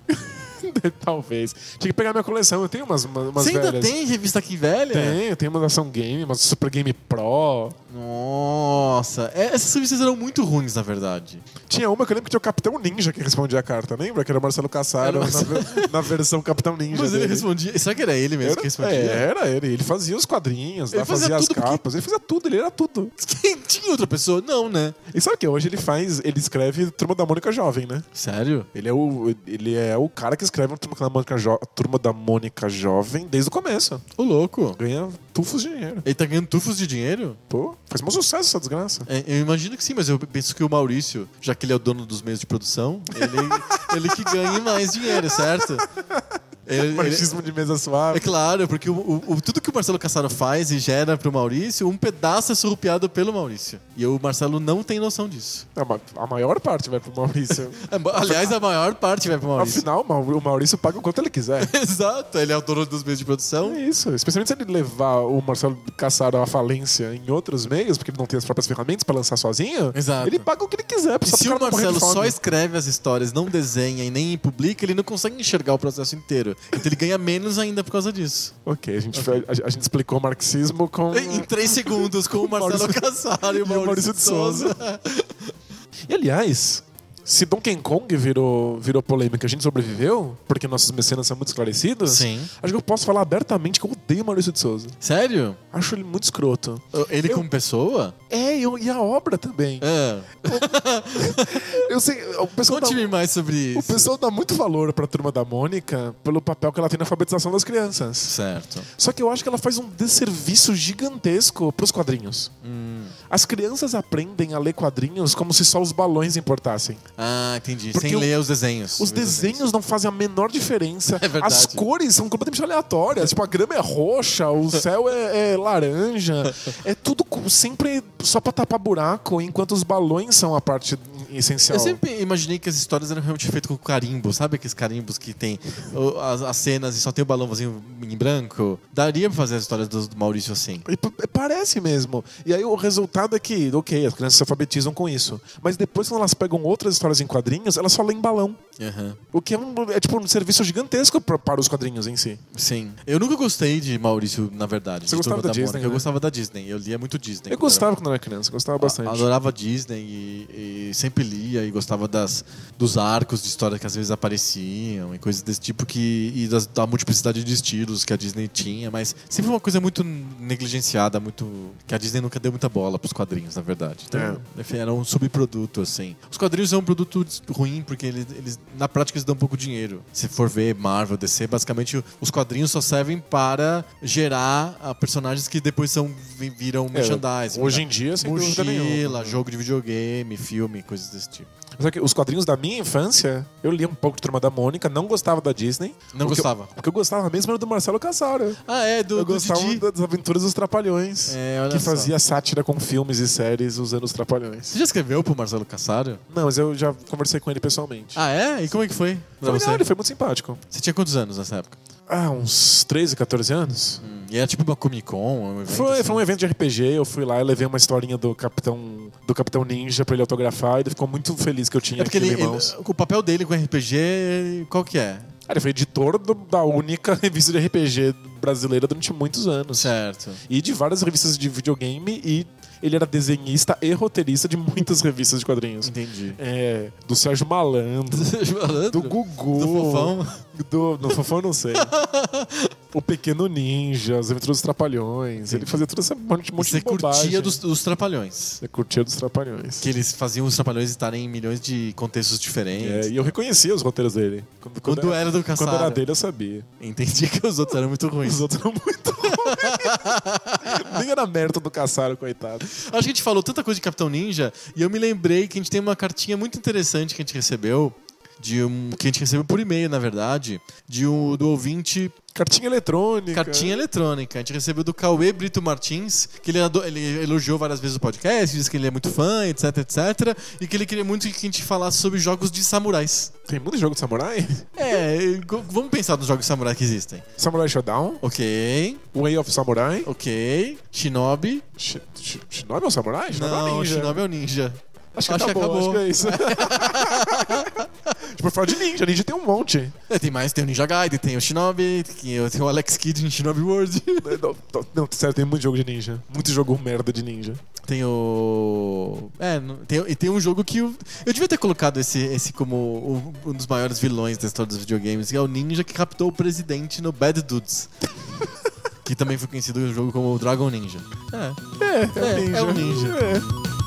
Speaker 2: Talvez. Tinha que pegar minha coleção. Eu tenho umas, umas
Speaker 1: Você ainda
Speaker 2: velhas.
Speaker 1: tem revista aqui velha?
Speaker 2: Tenho, tenho uma da Ação Game, uma Super Game Pro.
Speaker 1: Nossa, é, essas revistas eram muito ruins, na verdade.
Speaker 2: Tinha uma que eu lembro que tinha o Capitão Ninja que respondia a carta, lembra? Que era o Marcelo Cassaro
Speaker 1: Era o
Speaker 2: na, ve- na versão Capitão Ninja.
Speaker 1: Mas ele
Speaker 2: dele.
Speaker 1: respondia. Será que era ele mesmo que
Speaker 2: Era,
Speaker 1: respondia?
Speaker 2: é, era ele. Ele fazia os quadrinhos,
Speaker 1: Ele
Speaker 2: lá,
Speaker 1: fazia
Speaker 2: fazia, as
Speaker 1: tudo porque-
Speaker 2: capas, ele fazia tudo, ele era tudo.
Speaker 1: Tinha outra pessoa? Não, né?
Speaker 2: E sabe o que? Hoje ele faz, ele escreve Turma da Mônica Jovem, né?
Speaker 1: Sério?
Speaker 2: Ele é o, ele é o cara que escreve a Turma da Mônica, Jo- Turma da Mônica Jovem desde o começo.
Speaker 1: Ô, louco.
Speaker 2: Ganha tufos de dinheiro.
Speaker 1: Ele tá ganhando tufos de dinheiro?
Speaker 2: Pô, faz um sucesso essa desgraça.
Speaker 1: É, Eu imagino que sim, mas eu penso que o Maurício, já que ele é o dono dos meios de produção, ele, ele que ganhe mais dinheiro, certo? Ele- ele-
Speaker 2: Machismo de mesa suave.
Speaker 1: é claro, porque o, o- o- tudo que o Marcelo Cassaro faz e gera pro Maurício, um pedaço é surrupiado pelo Maurício. E o Marcelo não tem noção disso.
Speaker 2: Não, mas É A maior parte vai pro Maurício.
Speaker 1: É, ma- Aliás, a maior parte vai pro Maurício.
Speaker 2: Afinal, o Mau- o Maurício paga o quanto ele quiser.
Speaker 1: Exato, ele é o dono dos meios de produção.
Speaker 2: É isso. Especialmente se ele levar o Marcelo Cassaro à falência em outros meios, porque ele não tem as próprias ferramentas pra lançar sozinho,
Speaker 1: Exato.
Speaker 2: ele paga o que ele quiser.
Speaker 1: E
Speaker 2: pra
Speaker 1: se
Speaker 2: ficar
Speaker 1: o Marcelo
Speaker 2: tá morrendo de
Speaker 1: só
Speaker 2: fome.
Speaker 1: escreve as histórias, não desenha e nem publica, ele não consegue enxergar o processo inteiro. Então ele ganha menos ainda por causa disso.
Speaker 2: Ok, a gente, foi- a, a gente explicou o marxismo com...
Speaker 1: Em três segundos com o Marcelo
Speaker 2: Maurício-
Speaker 1: Cassaro e o Maurício, de Souza.
Speaker 2: E, aliás, se Donkey Kong virou, virou polêmica, a gente sobreviveu, porque nossos mecenas são muito esclarecidos,
Speaker 1: Sim.
Speaker 2: acho que eu posso falar abertamente que eu odeio Maurício de Souza.
Speaker 1: Sério?
Speaker 2: Acho ele muito escroto.
Speaker 1: Ele
Speaker 2: Eu-
Speaker 1: como pessoa?
Speaker 2: É, eu- e a obra também.
Speaker 1: Ah.
Speaker 2: Eu sei, o pessoal, dá, um-
Speaker 1: Conte-me mais sobre
Speaker 2: o
Speaker 1: isso.
Speaker 2: pessoal dá muito valor pra Turma da Mônica pelo papel que ela tem na alfabetização das crianças.
Speaker 1: Certo.
Speaker 2: Só que eu acho que ela faz um desserviço gigantesco pros quadrinhos.
Speaker 1: Hum.
Speaker 2: As crianças aprendem a ler quadrinhos como se só os balões importassem.
Speaker 1: Ah, entendi.
Speaker 2: Porque
Speaker 1: Sem
Speaker 2: o-
Speaker 1: ler os desenhos.
Speaker 2: Os desenhos não fazem a menor diferença.
Speaker 1: É verdade.
Speaker 2: As cores são completamente aleatórias. tipo, a grama é roxa, o céu é, é laranja. É tudo co- sempre só pra tapar buraco, enquanto os balões são a parte essencial.
Speaker 1: Eu sempre imaginei que as histórias eram realmente feitas com carimbo, sabe aqueles carimbos que tem o- as, as cenas e só tem o balão vazio em branco? Daria pra fazer as histórias do, do Maurício assim.
Speaker 2: E p- Parece mesmo. E aí o resultado é que, ok, as crianças se alfabetizam com isso. Mas depois, quando elas pegam outras histórias em quadrinhos, elas só leem balão.
Speaker 1: Aham.
Speaker 2: O que é, um, é tipo um serviço gigantesco pra- para os quadrinhos em si.
Speaker 1: Sim. Eu nunca gostei de Maurício, na verdade.
Speaker 2: Você
Speaker 1: de Turma
Speaker 2: gostava da
Speaker 1: Mônica.
Speaker 2: Disney,
Speaker 1: Eu
Speaker 2: né?
Speaker 1: gostava da Disney. Eu lia muito Disney.
Speaker 2: Eu
Speaker 1: quando era
Speaker 2: gostava quando eu era criança, eu gostava bastante.
Speaker 1: A- Adorava Disney e, e sempre lia e gostava das, dos arcos de história que às vezes apareciam e coisas desse tipo que e das- da multiplicidade de estilos que a Disney tinha, mas sempre uma coisa muito negligenciada, muito que a Disney nunca deu muita bola pros quadrinhos, na verdade. Então,
Speaker 2: É.
Speaker 1: enfim, era um subproduto assim. Os quadrinhos é um produto ruim porque eles, eles na prática eles dão pouco dinheiro. Se for ver Marvel, DC, basicamente os quadrinhos só servem para gerar ah, personagens que depois são vi- viram
Speaker 2: É,
Speaker 1: merchandising.
Speaker 2: hoje
Speaker 1: tá?
Speaker 2: em dia, sem dúvida nenhuma.
Speaker 1: Mochila, jogo de videogame, filme, coisas desse tipo.
Speaker 2: Só que os quadrinhos da minha infância, eu lia um pouco de Turma da Mônica, não gostava da Disney.
Speaker 1: Não
Speaker 2: O que eu-
Speaker 1: gostava.
Speaker 2: O que eu gostava mesmo era do Marcelo Cassaro.
Speaker 1: Ah, é, do,
Speaker 2: Eu
Speaker 1: do
Speaker 2: gostava
Speaker 1: Didi.
Speaker 2: das aventuras dos Trapalhões.
Speaker 1: É, olha
Speaker 2: que
Speaker 1: só.
Speaker 2: fazia sátira com filmes e séries usando os Trapalhões.
Speaker 1: Você já escreveu pro Marcelo Cassaro?
Speaker 2: Não, mas eu já conversei com ele pessoalmente.
Speaker 1: Ah, é? E como é que foi? Pra
Speaker 2: foi,
Speaker 1: você?
Speaker 2: não, ele foi muito simpático.
Speaker 1: Você tinha quantos anos nessa época?
Speaker 2: Ah, uns 13, 14 anos?
Speaker 1: Hum, E era tipo uma Comic Con? Um evento
Speaker 2: Foi,
Speaker 1: assim?
Speaker 2: foi um evento de RPG, eu fui lá e levei uma historinha do Capitão do Capitão Ninja pra ele autografar e ele ficou muito feliz que eu tinha
Speaker 1: É porque
Speaker 2: aquilo
Speaker 1: ele,
Speaker 2: em
Speaker 1: ele-
Speaker 2: mãos.
Speaker 1: o papel dele com RPG, qual que é?
Speaker 2: Ah, ele foi editor do- da única revista de RPG brasileira durante muitos anos.
Speaker 1: Certo.
Speaker 2: E de várias revistas de videogame e ele era desenhista e roteirista de muitas revistas de quadrinhos.
Speaker 1: Entendi.
Speaker 2: É, do Sérgio Malandro, do Gugu,
Speaker 1: Do Fofão.
Speaker 2: do, do Fofão eu não sei. o Pequeno Ninja, as Aventuras dos Trapalhões. Ele fazia toda essa monte, um monte
Speaker 1: Você
Speaker 2: de bobagem.
Speaker 1: curtia dos, dos Trapalhões.
Speaker 2: Você curtia dos Trapalhões.
Speaker 1: Que eles faziam os Trapalhões estarem em milhões de contextos diferentes.
Speaker 2: É, e eu reconhecia os roteiros dele. Quando,
Speaker 1: Quando era do
Speaker 2: quando
Speaker 1: Cassaro.
Speaker 2: era dele, eu sabia.
Speaker 1: Entendi que os outros eram muito ruins.
Speaker 2: Os outros eram muito ruins. Nem era mérito do Cassaro, coitado.
Speaker 1: Acho que a gente falou tanta coisa de Capitão Ninja e eu me lembrei que a gente tem uma cartinha muito interessante que a gente recebeu. De um, que a gente recebeu por e-mail, na verdade, de um, do ouvinte
Speaker 2: Cartinha eletrônica.
Speaker 1: Cartinha Eletrônica. A gente recebeu do Cauê Brito Martins, que ele, ado- ele elogiou várias vezes o podcast, disse que ele é muito fã, etc, etc. E que ele queria muito que a gente falasse sobre jogos de samurais.
Speaker 2: Tem muito jogo de samurai?
Speaker 1: É, e co- vamos pensar nos jogos de samurai que existem.
Speaker 2: Samurai Shodown?
Speaker 1: Ok,
Speaker 2: Way of Samurai?
Speaker 1: ok. Shinobi.
Speaker 2: Shi- shi- Shinobi é um samurai? Shinobi é um
Speaker 1: Não,
Speaker 2: ninja.
Speaker 1: Shinobi é o ninja.
Speaker 2: Acho que acabou, acho que é isso. A gente pode falar de ninja, ninja tem um monte.
Speaker 1: É, tem mais, tem o Ninja Gaiden, tem o Shinobi, tem o- tem o Alex Kidd em Shinobi World,
Speaker 2: Não, não, não, sério, tem muito jogo de ninja. Muito jogo merda de ninja.
Speaker 1: tem o. É, não- tem, e tem um jogo que. Eu, eu devia ter colocado esse, esse como o- um dos maiores vilões da história dos videogames, que é o Ninja que captou o presidente no Bad Dudes. que também foi conhecido o jogo como Dragon Ninja. É.
Speaker 2: É, é, um
Speaker 1: É,
Speaker 2: ninja.
Speaker 1: é um ninja.
Speaker 2: É.